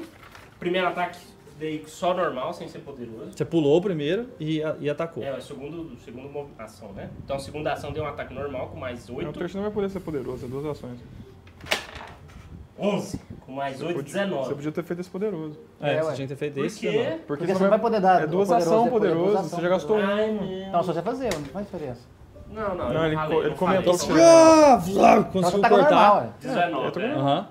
Primeiro ataque, dei só normal, sem ser poderoso. Você pulou primeiro e, a- e atacou. É, o segundo, segundo mov- ação, né? Então, a segunda ação deu um ataque normal com mais O 8. Terce não vai poder ser poderoso, é duas ações. 11. Com mais 8, Podia- Você 19. podia ter feito esse poderoso. É, É, você ué. tinha que ter feito Por esse. quê? não. Porque você não vai poder dar É duas o poderoso ação depois, é duas poderoso, ação. você já gastou um. Ai, meu. Não, só você fazer, não faz diferença. Não, não. Não, eu ele falei, co- ele eu comentou falei, que só Ah, vlá, Só conseguiu você tá com normal, cortar. ué. 19. né? Aham.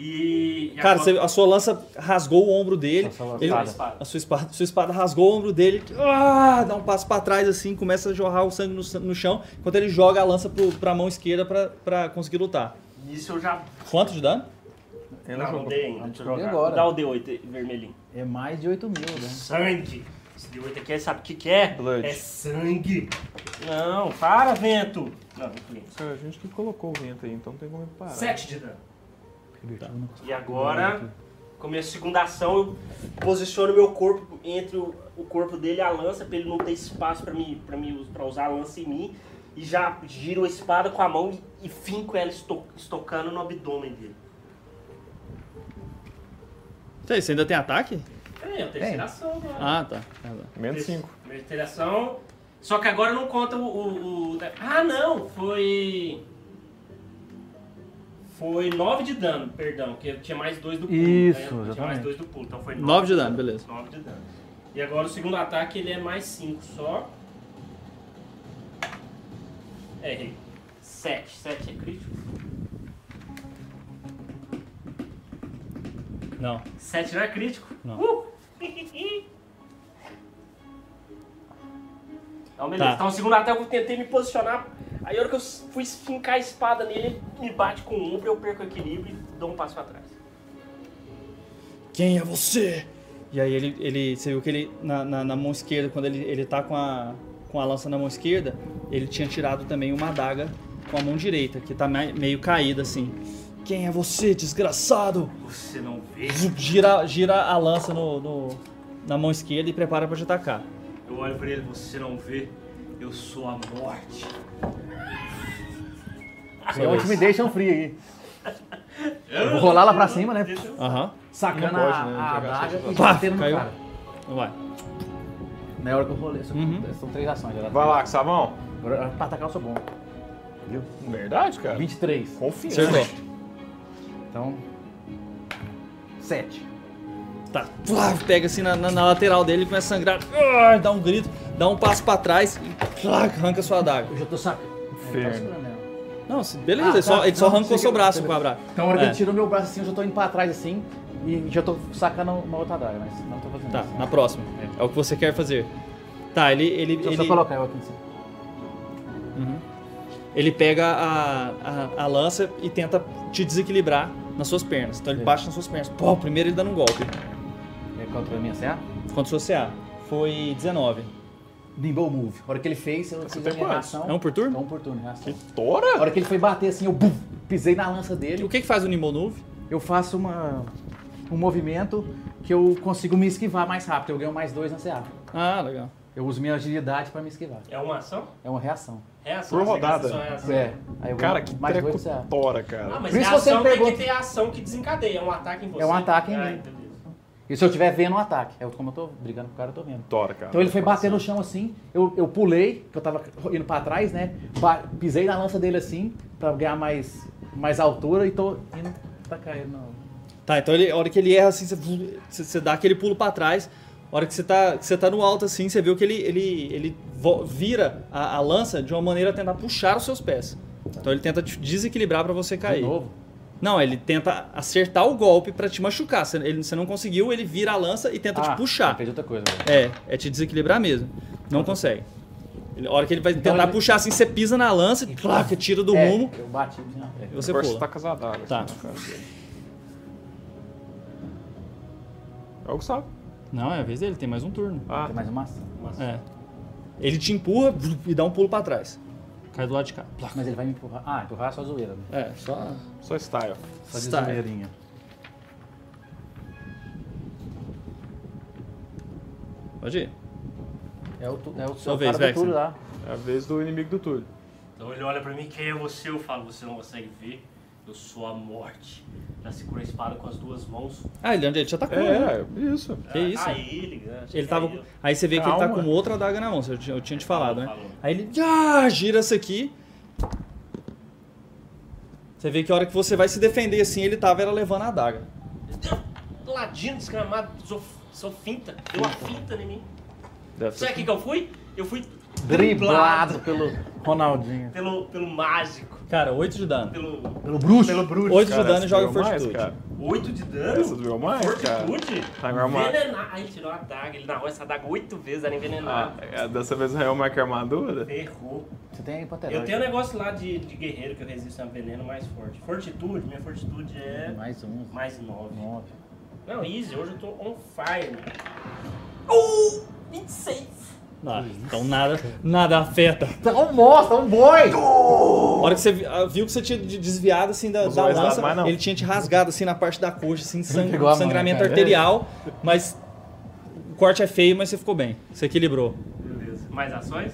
E. e Cara, agora- você- a sua lança rasgou o ombro dele. Sua- sua ele- espada. a sua espada, sua espada rasgou o ombro dele. Ah, dá um passo pra trás assim, começa a jorrar o sangue no, no chão, enquanto ele joga a lança pro, pra mão esquerda pra, pra conseguir lutar. Isso eu já. Quanto de dano? um. Não, não dei ainda. Deixa eu Vamos jogar. agora. Dá o D8 vermelhinho. É mais de 8 mil, né? Sangue. Esse D8 aqui, é- sabe o que, que é? Blood. É sangue. Não, para, vento. Não, não conheço. Cara, a gente que colocou o vento aí, então não tem como reparar. 7 de dano. E agora, com minha segunda ação, eu posiciono meu corpo entre o, o corpo dele e a lança, pra ele não ter espaço pra, mim, pra, mim, pra usar a lança em mim. E já giro a espada com a mão e, e finco ela esto- estocando no abdômen dele. Tá, Você ainda tem ataque? Peraí, é a terceira Tem. ação agora. Ah, tá. Menos 5. Primeira interação. Só que agora não conta o, o- o- Ah, não! Foi. Foi 9 de dano, perdão, porque eu tinha mais 2 do pulo. né? Isso, Eu Tinha mais exatamente. 2 do pulo, então foi 9. 9 de dano, beleza. 9 de dano. E agora o segundo ataque ele é mais 5 só. É, errei. 7. 7 é crítico. Não. 7 não é crítico. Não. Uh! <laughs> Então, beleza. Tá. Então, o segundo ataque eu tentei me posicionar. Aí, a hora que eu fui fincar a espada nele, ele me bate com um, eu perco o equilíbrio e dou um passo pra trás. Quem é você? E aí ele, ele você viu que ele, na, na, na mão esquerda, quando ele, ele tá com a, com a lança na mão esquerda, ele tinha tirado também uma adaga com a mão direita, que tá me- meio caída assim. Quem é você, desgraçado? Você não vê? Zup, Gira, gira a lança no, no- na mão esquerda e prepara pra te atacar. Eu olho pra ele, você não vê? Eu sou a morte. É um intimidation free aí. Eu vou rolar lá pra cima, né? Aham, Sacando Não pode, a, né? a Jogar adaga essas e coisas. batendo no Caiu. cara. vai. Na é hora que eu rolei, são, Uhum. são três ações. já dá Vai três. lá, Savão. Agora, ah, Pra atacar eu sou bom. Verdade, cara. 23. Confiança. Acertou. Então. 7. Tá, plá, pega assim na, na- na lateral dele, começa a sangrar, ah, dá um grito, dá um passo pra trás e plá, arranca sua adaga. Eu já tô É, sacando. tá Inferno. Não, se- beleza, Ah, ele, só, tá. ele só Não, arrancou sei seu que- braço com a bra- Então, na hora que É. ele tirou meu braço assim, eu já tô indo pra trás assim. E já tô sacando uma outra adaga, mas não tô fazendo Tá, isso. na próxima. É, o que você quer fazer. Tá, ele. Ele, Deixa eu ele, só colocar eu aqui em cima. ele pega a, a, a lança e tenta te desequilibrar nas suas pernas. Então ele É. baixa nas suas pernas. Pô, primeiro ele dando um golpe. É contra a minha CA? Contra o seu CA. Foi 19. Nimble Move. A hora que ele fez, eu fiz a tem minha quantos? reação. É um por turno? É um por turno, reação. A Tora? hora que ele foi bater assim, eu bum, pisei na lança dele. O que, que faz o Nimble Nuve? eu faço uma, um movimento que eu consigo me esquivar mais rápido. Eu ganho mais dois na CA. Ah, legal. Eu uso minha agilidade pra me esquivar. É uma ação? É uma reação. É ação. Por você gasta rodada. só É ação. É. Aí eu Cara, ganho que mais dois pra você. treco Ah, cara. mas Por é isso que você ação, tem me que pergunta- ter ação que desencadeia. É um ataque em você. É um ataque em Ah, mim. beleza. E se eu estiver vendo o ataque? É como eu tô brigando com o cara, eu tô vendo. Tora, cara. é Então ele foi bater no chão assim, eu, eu pulei, que eu tava indo pra trás, né? Ba- pisei na lança dele assim, pra ganhar mais, mais altura e tô indo tacar ele não. Tá, então ele, a hora que ele erra assim, você, você- você dá aquele pulo pra trás. A hora que você tá, que você tá no alto assim, você viu que ele, ele, ele vo- vira a, a lança de uma maneira a tentar puxar os seus pés. Então ele tenta te desequilibrar pra você cair. De novo. Não, ele tenta acertar o golpe pra te machucar. Você, ele, você não conseguiu, ele vira a lança e tenta te puxar. Ah, Entendi outra coisa. velho. É, é te desequilibrar mesmo. Não consegue. Ele- a hora que ele vai Então tentar ele- puxar assim, você pisa na lança, e clac, tira do É, rumo Eu bati assim, ó. e É. você Agora você pula. tá casado. Tá. Algo sabe. Não, é a vez dele, tem mais um turno. Ah, Tem mais uma ação. É. Ele te empurra e dá um pulo pra trás. Cai do lado de cá. Plac. Mas ele vai me empurrar. Ah, empurrar é só zoeira, né? É, só. Só style. Só de Style. zoeirinha. Pode ir. É o, tu, é o, Sua é o vez, cara do Vexen. tudo lá. É a vez do inimigo do Túlio. Então ele olha pra mim, quem é você? Eu falo, você não consegue ver, eu sou a morte. Já segura a espada com as duas mãos. Ah, ele, ele te atacou, né? É, é, isso. Que isso? Aí ele, né? Achei Ele que tava. era eu. Aí você vê que ele tá Calma. com outra adaga na mão, eu tinha, eu tinha te falado, né? Falou. Aí ele ah, gira essa aqui. Você vê que a hora que você vai se defender assim, ele tava era levando a adaga. Deu um Ladino desgramado, sou, sou finta, deu uma finta em mim. Deve Sabe o que, que eu fui? Eu fui Driblado pelo Ronaldinho. pelo, pelo mágico, Cara, 8 de dano. pelo Pelo bruxo. pelo bruxo. 8 de dano essa e joga doeu mais, fortitude. cara. 8 de dano? Essa doeu mais, cara. Fortitude? Tá armado. Envenenar. Aí ele tirou a adaga, ele narrou essa adaga 8 vezes, era Ah, envenenado. é, dessa vez é uma que é armadura? Errou. Você tem aí Eu Panterói. tenho um negócio lá de, de guerreiro que eu resisto a um veneno mais forte. Fortitude, minha fortitude é Mais um. mais 9. Nove. Não, easy, hoje eu tô on fire. mano. Uh, 26. Ah, então nada, nada afeta. Tá um monstro, tá um boi! A hora que você vi- ah, viu que você tinha de- desviado assim da, Não da vai dar lança, mais, não. ele tinha te rasgado assim na parte da coxa, assim, sang- Pegou a mão, sangramento cara. arterial, mas o corte é feio, mas você ficou bem. Você equilibrou. Beleza. Mais ações?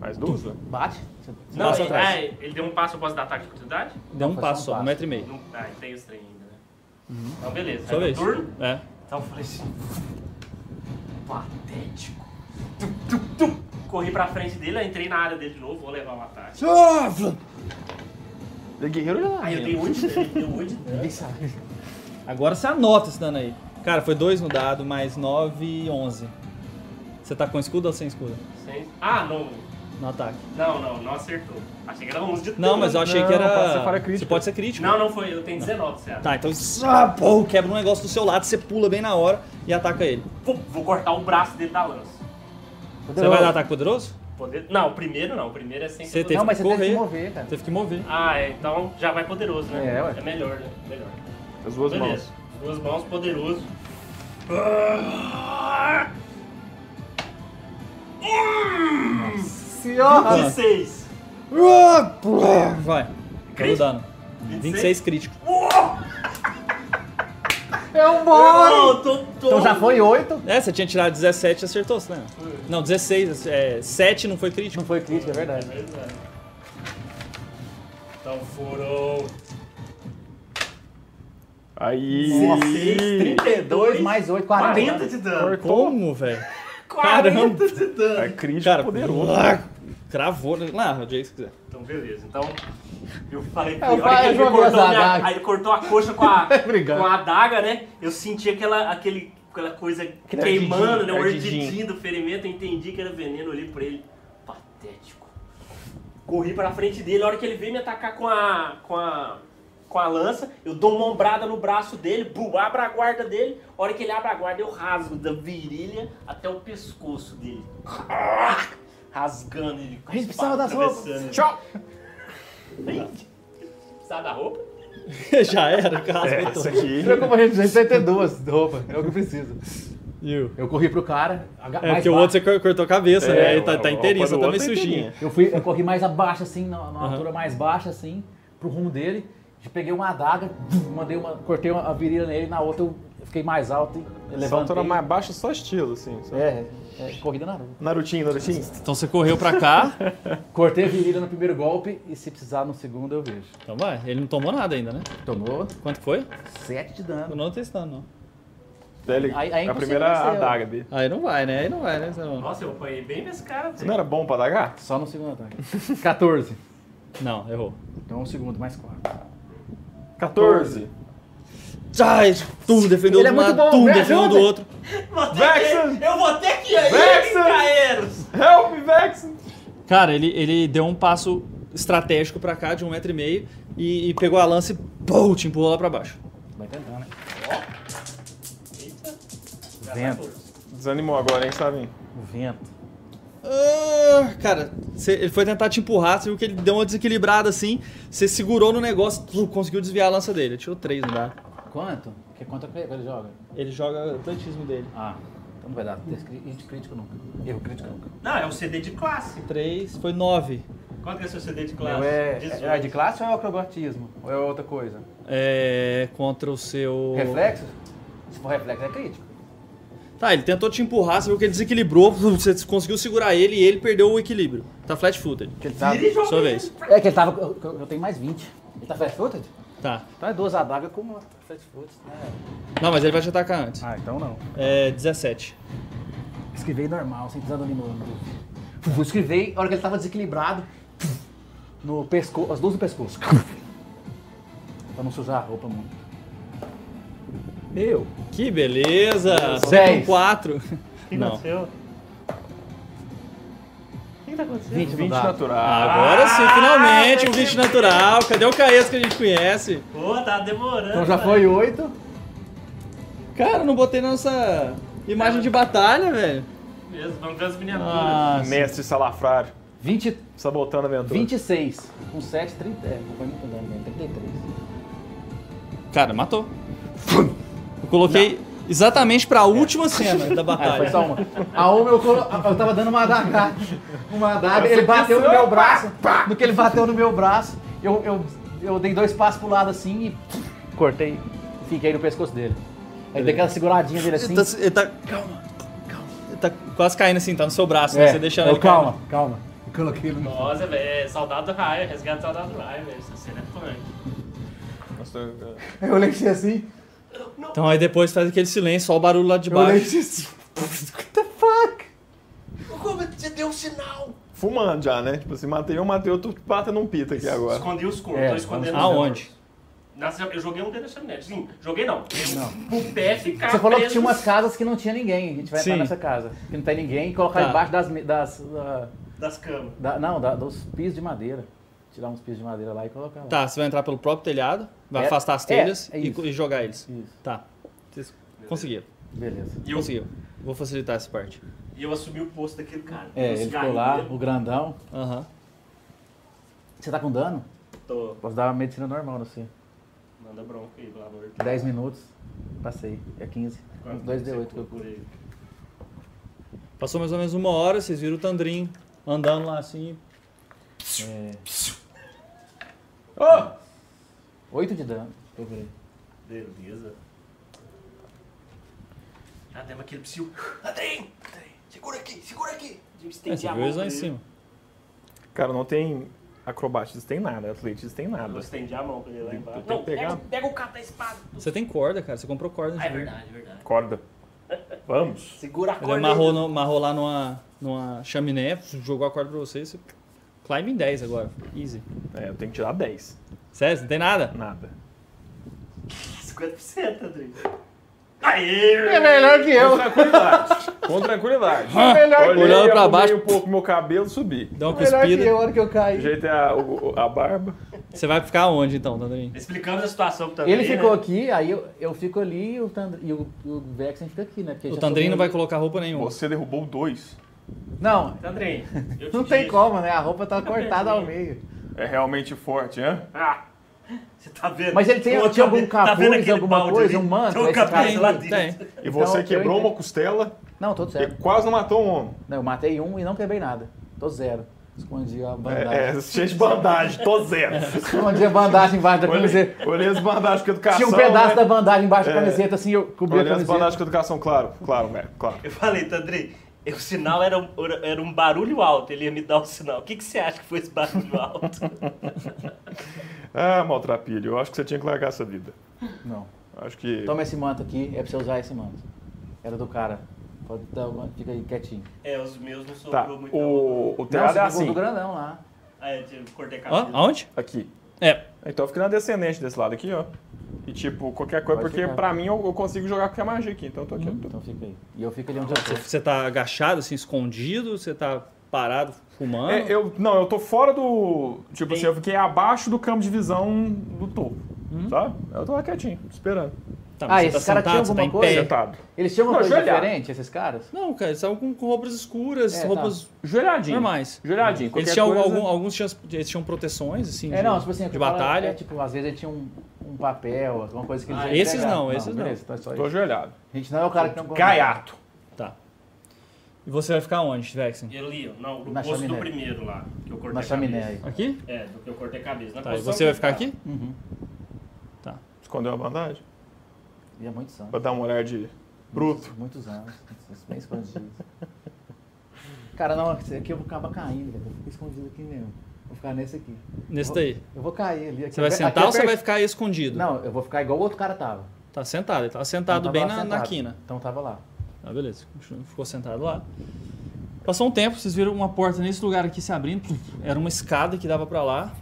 Mais duas, né? Bate. Você- você Não, passa ele, atrás. é, ele deu um passo, eu posso dar ataque de oportunidade? Deu um foi só passo um só, um passo. metro e meio. Não, ah, ele tem os três ainda, né? Então, beleza. Sua Aí, meu vez. turno. É. Então, eu falei assim... Patético. Tum, tum, tum. Corri pra frente dele, eu entrei na área dele de novo, vou levar um ataque. Ele é guerreiro já. Aí eu dei 8 de dano, deu <laughs> 8 de é. dano. Agora você anota esse dano aí. Cara, foi 2 no dado, mais 9 e 11. Você tá com escudo ou sem escudo? Sem- Ah, não. No ataque. Não, não, não acertou. Achei que era 11 de dano. Não, mas eu achei Não, que era. pode ser falha crítica. Você pode ser crítico. Não, não foi, eu tenho 19, você acha? Tá, então só, pô, quebra um negócio do seu lado, você pula bem na hora e ataca ele. Pum, Vou cortar o braço dele da lança. Você vai dar ataque poderoso? Poder... Não, o primeiro não, o primeiro é sem Você poder- teve Não, mas que você tem correr. que se mover, cara. Teve que mover. Ah, é, então já vai poderoso, né? É, ué. melhor, né? Melhor. As duas Beleza. mãos. Duas mãos, poderoso. Senhora! 16. Ah, Vai. Todo Crítico? dano. 26 crítico. É um boi! Não, tô, tô... Então já foi oito. É, você tinha tirado 17 e acertou, você lembra? Não, 16, é, 7 não foi crítico. Não foi crítico, é verdade. Verdade. Então foram... Aí. 32 mais 8, 40. 40 de dano. Como, velho? 40 de É dano. crítico Cara, poderoso. blá, Cravou. né? Lá, o jeito que quiser. Então, beleza. Então, eu falei pra É, Eu ele, a hora que falei, ele jogou cortou essa minha- adaga. aí ele cortou a coxa com <laughs> a, Obrigado. com a adaga, né? Eu senti aquela, aquele, aquela coisa queimando, né? O ardidinho. ardidinho do ferimento. Eu entendi que era veneno. Olhei pra ele. Patético. Corri pra frente dele. A hora que ele veio me atacar com a... Com a com a lança, eu dou uma ombrada no braço dele, bu, abro a guarda dele. A hora que ele abre a guarda, eu rasgo da virilha até o pescoço dele. <laughs> Rasgando ele. A gente precisava das roupas. atravessando ele. Tchau! Ih, Precisar da roupa? <laughs> Já era, cara. É, arrebentou. isso aqui. Eu comprei 272 de roupa, é o que eu preciso. E o- Eu corri pro cara. aga- É, mais porque o outro baixo. você cor- cortou a cabeça, né? Aí tá, o- tá o- inteirinho, o- você o tá meio outro tá sujinho. inteirinho. Eu, fui, eu corri mais abaixo, assim, numa, numa altura mais baixa, assim, pro rumo dele. Peguei uma adaga, mandei uma. Cortei uma a virilha nele, na outra eu eu fiquei mais alto e levantei. Saltando mais baixo, só estilo, assim. só- É, é, corrida na rua. Narutinho, Narutinho. Então você correu pra cá. Cortei a virilha no primeiro golpe e se precisar no segundo eu vejo. <laughs> Então vai, ele não tomou nada ainda, né? Tomou Quanto que foi? 7 de dano. Eu não tô testando, não. Daí ele- Aí- aí a você primeira venceu. adaga dele. Aí não vai, né? Aí não vai, né? Você não- Nossa, eu apanhei bem nesse cara. Você não era bom pra adagar? Só no segundo ataque. <laughs> 14. Não, errou. Então um segundo, mais 4. 14. Ai, tum, defendeu Ele de é um muito lado, bom, tum, me defendeu do ajuda. outro. Vou ter Vexen! que- Eu vou ter que ir aí, Vexen! Caeiros! Help, Vex! Cara, ele, ele deu um passo estratégico pra cá, de um metro e meio, e, e pegou a lança e pum, te empurrou lá pra baixo. Vai tentar, né? Eita. Vento. Desanimou agora, hein, Sabin? O vento. Ah, cara, cê- ele foi tentar te empurrar, você viu que ele deu uma desequilibrada assim, você segurou no negócio, tum, conseguiu desviar a lança dele. Tirou três no dado. Quanto? Que quanto é que ele joga? Ele joga o atletismo dele. Ah, então não vai dar. Teste cri- Erro de crítico nunca. Erro crítico nunca. Não, é um CD de classe. Três, foi nove. Quanto que é seu CD de classe? Eu é, Dezoito. é de classe ou é acrobatismo? Ou é outra coisa? É. Contra o seu. Reflexo? Se for reflexo, é crítico. Tá, ele tentou te empurrar, você viu que ele desequilibrou, você conseguiu segurar ele e ele perdeu o equilíbrio. Tá flat footed. Que ele tava... Ele joga Sua vez. É que ele tava. Eu, eu- eu tenho mais 20. Ele tá fast footed? Tá. Então é duas adagas com uma fast né? footed. Não, mas ele vai te atacar antes. Ah, então não. É 17. Esquivei normal, sem precisar do limão. Eu esquivei, a hora que ele tava desequilibrado, no pescoço, as duas no pescoço. Pra não sujar a roupa muito. Meu! Que beleza! Dez. 4. que Não. aconteceu? O que tá acontecendo? 20, 20 no dado. natural. Ah, Agora sim, finalmente, tá um que 20 natural. Cadê o Caes que a gente conhece? Pô, tá demorando. Então já foi 8. Cara, não botei na nossa imagem de batalha, velho. Mesmo, vamos ver as miniaturas. Ah, Mestre Salafrário, 20, sabotando a aventura. 26. Com 7, 30. É, não foi muito dano mesmo, 33. Cara, matou. Eu coloquei exatamente pra última cena <laughs> da Ah, É. foi batalha. só uma. A uma eu, colo... eu tava dando uma adaga. Uma adaga, ele bateu no meu braço. No que ele bateu no meu braço, eu, eu, eu dei dois passos pro lado assim e cortei. Fiquei no pescoço dele. Aí dei aquela seguradinha dele assim. Ele tá, ele tá- Calma, calma. Ele tá quase caindo assim, tá no seu braço, né? É, Você deixa eu, ele calma, calma. Eu coloquei ele no. Nossa, velho, é saudade do Raio, resgate do saudade do Raio, velho. Essa cena é punk. Nossa, eu- é, Eu leixei assim. Então aí depois faz aquele silêncio, só o barulho lá de Eu baixo. leixei assim. What the fuck? Fumando já, né? Tipo assim, matei um, matei outro, batendo um pita aqui agora. Escondi os corpos, É, tô escondendo os Aonde? Nossa, eu joguei um dedo na chaminé. Sim, joguei não. Eu- O pé ficar Você falou que preso. tinha umas casas que não tinha ninguém. A gente vai Sim. entrar nessa casa. Que não tem ninguém e colocar Tá. embaixo das. me- das ah, Das camas. da- não, da- dos pisos de madeira. Tirar uns pisos de madeira lá e colocar lá. Tá, você vai entrar pelo próprio telhado, vai É- afastar as telhas é, é e, isso. e jogar eles. Isso. Tá. Vocês conseguiram. Beleza. E eu, Conseguiu. Vou facilitar essa parte. e eu assumi o posto daquele cara. É, Esse ele cara ficou lá, aí, o grandão. Aham. Você tá com dano? Tô. Posso dar uma medicina normal no você. Manda bronca aí, pelo amor de 10 minutos. Passei. É 15. Quanto Uns 2 você d 8 que eu procura aí? Passou mais ou menos uma hora, vocês viram o Tandrin andando lá assim. 8 É. de dano. Eu virei. Beleza. Já demos aquele psiu. Andrei! Andrei, Segura aqui, segura aqui! Eu É, estendi você a viu mão eles lá pra em ele. cima. Cara, não tem acrobatismo, tem nada. Atletismo, tem Eu nada. estendi Ah, a mão pra ele lá embaixo. tem que Não, pega, pegar. pega o cabo da espada. Você tem corda, cara. Você comprou corda. Ah, é gente. verdade, é verdade. Corda. Vamos. Segura a Ele corda. amarrou, né? aí. no- amarrou lá numa, numa chaminé, jogou a corda pra vocês. Você... Climb em 10 agora. Easy. É, eu tenho que tirar 10. Sério, você não tem nada? Nada. 50%, Andrei. Aê! É melhor que eu. Tranquilidade. Com tranquilidade. Melhor Olhei, Olhando pra arrumei baixo. um pouco meu cabelo, subi. Dá uma Melhor que eu, cuspida. a hora que eu caí. Ajeitei a, o- a barba. Você vai ficar onde então, Tandrin? Explicamos a situação pro Tandrin. Ele ficou né? aqui, aí eu, eu fico ali e o, Tand- e o, e o Vexen fica aqui, né? Porque O já Tandrin subiu não vai ali. colocar roupa nenhuma. Você derrubou dois. Não, Tandrin, eu te não tem disse. como, né? A roupa tá cortada ao perdi. meio. É realmente forte, hã? Ah, você tá vendo? Mas ele tem- Pô, tá tinha algum vendo- tá vendo capuz, aquele alguma balde coisa, ali? um manto, Tem um esse capuz cara lá aí? dentro. Tem. E Então, você eu quebrou entendi. uma costela Não, todo e certo. quase não matou um homem. Não, eu matei um e não quebrei nada. Tô zero. Escondi a bandagem. É, é, cheio de bandagem, tô <laughs> zero. Escondi a bandagem embaixo da olhei, camiseta. olhei as bandagens com educação. Tinha um pedaço né? da bandagem embaixo da camiseta, assim, eu cobri a Olhei as camiseta. bandagens com educação, claro, claro, velho, claro. Eu falei, Tandri, o sinal era um, era um barulho alto, ele ia me dar o sinal. O que, que você acha que foi esse barulho <laughs> alto? Ah, maltrapilho, eu acho que você tinha que largar essa vida. Não. Acho que. Toma esse manto aqui, é pra você usar esse manto. Era do cara. Pode dar uma... Fica aí quietinho. é, os meus não sobrou Tá, muito. né? o, o Não, telhado você é pegou assim. do grandão lá. Ah, eu tive- cortei a Ó, cabeça. aonde? Aqui. É. Então fica na descendente desse lado aqui, ó. E tipo, qualquer coisa, Pode porque ficar. pra mim eu, eu consigo jogar qualquer magia aqui, então eu tô aqui. Então fica aí. E eu fico ali onde eu tô. Você, você tá agachado, assim, escondido? Você tá parado, fumando? É, eu, não, eu tô fora do. Tipo Tem- assim, eu fiquei abaixo do campo de visão do topo. Hum? Sabe? Eu tô lá quietinho, esperando. Tá, Ah, mas você tá esse cara tinha sentado, você tá em alguma pé? coisa? Sentado. Eles tinham uma Não, coisa ajoelhar. diferente, esses caras? Não, cara, eles estavam com, com roupas escuras, É, tá. roupas Joelhadinho. normais. Joelhadinho. Eles qualquer tinham, coisa- algum- alguns tinham, eles tinham proteções, assim, É, de, não, tipo assim, de eu falo, batalha. É, tipo, às vezes ele tinha um, um papel, alguma coisa que eles Ah, iam esses pegar. não, esses não. Beleza, então é só Tô isso. ajoelhado. A gente não é o cara que né? não Gaiato. Tá. E você vai ficar onde, Vexen? E ali, ó, não, no Na posto do chaminé. primeiro lá, que eu cortei Na a chaminé cabeça. Aqui? É, do que eu cortei a cabeça. Na Tá, e posição você vai que ficar tá. aqui? Uhum. Escondeu a bandagem? E é muito santo. Pra dar um olhar de. ah. Bruto. Muitos anos, bem escondido. <laughs> Cara, não, esse aqui eu vou acabar caindo, velho. Eu fico escondido aqui mesmo. Vou ficar nesse aqui. Nesse Eu- daí. Eu vou cair ali. Aqui Você vai é- sentar aqui é ou você vai perto- ficar escondido? Não, eu vou ficar igual o outro cara tava. Tá sentado, ele tava Então sentado tava bem lá na, na sentado. quina. Então tava lá. Ah, beleza. Continua- Ficou sentado lá. Passou um tempo, vocês viram uma porta nesse lugar aqui se abrindo. Era uma escada que dava pra lá.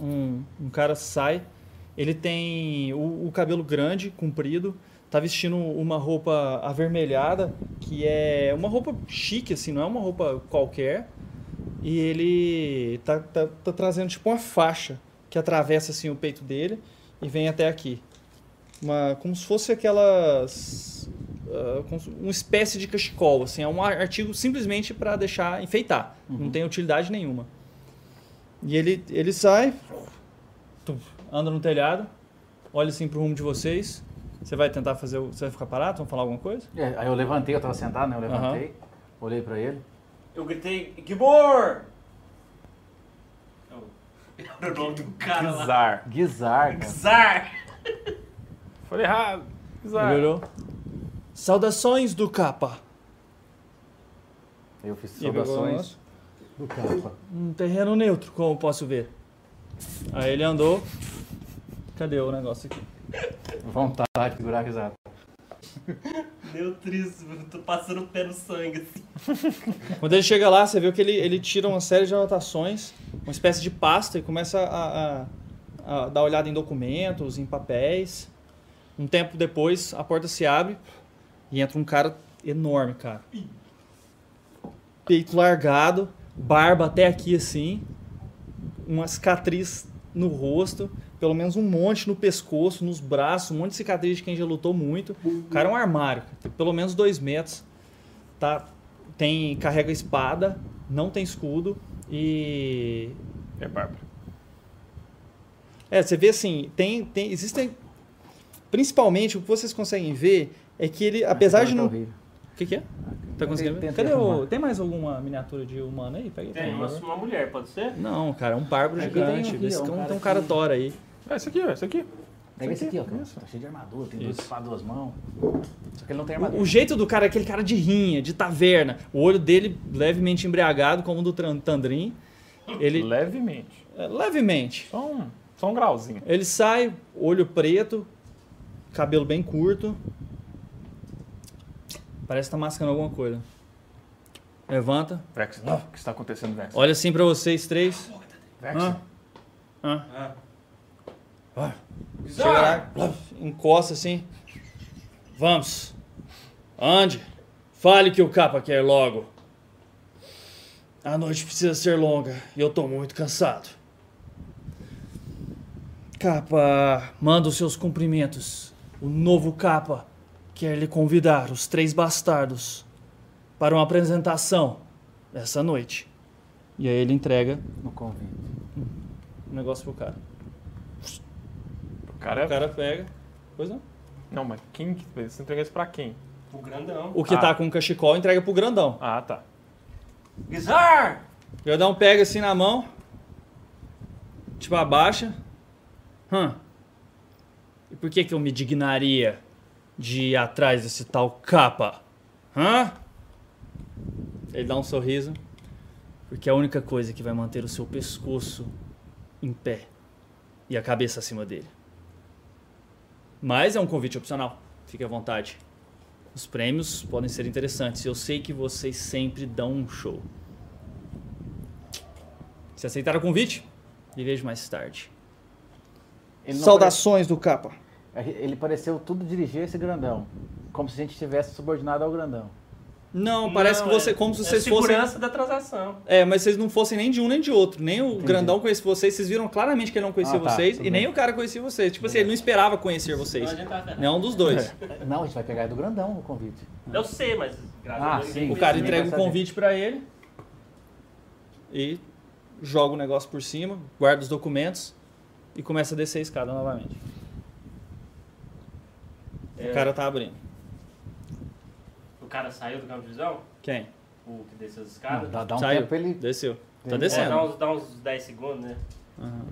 Um, um cara sai. Ele tem o, o cabelo grande, comprido. Tá vestindo uma roupa avermelhada, que é uma roupa chique, assim, não é uma roupa qualquer. E ele tá, tá, tá trazendo tipo uma faixa que atravessa assim o peito dele e vem até aqui. Uma, como se fosse aquelas ah, como se- uma espécie de cachecol, assim, é um ar- artigo simplesmente para deixar enfeitar, não tem utilidade nenhuma. E ele ele sai, tum, anda no telhado, olha assim pro rumo de vocês. Você vai tentar fazer, o- você vai ficar parado, vão falar alguma coisa? É, aí eu levantei, eu tava sentado, né? Eu levantei, olhei pra ele. Eu gritei, Gibor! Era o <laughs> nome do cara lá. Bizarro. Guizar, cara. Zar! Falei errado. Ele Bizarro. olhou. Saudações do capa. Eu fiz E pegou o saudações nosso. do capa. Um terreno neutro, como posso ver. Aí ele andou. Cadê o negócio aqui? Vontade de segurar a risada. Neutrismo, eu tô passando o pé no sangue, assim. Quando ele chega lá, você viu que ele, ele tira uma série de anotações, uma espécie de pasta e começa a, a- a dar olhada em documentos, em papéis. Um tempo depois, a porta se abre e entra um cara enorme, cara. Peito largado, barba até aqui assim, uma cicatriz no rosto, pelo menos um monte no pescoço, nos braços, um monte de cicatriz de quem já lutou muito. O cara é um armário, cara, tem pelo menos dois metros. Tá, tem carrega espada, não tem escudo e É Bárbara. é, você vê assim, tem, tem existem principalmente o que vocês conseguem ver é que ele, apesar de Tá não, o horrível. que, que é? Tá conseguindo ver? Tentei Cadê o, arrumar. tem mais alguma miniatura de humano aí? Pega aí. Tem por uma, favor. uma mulher, pode ser? Não, cara, é um bárbaro Aqui tem gigante. um aqui, Esse ó, um tem um, cara tem um cara aqui. tora aí. É esse aqui, ó. Esse aqui. Pega esse Isso aqui, aqui, ó. cara. isso. Tá cheio de armadura, tem duas Isso. espadas, duas mãos. Só que ele não tem armadura. O jeito do cara é aquele cara de rinha, de taverna. O olho dele levemente embriagado, como o do Tran- Tandrin. Ele Levemente. é, levemente. Só um, só um grauzinho. Ele sai, olho preto, cabelo bem curto. Parece que tá mascando alguma coisa. Levanta, Vex, o que está acontecendo, Vex? olha assim pra vocês três. Vex? Hã? Hã? Chega Zar! lá, bluf, encosta assim. Vamos. Ande. Fale que o capa quer logo. A noite precisa ser longa e eu tô muito cansado. Capa, manda os seus cumprimentos. O novo capa quer lhe convidar os três bastardos para uma apresentação essa noite. E aí ele entrega No convite. o negócio pro cara. O cara é- O cara pega. Pois não. Não, mas quem que fez? Você entrega isso pra quem? O grandão. O que Ah. tá com o cachecol entrega pro grandão. Ah, tá. Zar! Jordão pega assim na mão. Tipo, abaixa. Hã? E por que que eu me dignaria de ir atrás desse tal capa? Hã? Ele dá um sorriso. Porque é a única coisa que vai manter o seu pescoço em pé e a cabeça acima dele. Mas é um convite opcional. Fique à vontade. Os prêmios podem ser interessantes. Eu sei que vocês sempre dão um show. Se aceitaram o convite, me vejo mais tarde. Ele não Saudações do capa. pare- É, Ele pareceu tudo dirigir esse grandão. Como se a gente estivesse subordinado ao grandão. Não, parece Não, que você. é- como se é vocês fossem. segurança da transação. É, mas vocês não fossem nem de um nem de outro. Nem o grandão conhecia vocês. Vocês viram claramente que ele não conhecia Ah, tá, vocês. E tudo nem bem. o cara conhecia vocês. Tipo assim, ele não esperava conhecer vocês. Não, a gente tá ferrado. Nenhum dos dois. Não, a gente vai pegar é do grandão o convite. Eu sei, É mas graças Ah, a Deus, sim. ninguém O cara fez entrega o Engraçadinho. convite pra ele e joga o negócio por cima, guarda os documentos e começa a descer a escada novamente. O cara tá abrindo. isso. É, O cara saiu do campo de visão, Quem? o que desceu as Não, escadas. dá, dá um Ah, Saiu. tempo pra ele. Desceu. Tá É, É, dá descendo. uns, dá uns 10 segundos, né?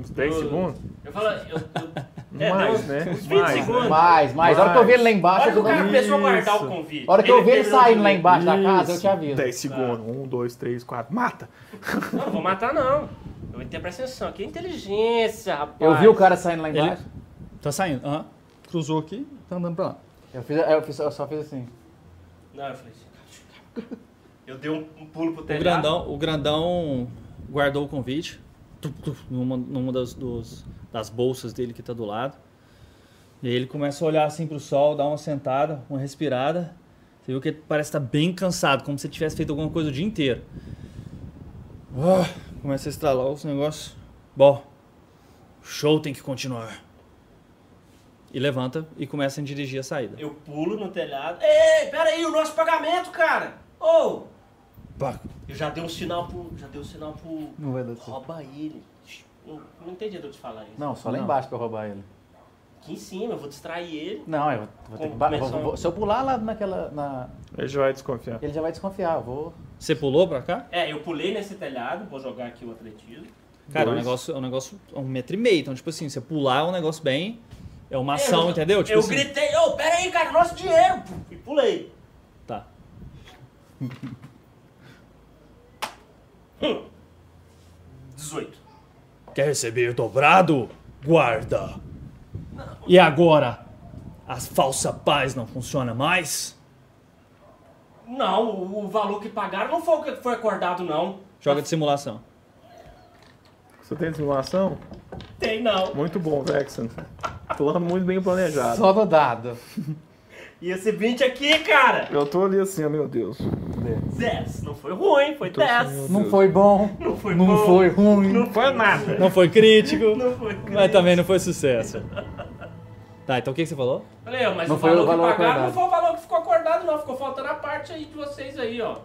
Uns 10 Eu- segundos? Eu falo, <laughs> eu, eu, é, dá Mais, uns, né? uns 20 Mais, segundos. Mais, mais. A hora que eu vi ele lá A embaixo, hora que eu o dou cara um- começou a guardar Isso. o convite. a hora que eu vi ele terminou de saindo lá ler. embaixo da casa, eu te aviso. 10 segundos. 1, 2, 3, 4. Mata! Não, não vou matar, não. Eu vou ter presta atenção. Que É inteligência, rapaz. Eu vi o cara saindo lá Ele- embaixo. Tá saindo. Aham. Cruzou aqui, tá andando pra lá. Eu, fiz, eu, fiz- eu só fiz assim. Não, eu falei assim. Eu dei um, um pulo pro O telhado. grandão, o grandão guardou o convite tup, tup, numa, numa das, dos- das bolsas dele que tá do lado. E aí ele começa a olhar assim pro sol, dá uma sentada, uma respirada. Você viu que ele parece estar bem cansado, como se ele tivesse feito alguma coisa o dia inteiro. Ah, começa a estralar os negócios. Bom, o show tem que continuar. E levanta e começa a dirigir a saída. Eu pulo no telhado. Ei, peraí, o nosso pagamento, cara! Ô! Pá. Eu já dei um sinal pro. Já dei um sinal pro. Não vai dar certo. Rouba ele. Eu não entendi de eu te falar isso. Não, só lá embaixo pra eu roubar ele. Aqui em cima, eu vou distrair ele. Não, eu vou ter que. Como ba- começou? vou- vou- se eu pular lá naquela. na- Ele já vai desconfiar. ele já vai desconfiar. Eu vou. Você pulou pra cá? É, eu pulei nesse telhado, vou jogar aqui o atletismo. Cara, é um Dois. negócio, é um negócio, é um metro e meio. Então, tipo assim, você pular é um negócio bem. É uma ação, eu, entendeu? Tipo eu assim, gritei, ô, peraí, cara, nosso dinheiro! pô, E pulei. Tá. Hum. 18. Quer receber dobrado? Guarda! E agora? A falsa paz não funciona mais? Não, o, o valor que pagaram não foi o que foi acordado, não. Joga de simulação. Você tem simulação? Tem, não. Muito bom, Vexen. Plano muito bem <laughs> planejado. Só no dado. E esse 20 aqui, cara? Eu tô ali assim, ó, meu Deus. 10. Não foi ruim, foi Então, 10. Não foi bom. Não foi Não bom. foi ruim. Não foi nada. Não foi crítico, <laughs> Não foi mas também não foi sucesso. Tá, então o que que você falou? Falei, ó, mas Não o foi valor, o valor que pagaram acordado. não foi o valor que ficou acordado, não. Ficou faltando a parte aí de vocês aí, ó.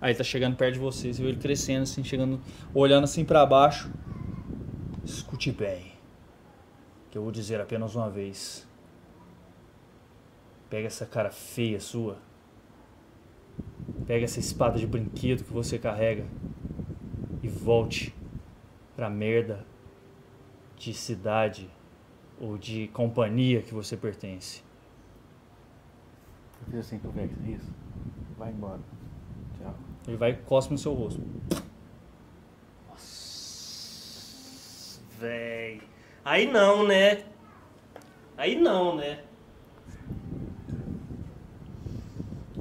Aí tá chegando perto de você, você viu ele crescendo assim, chegando, olhando assim pra baixo. Escute bem, que eu vou dizer apenas uma vez. Pega essa cara feia sua. Pega essa espada de brinquedo que você carrega e volte pra merda de cidade ou de companhia que você pertence. Eu fiz assim pro Vex. Isso. Vai embora. Tchau. Ele vai e cospe no seu rosto. Véi. Aí não, né? Aí não, né?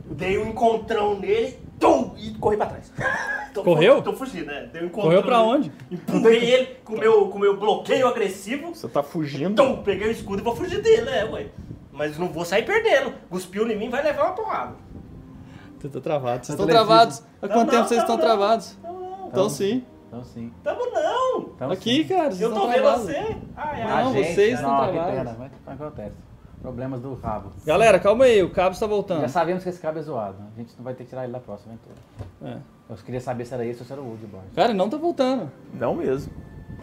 Dei um encontrão nele tum, e corri pra trás. <laughs> Tô fu- Correu? Tô fugindo, né? Dei um encontrão Correu pra nele. onde? Empurrei ele com o meu, com meu bloqueio agressivo. Você tá fugindo? Tum, Então, peguei o escudo e vou fugir dele, né, ué? Mas não vou sair perdendo. Cuspiu em mim, vai levar uma porrada. Você tá travado. Vocês estão Atletismo. travados. Há quanto não, tempo vocês não, estão não. travados? Não, não. Então sim. Então sim. Tamo não. Então, Aqui, sim. cara. Vocês Eu estão tô vendo travados. você. Ai, Ah, ai. Não, gente, vocês não não, que trabalham. pena, mas acontece. Problemas do rabo. Galera, calma aí, o cabo está voltando. Já sabemos que esse cabo é zoado. A gente não vai ter que tirar ele da próxima aventura. É. Eu queria saber se era esse ou se era o Woodboard. Cara, não tá voltando. Não mesmo.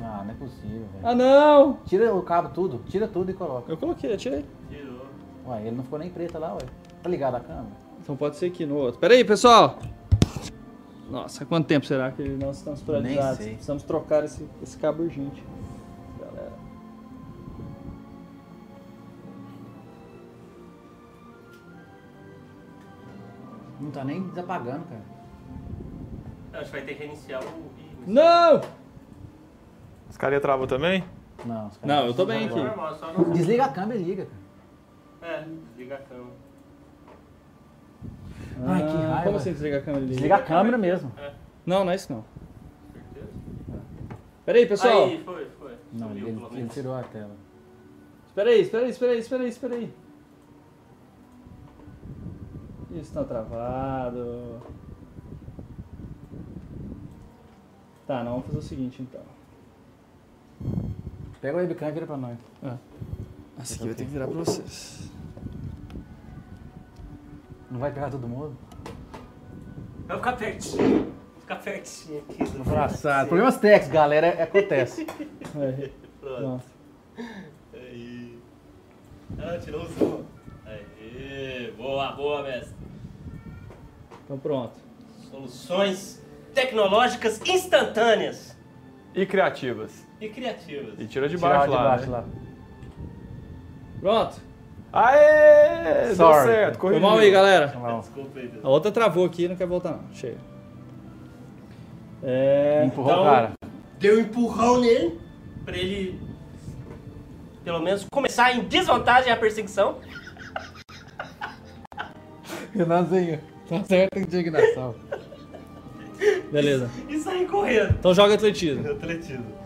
Ah, não é possível, velho. Ah, não! Tira o cabo tudo, tira tudo e coloca. Eu coloquei, atirei. Tirou. Ué, ele não ficou nem preta lá, ué. Tá ligado a câmera? Então pode ser aqui no outro. Pera aí, pessoal! Nossa, há quanto tempo será que nós estamos paralisados? sei. Precisamos trocar esse, esse cabo urgente. Galera. Não tá nem desapagando, cara. Não, a gente vai ter que reiniciar o. Ih, Não! Os caras travam também? Não, os caras- Não, eu tô bem mas- aqui. Normal, só não. Desliga a câmera e liga. cara. É, desliga a câmera. Ai, que Ah, raiva. Como você desliga a câmera? Desliga a câmera mesmo. Não, não é isso não. Certeza? Pera aí, pessoal. Aí, foi, foi. Não, Sumiu, ele, pelo ele menos. tirou a tela. Espera aí, espera aí, espera aí, espera aí, espera aí. Isso tá travado. Tá, não, vamos fazer o seguinte então. Pega o webcam e vira pra nós. Essa aqui vai ter que virar pra vocês. Não vai pegar todo mundo? Vai ficar pertinho. Fica pertinho aqui. do- Engraçado. Problemas técnicos, galera, é- <laughs> acontece. Pronto. Aí. Ah, tirou o som. Aí. Boa, boa, mestre. Então pronto. Soluções tecnológicas instantâneas E criativas. e criativas. E tira de Tirar baixo lá. debaixo né? lá. Pronto. Aê! Sorry. Deu certo, Foi corrigiu. mal aí, galera. Lá, ó. Desculpa aí, Deus. A outra travou aqui, não quer voltar não. Chega. É... Empurrou Então- o cara. Deu um empurrão nele pra ele, pelo menos, começar em desvantagem a perseguição. Renanzinho, tá certa indignação. Beleza. E sair correndo. Então joga atletismo. Atletismo.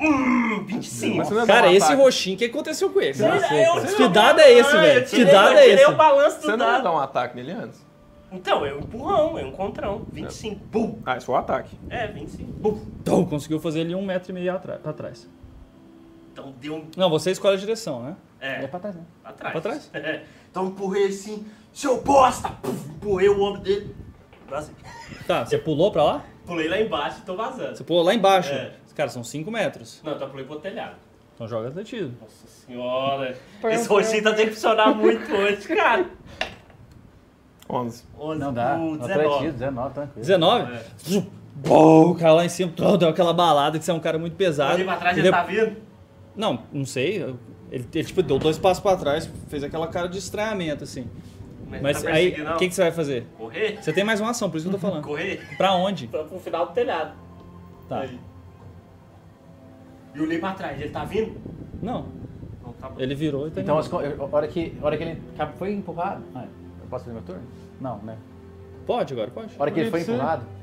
Hum, 25. Mas você não ia dar Cara, um esse ataque. roxinho, o que aconteceu com ele? Eu- eu- é assim, Que dado é esse, Ah, velho? eu tirei- Que dado eu é tirei esse? é o balanço Você do não ia dado. dar um ataque nele antes? Então, é um empurrão, é um contrão. 25. Bum. Ah, isso foi um ataque. É, 25. Bum. Então, conseguiu fazer ele um metro e meio atra- pra trás. Então deu um. Não, você escolhe a direção, né? É É, pra trás, né? pra trás. Pra trás? É. Então empurrei assim, seu bosta! Puf, empurrei o ombro dele. Nossa, Tá, você pulou pra lá? pulei lá embaixo e tô vazando. Você pulou lá embaixo. É. Cara, são 5 metros. Não, tá pulei pro telhado. Então joga atletismo. Nossa senhora. Esse roxinho tá decepcionar muito hoje, cara. 11. 11 Não dá. pro tá Não, 19. atletismo, 19, tranquilo. 19? É. Zum, bom, o cara lá em cima, tro, deu aquela balada que você é um cara muito pesado. Ali pra trás já entendeu? tá vindo. Não, não sei. eu- Ele, ele, tipo, deu dois passos pra trás, fez aquela cara de estranhamento, assim. Mas não tá aí, perseguindo, não. o que, que você vai fazer? Correr? Você tem mais uma ação, por isso que eu tô <laughs> falando. Correr? Pra onde? Pra pro final do telhado. Tá. Aí. E olhei pra trás, ele tá vindo? Não. Não, tá bom. Ele virou e tá Então, indo. as co- eu- a hora que, a hora que ele acaba- foi empurrado. Ah, eu posso fazer meu turno? Não, né? Pode agora, pode. A hora que ele foi empurrado. <laughs>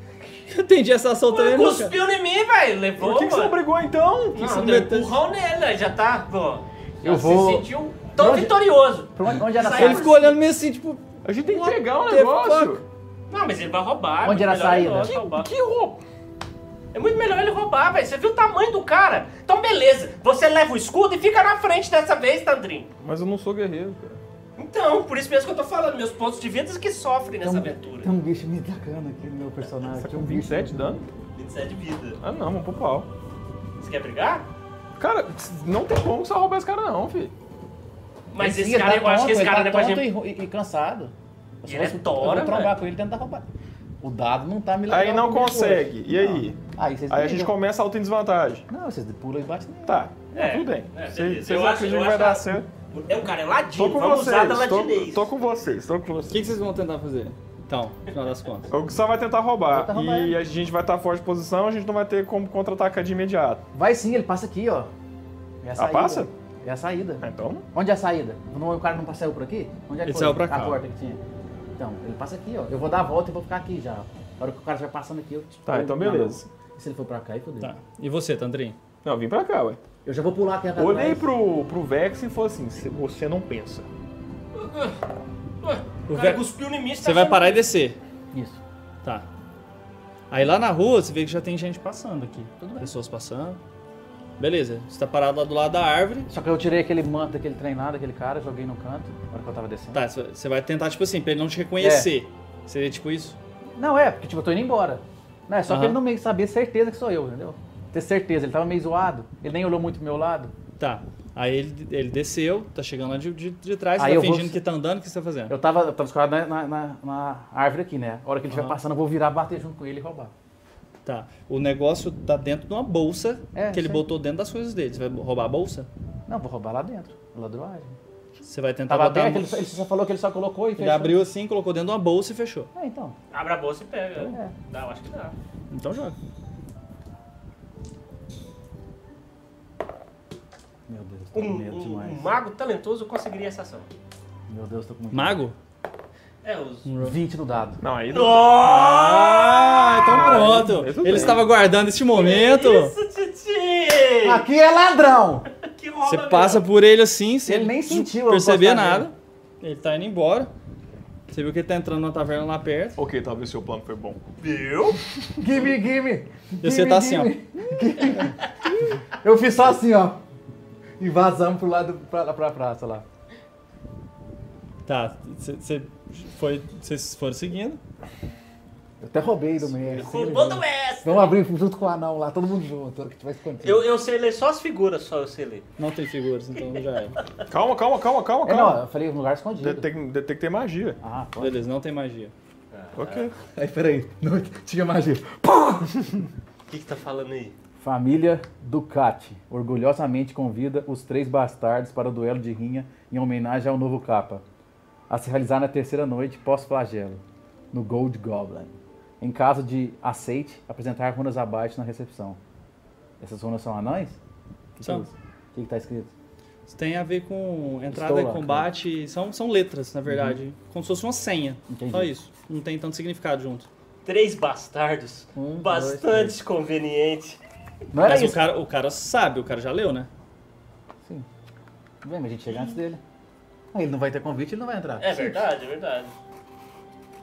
Eu entendi essa ação também, Ele não, cara. cuspiu em mim, velho. Levou, Por que, que você não mano. brigou então? Não, você não é deu um meteu? empurrão nele, né? já tá, pô. Eu já vou- se sentiu tão Onde- vitorioso. Pra onde, onde era a Saiu Ele saída? ficou olhando meio assim, tipo, A gente tem que um pegar o the negócio. Não, mas ele vai roubar. Onde é era a muito melhor saída? ele roubar, roubar. Que roupa? É muito melhor ele roubar, velho. Você viu o tamanho do cara? Então, beleza. Você leva o escudo e fica na frente dessa vez, Tandrin. Mas eu não sou guerreiro, cara. Então, por isso mesmo que eu tô falando. Meus pontos de vida que sofrem nessa aventura. Tem um bicho me atacando aqui no meu personagem. Tá Tinha com um bicho. 27 dano? 27 é de vida. Ah não, vamos pro pau. Você quer brigar? Cara, não tem como só roubar esse cara não, filho. Mas Sim, esse ele cara, tá eu acho que tonto, esse cara ele não é tá pra tonto gente. e, e cansado. Eu só Ele é vou- Eu tora, vou trombar velho. com ele e tentar roubar. O dado não tá me Aí legal não comigo consegue. hoje. E aí? Não. Aí vocês Aí a gente brigam. começa a auto em desvantagem. Não, vocês pulam e batem nele. Tá. É, tudo bem. é, Você- beleza. Vocês Eu acho- acreditam eu que vai acho- dar certo? É o cara é ladinho. Tô com Vamos usar da vocês. ladinez. Tô, tô com vocês. Tô com o vocês. que, que vocês vão tentar fazer? Então, no final das contas. O que só vai tentar roubar. Tenta roubar e ele. a gente vai estar fora de posição, a gente não vai ter como contra-atacar de imediato. Vai sim, ele passa aqui, ó. É a saída. Ah, passa? É a saída. Ah, Então, Onde é a saída? Não, o cara não saiu por aqui? Onde é que Ele foi? saiu pra A cá. porta que tinha. Então, ele passa aqui, ó. Eu vou dar a volta e vou ficar aqui já. A hora que o cara estiver passando aqui, eu... Tá, então beleza. E se ele for pra cá, aí fodeu. Tá. E você, Tandrin? não, eu vim pra cá, ué. Eu já vou pular aqui atrás. Olhei pro, pro Vex e falei assim: "Se você não pensa. O O cara Ve- cuspiu em mim. tá Você vai parar e descer. Isso. Tá. Aí lá na rua você vê que já tem gente passando aqui. Pessoas passando. Beleza, você tá parado lá do lado da árvore. Só que eu tirei aquele manto daquele treinado, aquele cara, joguei no canto, na hora que eu tava descendo. Tá, você você vai tentar, tipo assim, pra ele não te reconhecer. Seria tipo isso? Não, é, porque tipo, eu tô indo embora. Não, é só Aham. que ele não meio que sabia certeza que sou eu, entendeu? Ter certeza, ele tava meio zoado, ele nem olhou muito pro meu lado. Tá. Aí ele, ele desceu, tá chegando lá de, de, de trás, Aí tá eu vou- fingindo que tá andando, o que você tá fazendo? Eu tava, eu tava escorado na, na- na- na árvore aqui, né? A hora que ele estiver Aham. passando, eu vou virar, bater junto com ele e roubar. Tá. O negócio tá dentro de uma bolsa É, que ele sei. botou dentro das coisas dele. Você vai roubar a bolsa? Não, vou roubar lá dentro. Ladruagem. Você vai tentar Tava botar. aberto, a ele, mão- só- ele só falou que ele só colocou e fez. Ele abriu assim, colocou dentro de uma bolsa e fechou. É, então. Abre a bolsa e pega. É. Dá, eu acho que dá. Então joga. Meu Deus, tô Um, com medo um- um demais. mago talentoso conseguiria essa ação. Meu Deus, tô com muito Mago? É, os. medo. 20 no dado. Não, aí não. Ah, então isso pronto. bem. Ele estava aguardando este momento. Isso, Titi! Aqui é ladrão! que rola, Você meu. passa por ele assim, sem Ele nem sentiu eu perceber encostar nada. Ele tá indo embora. Você viu que ele tá entrando na taverna lá perto. Ok, talvez seu plano foi bom. Viu? Gimme, gimme! E você tá assim, ó. Eu fiz só assim, ó. E vazamos pro lado, pra, lá pra praça lá. Tá, você foi. Vocês foram seguindo. Eu até roubei do mestre. Roubou do mestre! Vamos abrir junto com o anão lá, todo mundo junto, a hora que tiver escondido. Eu, eu sei ler só as figuras, só eu sei ler. Não tem figuras, então já é. Calma, calma, calma, calma, É, não, calma. eu falei um lugar escondido. Deve ter, que- deve ter que ter magia. Ah, pode. Beleza, não tem magia. Ok. Aí, peraí. Não, tinha magia. O que, que tá falando aí? Família Ducati orgulhosamente convida os três bastardos para o duelo de rinha em homenagem ao novo capa, a se realizar na terceira noite pós-flagelo, no Gold Goblin. Em caso de aceite, apresentar runas abaixo na recepção. Essas runas são anões? O que que é São. isso? O que está escrito? Isso tem a ver com entrada Estou e lá, combate. São, são letras, na verdade. Como se fosse uma senha. Entendi. Só isso. Não tem tanto significado junto. Três bastardos. Um, dois, Bastante conveniente. Não era Mas o isso? cara, o cara sabe, o cara já leu, né? Sim. Bem, mas a gente chega antes dele. Ah, Ele não vai ter convite, ele não vai entrar. É verdade, é verdade.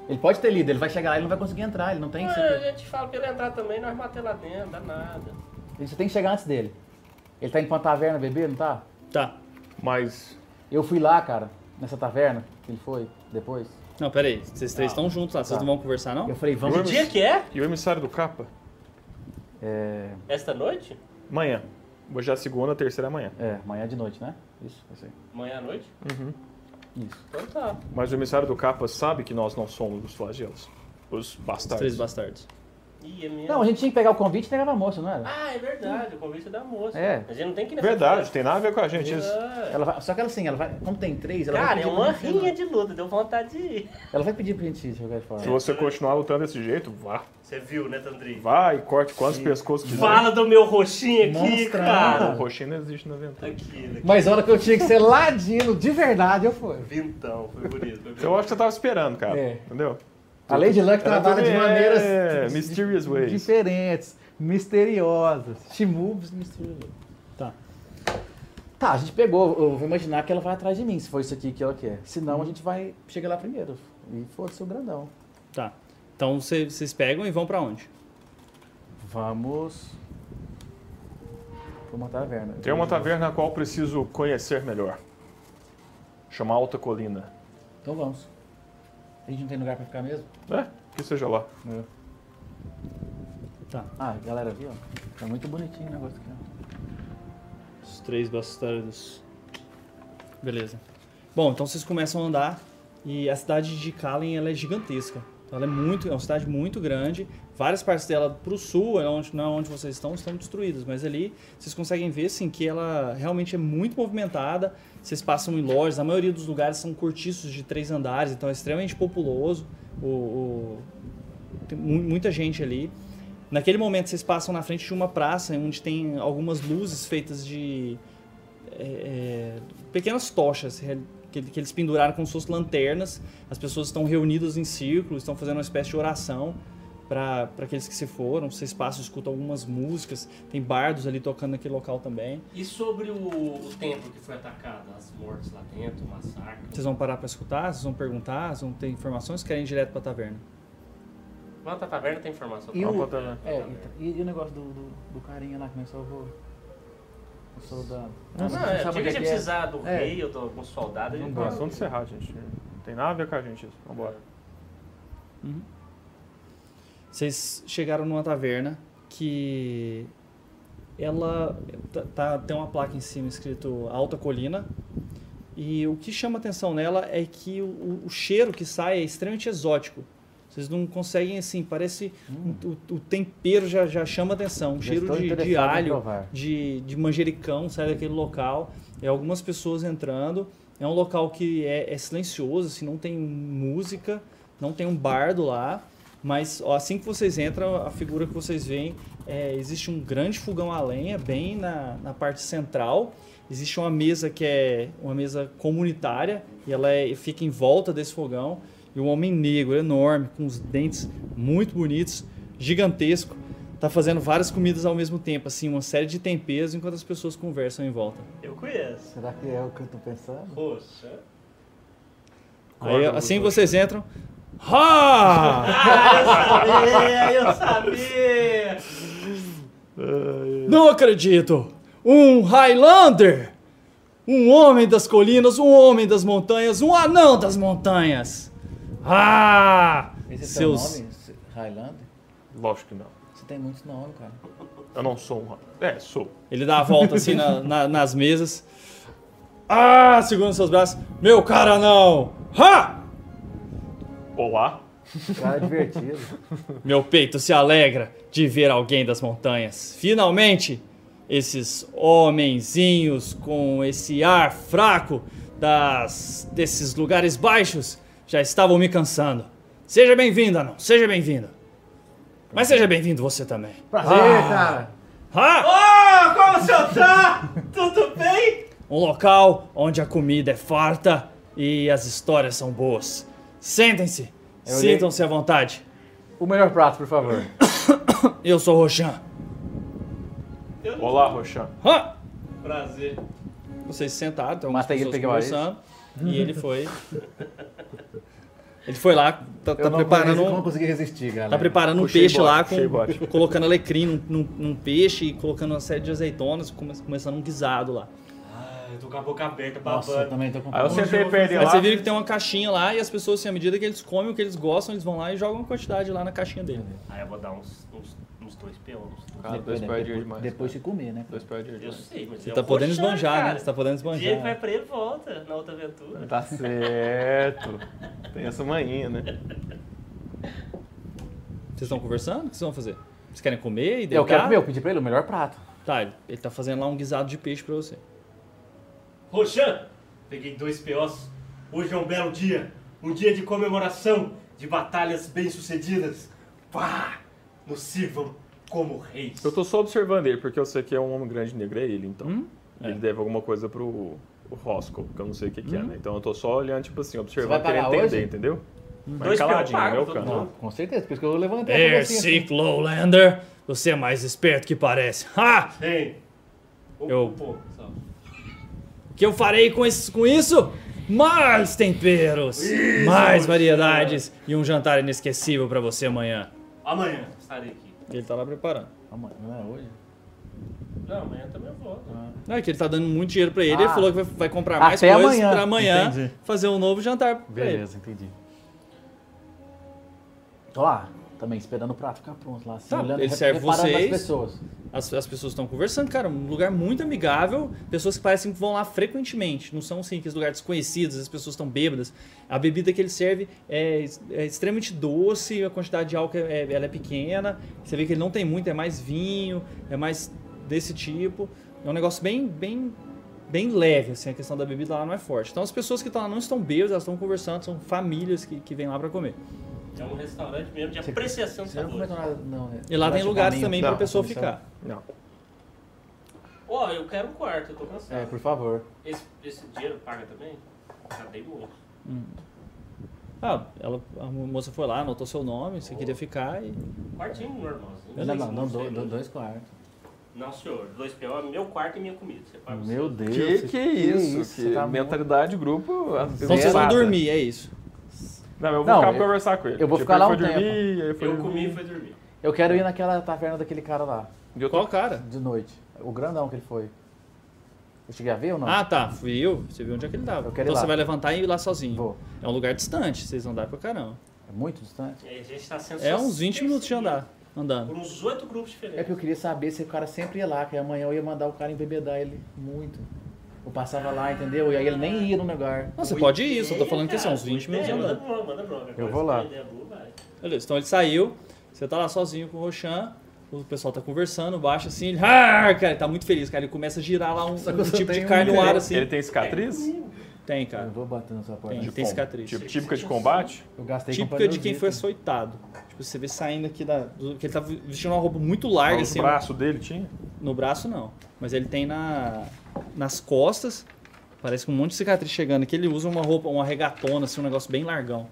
Ele pode ter lido, ele vai chegar lá, ele não vai conseguir entrar, ele não tem... Ah, sempre- a gente fala pra ele entrar também, nós matamos lá dentro, dá nada. Ele só tem que chegar antes dele. Ele tá indo pra uma taverna beber, não tá? Tá. Mas. Eu fui lá, cara, nessa taverna que ele foi depois. Não, peraí. Vocês três estão juntos lá. Vocês Tá. não vão conversar, não? Eu falei, Que vamos. dia que é? E o emissário do capa? É, Esta noite? Amanhã. Hoje é a segunda, terceira amanhã. é, amanhã de noite, né? Isso, eu sei. Amanhã à noite? Isso. Então tá. Mas o emissário do capa sabe que nós não somos os flagelos. Os Os três bastardos. bastardos. Ih, é minha. Não, a gente tinha que pegar o convite e pegar a moça, não era? Ah, é verdade, o convite é da moça. É. A gente não tem que ir nessa Verdade, festa. tem nada a ver com a gente isso. Ah, Ela vai- só que ela assim, ela vai. Como tem três, ela Cara, vai. é pedir uma pra gente- rinha de luta, deu vontade de ir. Ela vai pedir pra gente ir de qualquer forma. Se você continuar lutando desse jeito, vá. Você viu, né, Tandri? Vá e corte quantos pescoços quiser. Fala do meu roxinho aqui, Mostra, né? cara. O roxinho não existe na ventana. Aquilo, aqui. Mas a hora que eu tinha que ser ladino, de verdade, eu fui. Vintão, foi bonito. Foi bonito. Então, Eu acho que você tava esperando, cara. É. Entendeu? A Lady Luck trabalha de É, maneiras é, mysterious ways. diferentes, misteriosas. She moves mysterious. Tá. Tá, a gente pegou. Eu vou imaginar que ela vai atrás de mim, se for isso aqui que ela quer. Se não, a gente vai chegar lá primeiro. E foda-se o grandão. Tá. Então cê- vocês pegam e vão pra onde? Vamos. Pra uma taverna. Tem uma taverna a qual preciso conhecer melhor. Chama Alta Colina. um- Então vamos. A gente não tem lugar pra ficar mesmo? É, que seja lá. Ah, galera, viu? Tá muito bonitinho o negócio aqui. ó. Os três bastardos. Beleza. Bom, então vocês começam a andar e a cidade de Kalen ela é gigantesca. Então ela é muito, é uma cidade muito grande. Várias partes dela pro sul, é onde, não é onde vocês estão, estão destruídas, mas ali vocês conseguem ver assim que ela realmente é muito movimentada. Vocês passam em lojas, a maioria dos lugares são cortiços de três andares, então é extremamente populoso. O, o- tem mu- muita gente ali. Naquele momento vocês passam na frente de uma praça onde tem algumas luzes feitas de é, é, pequenas tochas real- que, que eles penduraram como se fossem lanternas. As pessoas estão reunidas em círculos, estão fazendo uma espécie de oração para aqueles que se foram. Vocês passam, escutam algumas músicas. Tem bardos ali tocando naquele local também. E sobre o, o templo que foi atacado, as mortes lá dentro, o massacre. Vocês vão parar para escutar, vocês vão perguntar, vocês vão ter informações, querem ir direto para a taverna. Lá na taverna tem informação. E Vamos o- pra taverna. É, e, tá- e- e o negócio do, do, do carinha lá é que me salvou? O soldado. Não, Você é, sabe tinha onde que é que é? precisar do É. rei ou de algum soldado. ele Nós vamos encerrar, é, gente. Não tem nada a ver com a gente isso. Vambora. Vocês chegaram numa taverna que ela tá- tá, tem uma placa em cima escrito Alta Colina. E o que chama atenção nela é que o- o, o cheiro que sai é extremamente exótico. Vocês não conseguem assim, parece. O, o tempero já, já chama atenção. Um Hum. Já cheiro estou de, de interessado em alho, provar. de, de manjericão sai daquele local. É algumas pessoas entrando. É um local que é, é silencioso, assim, não tem música, não tem um bardo lá. Mas ó, assim que vocês entram, a figura que vocês veem, é, existe um grande fogão a lenha bem na, na parte central. Existe uma mesa que é uma mesa comunitária e ela é- fica em volta desse fogão. E um homem negro, enorme, com os dentes muito bonitos, gigantesco, tá fazendo várias comidas ao mesmo tempo, assim, uma série de temperos enquanto as pessoas conversam em volta. Eu conheço. Será que é o que eu tô pensando? Poxa. Aí, assim que vocês entram. Ha! Sabia, É, eu sabia! Não acredito! Um Highlander! Um homem das colinas, um homem das montanhas, um anão das montanhas! Ah! Esse é Seus- seu nome? Se- Highlander? Lógico que não. Você tem muitos nomes, cara. Eu não sou um. É, sou. Ele dá a volta assim na- na- nas <laughs> mesas. Ah! Segurando seus braços. Meu cara, não! Ha! Olá. Cara é divertido. Meu peito se alegra de ver alguém das montanhas. Finalmente, esses homenzinhos com esse ar fraco das desses lugares baixos já estavam me cansando. Seja bem-vindo, não? Seja bem-vindo. Mas seja bem-vindo você também. Prazer, cara. Ah! Ah, como o senhor tá? Tudo bem? Um local onde a comida é farta e as histórias são boas. Sentem-se. Eu olhei- Sintam-se à vontade. O melhor prato, por favor. Eu sou o Roxan. Eu não- Olá, Roxan. Ah! Prazer. vocês sentaram, tem algumas Mata ele, pessoas pega mais. conversando. E ele foi. Ele foi lá, tá, tá Eu não preparando, consegui- não um- consegui resistir, galera. tá preparando um Puxei peixe bote, lá, puxei com, bote. <laughs> colocando alecrim num, num- num peixe e colocando uma série de azeitonas, come- começando um guisado lá. Ah, eu tô com a boca aberta, um Nossa, eu babando. também tô com Ah, Aí eu fome. sentei pra ele Aí lá. você vira que tem uma caixinha lá e as pessoas, assim, à medida que eles comem o que eles gostam, eles vão lá e jogam uma quantidade lá na caixinha dele. Aí eu vou dar uns, uns, uns dois peões. Ah, Depois, dois pés de depois- demais. depois de comer, né? Dois pés de Eu demais. sei, mas Você eu tá podendo roxando, esbanjar, cara. é- né? Você tá podendo O dia que vai esbanjar. pra ele, volta na outra aventura. Tá certo. Tem essa manhinha, né? Vocês estão conversando? O que vocês vão fazer? Vocês querem comer e deitar? Eu quero comer, eu pedi pra ele o melhor prato. Tá, ele, ele tá fazendo lá um guisado de peixe pra você. Roxan, peguei dois POs. Hoje é um belo dia. Um dia de comemoração, de batalhas bem-sucedidas. Pá! Nos sirvam como reis. Eu tô só observando ele, porque eu sei que é um homem grande negro, é ele, então. Ele deve alguma coisa pro o Roscoe, que eu não sei o que, que é, né? Então eu tô só olhando, tipo assim, vai observando, pagar querendo entender, hoje? entendeu? Dois peões Mas caladinho, pagos, é o todo canto. Ah. mundo. Ah, Com certeza, por isso que eu levantei a Air cabecinha assim. Sick Lowlander, você é mais esperto que parece. Ha! Hein? Um Eu- cupom, só. O que eu farei com, esses- com isso? Mais temperos, mais Roxinha. variedades e um jantar inesquecível pra você amanhã. Amanhã estarei aqui. Ele tá lá preparando. assim. Amanhã, não é hoje? Não, amanhã também eu volto. Não, é que ele tá dando muito dinheiro pra ele. Ele Ah. falou que vai, vai comprar mais Até coisas amanhã. pra amanhã Entendi. fazer um novo jantar pra ele. Beleza, entendi. Tô lá, também esperando o prato ficar pronto lá. Assim, Tá, olhando, ele re- serve reparando vocês. As pessoas. As, as pessoas estão conversando, cara, um lugar muito amigável. Pessoas que parecem que vão lá frequentemente, não são assim, aqueles lugares desconhecidos, as pessoas estão bêbadas. A bebida que ele serve é, es- é extremamente doce, a quantidade de álcool é, é- ela é pequena. Você vê que ele não tem muito, é mais vinho, é mais desse tipo. É um negócio bem, bem, bem leve, assim, a questão da bebida lá não é forte. Então as pessoas que estão lá não estão bêbadas, elas estão conversando, são famílias que, que vêm lá para comer. É um restaurante mesmo de Você- apreciação de Você não sabores. comentou nada, não, né? E lá tem Durante o lugares caminho. também para Não, pessoa comissão. ficar. Não. Ó, eu quero um quarto, eu tô cansado. É, por favor. Esse, esse dinheiro paga também? Já dei muito. Ah, ela, a moça foi lá, anotou seu nome, você queria ficar e Quartinho normalzinho. Não, não, não, sei, do- do- dois quartos. Não, senhor. Dois PO é meu quarto e minha comida. Você paga o Meu seu. Deus. Que, que isso? é você que tá mentalidade grupo. Então vocês vão pesada. dormir, é isso. Não, eu vou Não, ficar eu- pra conversar com ele. eu vou Tipo, ficar lá ele foi um dormir, aí foi Eu comi e dormir. fui dormir. muito- Eu quero ir naquela taverna daquele cara lá, E eu tô- Qual cara? de noite. O grandão que ele foi. Eu cheguei a ver ou não? Ah, tá. Fui eu. Você viu onde é que ele tava. Eu quero ir Então lá. você vai levantar e ir lá sozinho. Vou. É um lugar distante, vocês vão dar pra caramba. É muito distante? É, A gente tá sendo É só uns 20 minutos de perseguido. andar. andando. Por uns oito grupos É porque diferentes. eu queria saber se o cara sempre ia lá, que amanhã eu ia mandar o cara embebedar ele muito. Eu passava lá, entendeu? E aí ele nem ia no lugar. Não, você pode ir, só tô falando que são uns 20 minutos É, manda andando. bronca, manda bronca. Agora, vou se lá. perder a boa, vai. Beleza, então ele saiu, você tá lá sozinho com o Roshan, o pessoal tá conversando, baixa assim, ele, ah, cara, ele tá muito feliz, cara, ele começa a girar lá um, Só que um eu só tipo de tenho carne um no ar interesse. assim. Ele tem cicatriz? Tem, Eu não cara, vou bater na sua porta. tem, não. tem cicatriz. Tipo, típica de combate? Eu gastei com Típica de quem pneuzito. foi açoitado. Tipo, você vê saindo aqui da. do- que ele tá vestindo uma roupa muito larga, Os assim. braços dele tinha? No braço não. Mas ele tem na, nas costas. Parece com um monte de cicatriz chegando aqui. Ele usa uma roupa, uma regatona, assim, um negócio bem largão.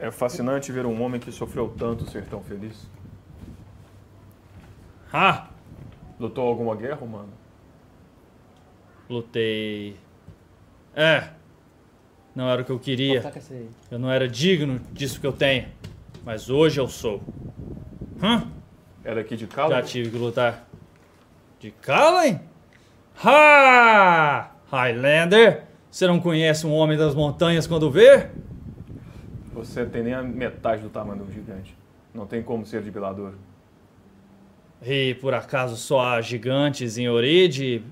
É fascinante ver um homem que sofreu tanto ser tão feliz. Ah! Lutou alguma guerra, mano? Lutei. É. Não era o que eu queria. Saca essa aí. Eu não era digno disso que eu tenho. Mas hoje eu sou. Hã? Era aqui de Já Cala? tive que lutar. De Kallen? Ha! Highlander! Você não conhece um homem das montanhas quando vê? Você tem nem a metade do tamanho do gigante. Não tem como ser de Bilador. E por acaso só há gigantes em Oride?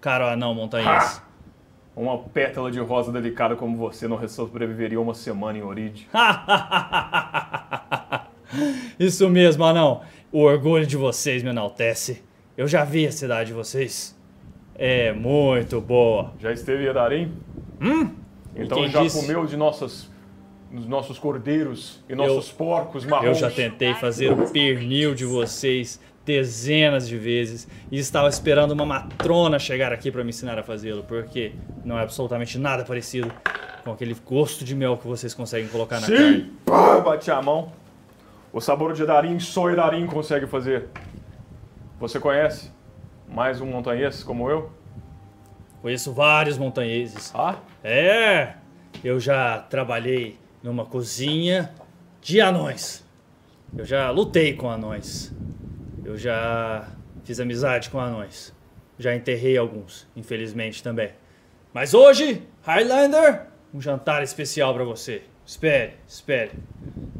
Caro anão montanhês. Uma pétala de rosa delicada como você não sobreviveria uma semana em Oride. Isso mesmo, anão. O orgulho de vocês me enaltece. Eu já vi a cidade de vocês. É muito boa. Já esteve em Ararim? Então Hum? quem já disse? comeu de nossas, dos nossos cordeiros e nossos porcos Eu marrons. já tentei fazer o pernil de vocês dezenas de vezes e estava esperando uma matrona chegar aqui para me ensinar a fazê-lo, porque não é absolutamente nada parecido com aquele gosto de mel que vocês conseguem colocar na carne. Sim! Pá, bati a mão. O sabor de Edarim só Edarim consegue fazer. Você conhece mais um montanhês como eu? Conheço vários montanheses. Ah, É, eu já trabalhei numa cozinha de anões. Eu já lutei com anões. Eu já fiz amizade com anões. Já enterrei alguns, infelizmente também. Mas hoje, Highlander, um jantar especial pra você. Espere, espere.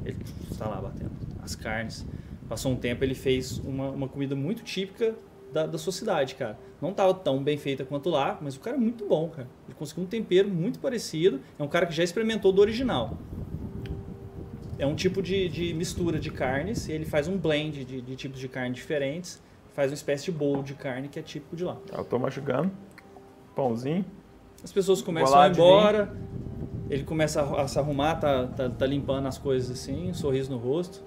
Ele está lá batendo as carnes. Passou um tempo, ele fez uma, uma comida muito típica da, da sua cidade, cara. Não tava tão bem feita quanto lá, mas o cara é muito bom, cara. Ele conseguiu um tempero muito parecido. É um cara que já experimentou do original. É um tipo de, de mistura de carnes. E ele faz um blend de, de tipos de carne diferentes. Faz uma espécie de bolo de carne que é típico de lá. eu tô mastigando. Pãozinho. As pessoas começam a ir Goladinho. embora. Ele começa a, a se arrumar, tá, tá, tá limpando as coisas assim, um sorriso no rosto.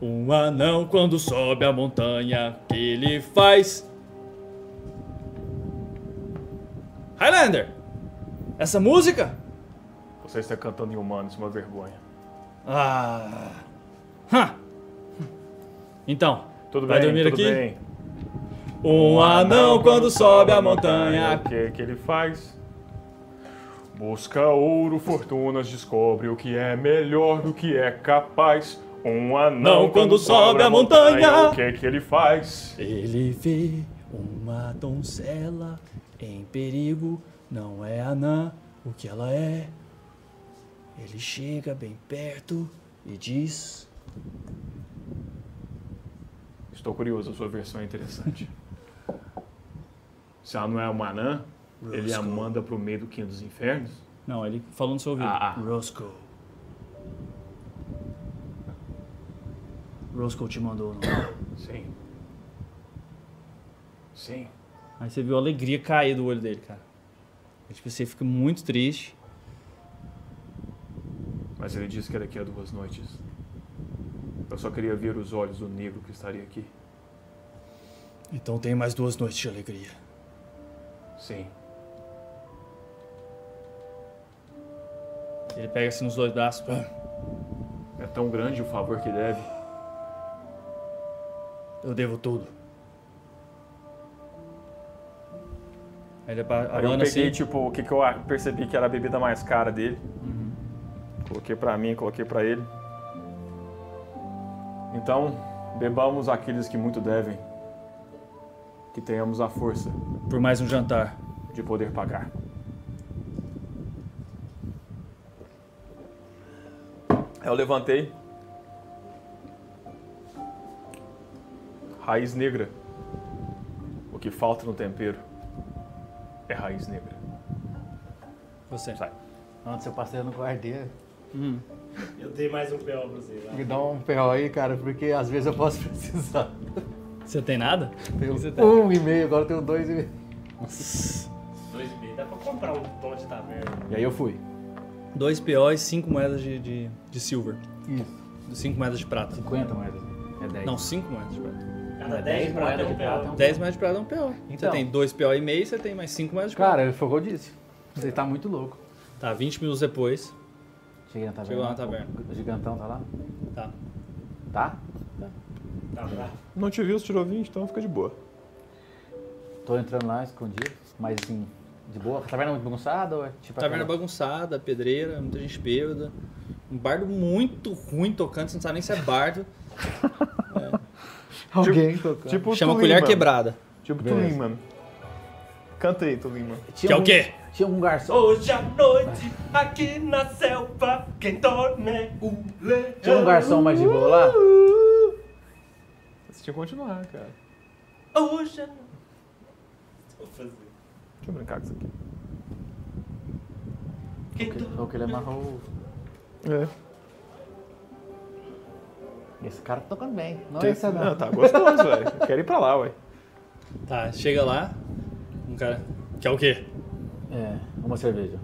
Um anão quando sobe a montanha, que ele faz? Highlander! Essa música? Você está cantando em humanos, uma vergonha. Ah! Hã. Então, Tudo vai bem, dormir tudo aqui? bem. Um anão quando sobe a montanha, O que, que ele faz? Busca ouro, fortunas, descobre o que é melhor do que é capaz. Um anão Não, quando sobe a montanha. O que, que ele faz? Ele vê uma donzela em perigo, não é anã o que ela é. Ele chega bem perto e diz: Estou curioso, a sua versão é interessante. Se ela não é uma anã, ele a manda pro meio do quinto dos infernos? Não, ele falou no seu ouvido. Ah, ah. Roscoe. Roscoe te mandou. Não. Sim. Sim. Aí você viu a alegria cair do olho dele, cara. Aí, Tipo, você fica muito triste. Mas ele disse que era daqui a duas noites. Eu só queria ver os olhos do negro que estaria aqui. Então tem mais duas noites de alegria. Sim. Ele pega assim nos dois braços. "Ah, É tão grande o favor que deve. Eu devo tudo. Aí Ele aba- Aí eu abana peguei, assim. tipo, o que, que eu a- percebi que era a bebida mais cara dele. Coloquei pra mim, coloquei pra ele. Então, bebamos aqueles que muito devem. Que tenhamos a força por mais um jantar. de poder pagar. Aí eu levantei, Raiz negra. O que falta no tempero é raiz negra. Você. Sai. Antes eu passei no guardeiro. Eu dei mais um PO pra você. vai. Me dá um PO aí, cara, porque às vezes eu posso <laughs> precisar. Você tem nada? Tenho Você tá- um e meio, agora eu tenho dois e meio. Dois e meio. Dá pra comprar um tom de taverna. E aí eu fui. Dois PO e cinco moedas de, de, de silver. Isso. Cinco moedas de prata. 50 moedas. É 10. Não, cinco moedas de prata. Cada É, 10 dez moedas moedas de prata é é um um PO. 10 moedas de prata é um PO. Você Então. tem dois PO e meio, você tem mais cinco moedas de prata. Cara, foi o que eu disse. Você tá muito louco. Tá, 20 minutos depois, Cheguei na taverna. Chegou na taverna. tá O gigantão tá lá? tá. Tá? Tá, tá. Não te viu, você tirou 20, então fica de boa. Tô entrando lá escondido, mas assim, de boa. A taverna é muito bagunçada ou é tipo. Taverna aquela- bagunçada, pedreira, muita gente bêbada. Um bardo muito ruim tocando, você não sabe nem se é bardo. Alguém tocando. Tipo Chama Tulin, colher mano. quebrada. Tipo Beleza. Tulin, mano. Canta aí, Tulin, mano. Tinha Que é o um- quê? Tinha um garçom. Hoje à noite, aqui na selva, quem dorme é o leão. Tinha um garçom mais de boa lá? Você tinha que continuar, cara. Hoje à noite. Vou fazer. Deixa eu brincar com isso aqui. Quem Ou que ele amarrou. É. Esse cara tá tocando bem. Não é Tem- esse Não, não. tá gostoso, velho. Eu Quero ir pra lá, ué. Tá, chega lá, um cara. Que é o quê? É, uma cerveja.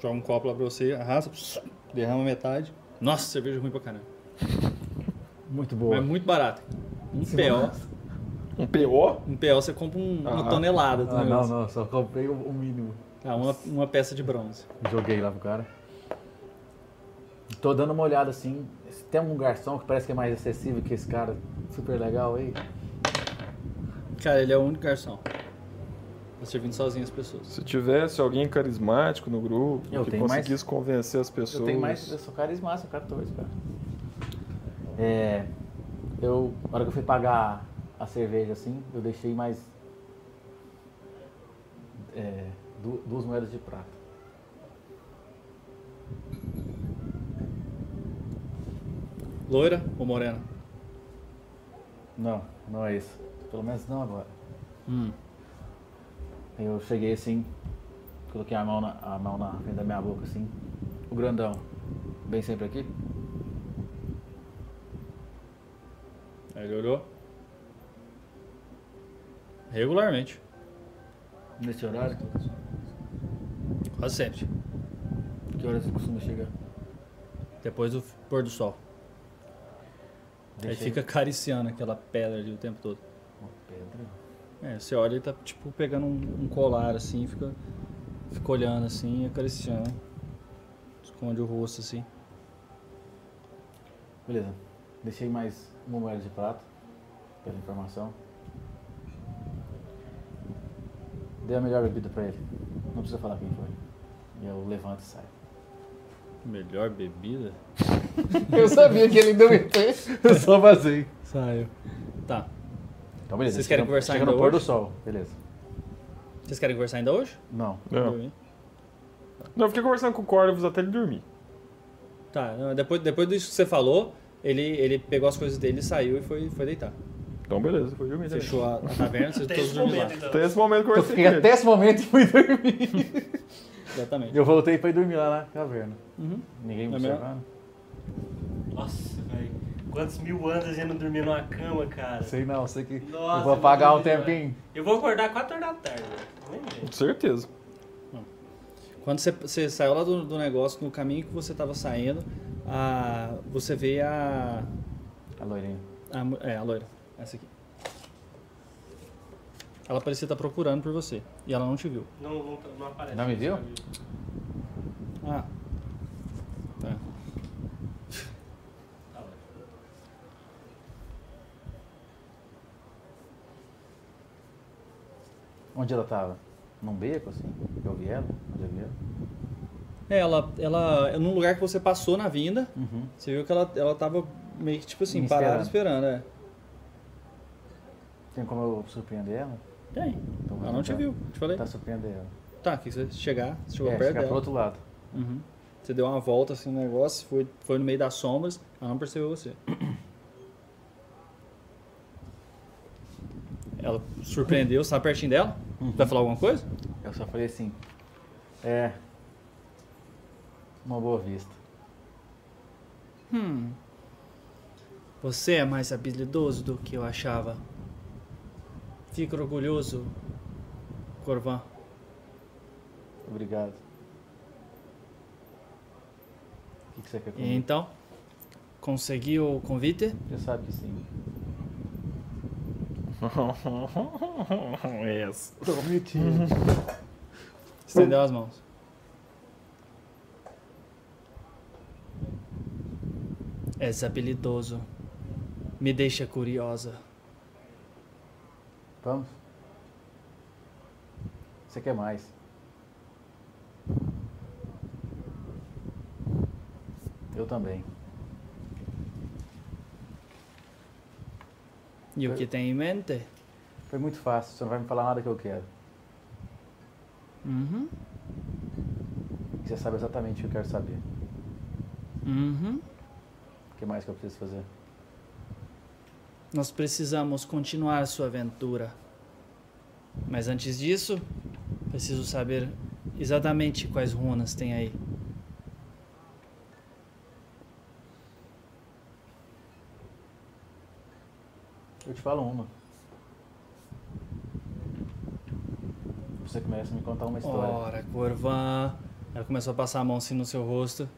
Joga um copo lá pra você, arrasta, derrama metade. Nossa, cerveja ruim pra caramba. Muito Mas é boa. muito barato. Um PO. Um PO? Um PO você compra um- uma Ah. tonelada do Ah, não, negócio. não, só comprei o o mínimo. Ah, uma, uma peça de bronze. Joguei lá pro cara. Tô dando uma olhada assim. se Tem um garçom que parece que é mais acessível que esse cara super legal aí. Cara, ele é o único garçom. Tá servindo sozinho as pessoas. Se tivesse alguém carismático no grupo, Eu que tenho mais- conseguisse convencer as pessoas. Eu tenho mais. Eu sou carismático, 14, cara. É. Eu. Na hora que eu fui pagar a cerveja assim, eu deixei mais. É, du- duas moedas de prata. Loira ou morena? Não, não é isso. Pelo menos não agora. Hum. Eu cheguei assim, coloquei a mão na, a mão na frente da minha boca assim. O grandão. Bem sempre aqui? Aí ele olhou. Regularmente. Nesse horário? Quase sempre. Que horas você costuma chegar? Depois do pôr do sol. Aí Deixei- fica acariciando aquela pedra ali o tempo todo. Uma pedra. É, você olha ele tá tipo pegando um, um colar assim, fica, fica olhando assim, acariciando. Esconde o rosto assim. Beleza. Deixei mais uma moeda de prata, pela informação. Dei a melhor bebida pra ele. Não precisa falar quem foi. E eu levanto e saio. Melhor bebida? Eu sabia que ele não ia ter. <laughs> Eu só vazei. Saiu. Tá. Então, beleza. Vocês querem chega- conversar chega ainda no pôr do hoje? sol. Beleza. Vocês querem conversar ainda hoje? Não. Não. Dormir? Não, eu fiquei conversando com o Corvus até ele dormir. Tá, não, depois, depois disso que você falou, ele, ele pegou as coisas dele, saiu e foi, foi deitar. Então, beleza, foi dormir. também. Fechou a, a taverna, vocês Até todos esse dormiram momento, lá. então. Até esse momento eu Eu conversei fiquei com ele. até esse momento e fui dormir. então. Exatamente. Eu voltei pra ir dormir lá na caverna. Uhum. Ninguém me É mesmo? observando. Nossa, velho. Quantos mil anos a gente não dormia numa cama, cara? Sei não, sei que. Nossa, eu vou eu apagar um vou dormir, tempinho. Eu vou acordar 4 horas da tarde, velho. Nem Com lembro. <laughs> certeza. Quando você, você saiu lá do, do negócio, no caminho que você tava saindo, a, você vê a, A loirinha. a. mu- É, a loira. Essa aqui. Ela parecia estar procurando por você. E ela não te viu. Não, não, não aparece. Não me viu? Ah. Tá. Onde ela tava? Num beco assim? Eu vi ela? Onde eu vi ela? É, ela, ela. Num lugar que você passou na vinda, Uhum. você viu que ela, ela tava meio que tipo assim, Me parada esperando, é. Tem como eu surpreender ela? Tem. Então, Ela não te viu. Te falei. Tá surpreender ela. Tá, que você chegar, você chegou É, perto ficar pro dela. outro lado. Uhum. Você deu uma volta assim no negócio, foi, foi no meio das sombras, ela não percebeu você. <clears throat> Ela surpreendeu, você tá pertinho dela? Uhum. Vai falar alguma coisa? Eu só falei assim. É. Uma boa vista. Hum. Você é mais habilidoso do que eu achava. Fico orgulhoso, Corvan. Obrigado. O que, que você quer E comigo? então, conseguiu o convite? Você sabe que Uhum. sim. yes. Estendeu as mãos. És É habilidoso. Me deixa curiosa. Vamos? Você quer mais? Eu também. E o que tem em mente? Foi muito fácil, você não vai me falar nada que eu quero. Uhum. E Você sabe exatamente o que eu quero saber. Uhum. O que mais que eu preciso fazer? Nós precisamos continuar sua aventura. Mas antes disso, preciso saber exatamente quais runas tem aí. Eu te falo uma. Você começa a me contar uma história. Ora, Corvan. Ela começou a passar a mão assim no seu rosto.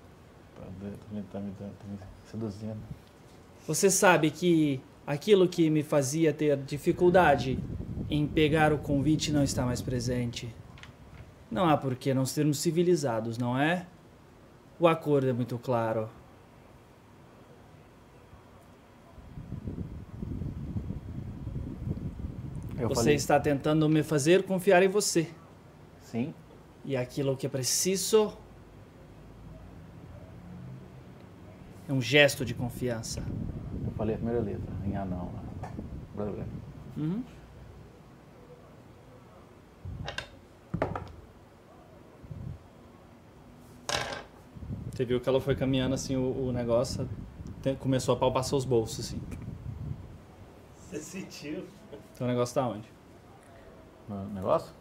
Tá me- tá me- tá me- tá me seduzindo. Você sabe que aquilo que me fazia ter dificuldade em pegar o convite não está mais presente. Não há por que não sermos civilizados, não é? O acordo é muito claro. Eu você falei, está tentando me fazer confiar em você. sim, E aquilo que preciso é um gesto de confiança. eu falei a primeira letra, em anão lá. Blá, blá, blá. Uhum. Você viu que ela foi caminhando assim o, o negócio, te- começou a palpar seus bolsos assim. Você sentiu? Então o negócio tá onde? No negócio?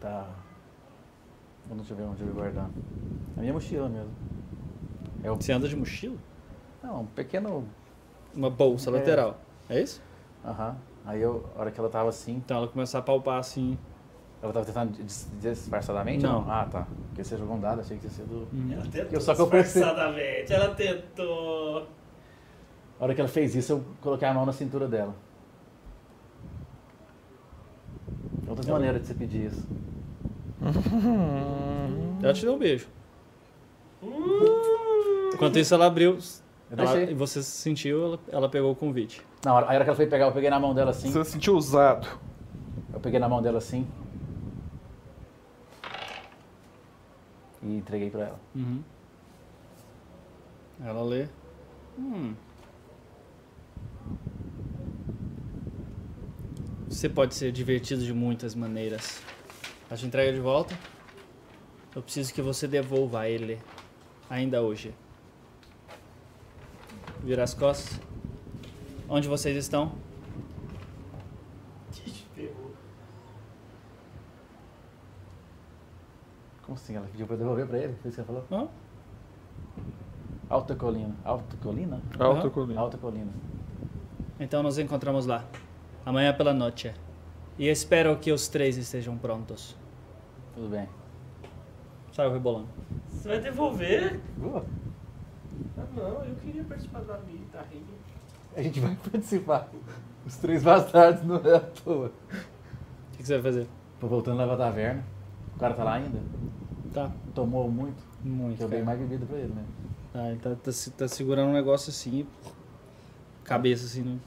Tá. Eu não tiver onde eu guardar. Na minha mochila mesmo. Você anda de mochila? Não, um pequeno. Uma bolsa É. lateral. É isso? Aham. Aí eu, a hora que ela tava assim, Então ela começou a palpar assim. ela tava tentando dis- disfarçadamente? Não. Ah, tá. Porque você jogou um dado, achei que tinha sido. Ela tentou. Eu só que eu percebi- disfarçadamente, Ela tentou. A hora que ela fez isso, eu coloquei a mão na cintura dela. Outras maneiras de você pedir isso. Ela te deu um beijo. Enquanto isso ela abriu. Eu ela- deixei. e você sentiu, ela, ela pegou o convite. Não, a hora a hora que ela foi pegar, eu peguei na mão dela assim. Você se sentiu usado. Eu peguei na mão dela assim. E entreguei pra ela. Uhum. Ela lê. Hum. Você pode ser divertido de muitas maneiras. A gente entrega de volta. Eu preciso que você devolva ele ainda hoje. Vira as costas. Onde vocês estão? Ixi, ferrou. Como assim? Ela pediu pra eu devolver pra ele? Foi isso que ela falou? Não? Alta colina. Alta colina? Alto Alta colina. Então nos encontramos lá. Amanhã pela noite. E espero que os três estejam prontos. Tudo bem. Saiu rebolando. Você vai devolver? Ah, não, eu queria participar tá da guitarrinha. A gente vai <laughs> participar. Os três bastardos não é à toa. O que que você vai fazer? Tô voltando lá pra taverna. O cara tá lá ainda. Tá. Tomou muito. Muito. Que eu cara. dei mais bebida pra ele, né? Tá, ele tá, tá se- tá segurando um negócio assim, e, pô, cabeça assim, não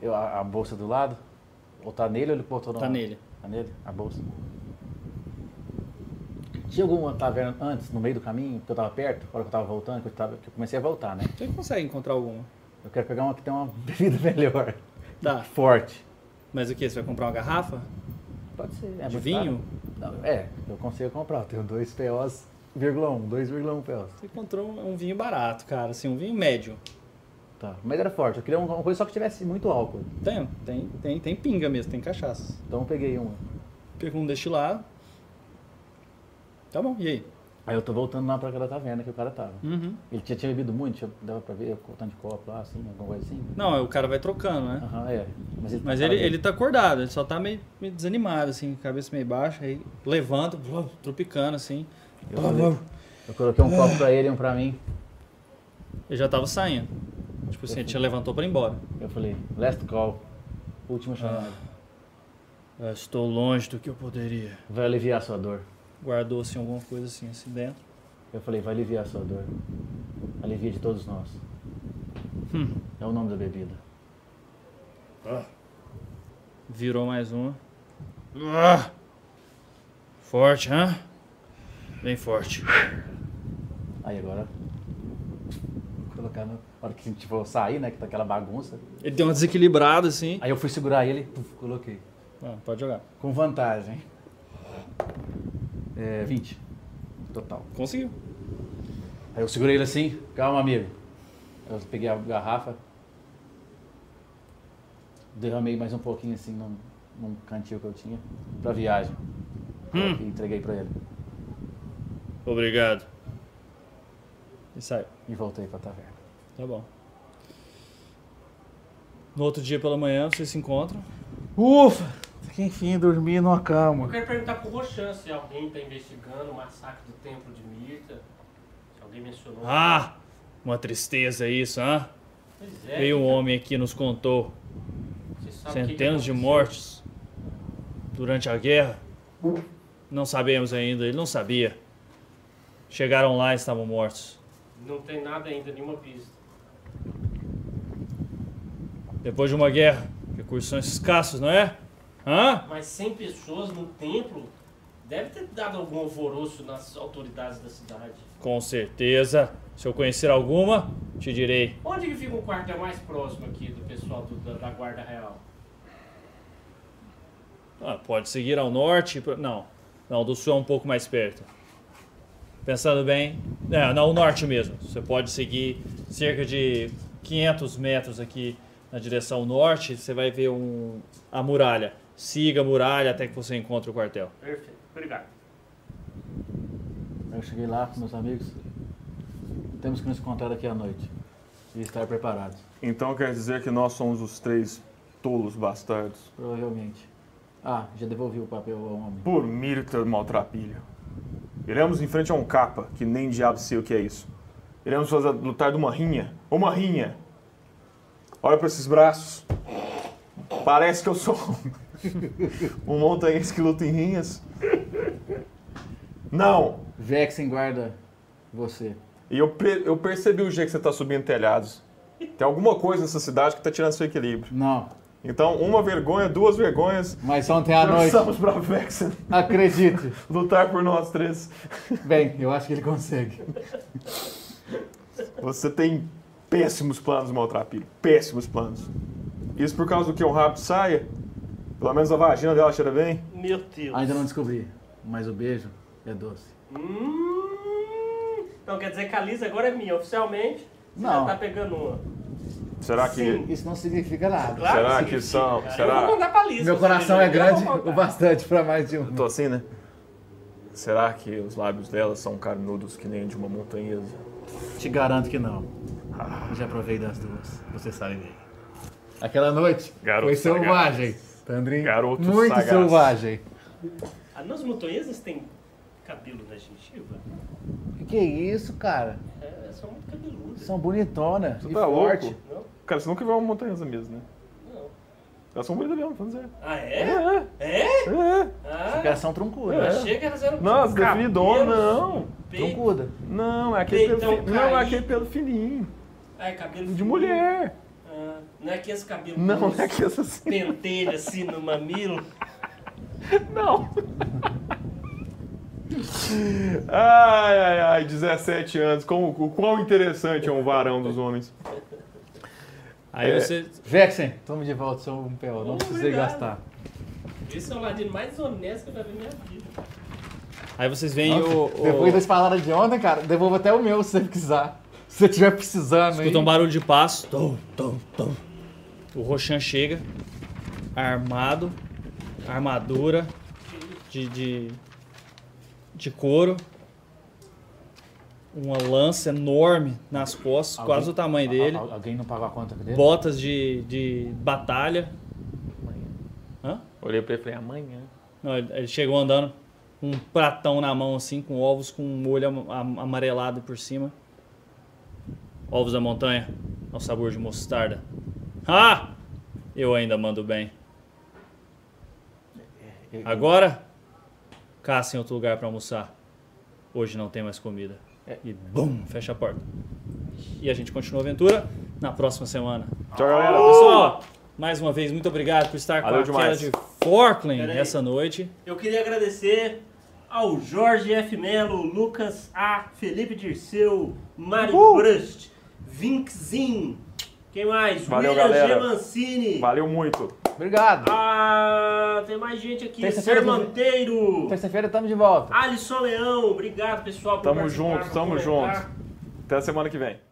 Eu, a, a bolsa do lado? Ou tá nele ou ele botou na tá nele. Tá nele? A bolsa? Tinha alguma taverna antes, no meio do caminho, que eu tava perto, a hora que eu tava voltando, que eu, tava, que eu comecei a voltar, né? Você consegue encontrar alguma? Eu quero pegar uma que tem uma <laughs> bebida melhor. Tá. Forte. Mas o que? Você vai comprar uma garrafa? Pode ser. É de muito vinho? caro? Não, é, eu consigo comprar. Eu tenho 2 POs, vírgula 1, 2,1 POs. um Você encontrou um, um vinho barato, cara, assim, um vinho um médio. Tá. Mas era forte. Eu queria uma uma coisa só que tivesse muito álcool. Tem, tem, tem, tem pinga mesmo, tem cachaça. Então eu peguei uma. Pegou um destilado. Tá bom, e aí? Aí eu tô voltando lá pra aquela taverna que o cara tava. Uhum. Ele tinha, tinha bebido muito, tinha, dava pra ver, o tanto de copo lá, assim, alguma coisa assim. Não, é, o cara vai trocando, né? Aham, é. Mas ele, Mas ele, ele tá acordado, ele só tá meio, meio desanimado, assim, cabeça meio baixa, aí levanta, blá, tropicando, assim. Eu, falei- eu coloquei um copo pra ele e um pra mim. Ele já tava saindo. Tipo assim, ele te levantou pra ir embora. Eu falei, last call. Ah. Última chamada. Eu estou longe do que eu poderia. Vai aliviar sua dor. Guardou, assim, alguma coisa assim, assim dentro. Eu falei, vai aliviar sua dor. Alivia de todos nós. Hum. É o nome da bebida. Virou mais uma. Ah! Forte, hã? Bem forte. Aí agora. Colocar na hora que a gente for sair, né? Que tá aquela bagunça. Ele deu uma desequilibrada, assim. Aí eu fui segurar ele, puf, coloquei. Ah, pode jogar. Com vantagem. É, 20. Total. Conseguiu. Aí eu segurei ele assim, calma amigo. Eu peguei a garrafa, derramei mais um pouquinho assim num, num cantil que eu tinha, pra viagem. E entreguei pra ele. Obrigado. E saiu. E voltei pra taverna. Tá bom. No outro dia pela manhã, vocês se encontram. Ufa! Que enfim, dormi numa Eu cama. quero perguntar pro Rochan se alguém tá investigando o massacre do templo de Mirta. Se alguém mencionou. Ah! Uma tristeza isso, hã? pois é. Veio um homem aqui e nos contou vocês sabem o que que centenas de aconteceu. mortes durante a guerra. Não sabemos ainda, ele não sabia. Chegaram lá e estavam mortos. Não tem nada ainda, nenhuma pista. Depois de uma guerra, recursos são escassos, não é? Hã? Mas 100 pessoas no templo deve ter dado algum alvoroço nas autoridades da cidade. Com certeza. Se eu conhecer alguma, te direi. Onde que fica o quartel mais próximo aqui do pessoal do- da, da Guarda Real? Ah, pode seguir ao norte. pra- Não, não, do sul é um pouco mais perto. Pensando bem, é, não, o norte mesmo. Você pode seguir cerca de 500 metros aqui na direção norte. Você vai ver um, a muralha. Siga a muralha até que você encontre o quartel. Perfeito, obrigado. Aí eu cheguei lá com meus amigos. Temos que nos encontrar aqui à noite. E estar preparados. Então quer dizer que nós somos os três tolos bastardos. Provavelmente. Ah, já devolvi o papel ao homem. Por Mirta maltrapilha. Iremos em frente a um capa, que nem diabo sei o que é isso. Iremos fazer, lutar de uma rinha. Uma rinha! Olha pra esses braços. Parece que eu sou <laughs> um- um montanhês que luta em rinhas. Não! Vexen guarda você. E eu, pre- eu percebi o jeito que você tá subindo telhados. Tem alguma coisa nessa cidade que tá tirando seu equilíbrio. Não, Então, uma vergonha, duas vergonhas. mas ontem à noite, Passamos pra Vexen acredite. lutar por nós três. Bem, eu acho que ele consegue. Você tem péssimos planos, Maltrapilho. Péssimos planos. Isso por causa do que um rabo saia? Pelo menos a vagina dela cheira bem? Meu Deus. Ainda não descobri, mas o beijo é doce. Hum, então quer dizer que a Lisa agora é minha, oficialmente. Você Não. já tá pegando uma. Será que. Sim. Isso não significa nada. Claro Será sim, que sim, são- cara. será? Eu vou mandar pra Lisa. Meu se coração você é quiser, eu grande vou o contar. bastante pra mais de um. Tô assim, né? Será que os lábios dela são carnudos que nem de uma montanhesa? Te garanto que não. Eu já provei das duas, você sabe bem. Aquela noite Garoto foi sagaz. selvagem, Tandrin. Garoto muito sagaz. selvagem. Ah, nós montanhesas tem cabelo né, na gengiva? Que isso, cara? É, são muito cabeludas. São bonitonas Você e tá forte. louco? Não? Cara, você nunca viu uma montanhesa mesmo, né? Não. Elas são bonitas mesmo, vamos dizer. Ah, é? É? É. Ah, Elas são troncudas. achei que elas eram Não, um as cabelos, Então definidona, não. peito. Troncuda. Não, é aquele Peitão pelo fi- Não, é caído. aquele pelo fininho. Ai, cabelo De mulher. Ah, não é que esse cabelo Não, não é que essa assim. pentelha assim no mamilo. Não. <laughs> ai, ai, ai, 17 anos. Como, o quão interessante é um varão dos homens. Aí É. você. Vexen, tome de volta seu um PO, não Oh, precisei obrigado. gastar. Esse é o ladino mais honesto que eu já vi na minha vida. Aí vocês veem o. o- Depois das palavras de ontem, cara, devolvo até o meu se você precisar. Se você estiver precisando aí. Escuta um barulho de passo. Tom, tom, tom. O Roshan chega, armado, armadura de, de, de couro, uma lança enorme nas costas, Alguém- quase o tamanho Al- dele, al- alguém não pagou a conta dele? botas de, de batalha. Hã? Olhei pra ele e falei, amanhã. Não, ele, ele chegou andando com um pratão na mão, assim, com ovos com um molho am- am- amarelado por cima. Ovos da montanha, ao sabor de mostarda. Ah! Eu ainda mando bem. Agora, caçem outro lugar pra almoçar. Hoje não tem mais comida. E bum, fecha a porta. E a gente continua a aventura na próxima semana. Tchau, galera. Pessoal, mais uma vez, muito obrigado por estar Valeu com a queda demais. de Forkland Pera aí. essa noite. Eu queria agradecer ao Jorge F. Melo, Lucas A, Felipe Dirceu, Mário Brust, Vinczin, quem mais? Valeu, William galera. G. Mancini. Valeu muito. Obrigado. Ah, tem mais gente aqui. Terça-feira Ser Manteiro, Terça-feira estamos de volta. Alisson Leão, obrigado pessoal por Tamo participar, junto, por tamo comentar. junto. Até semana que vem.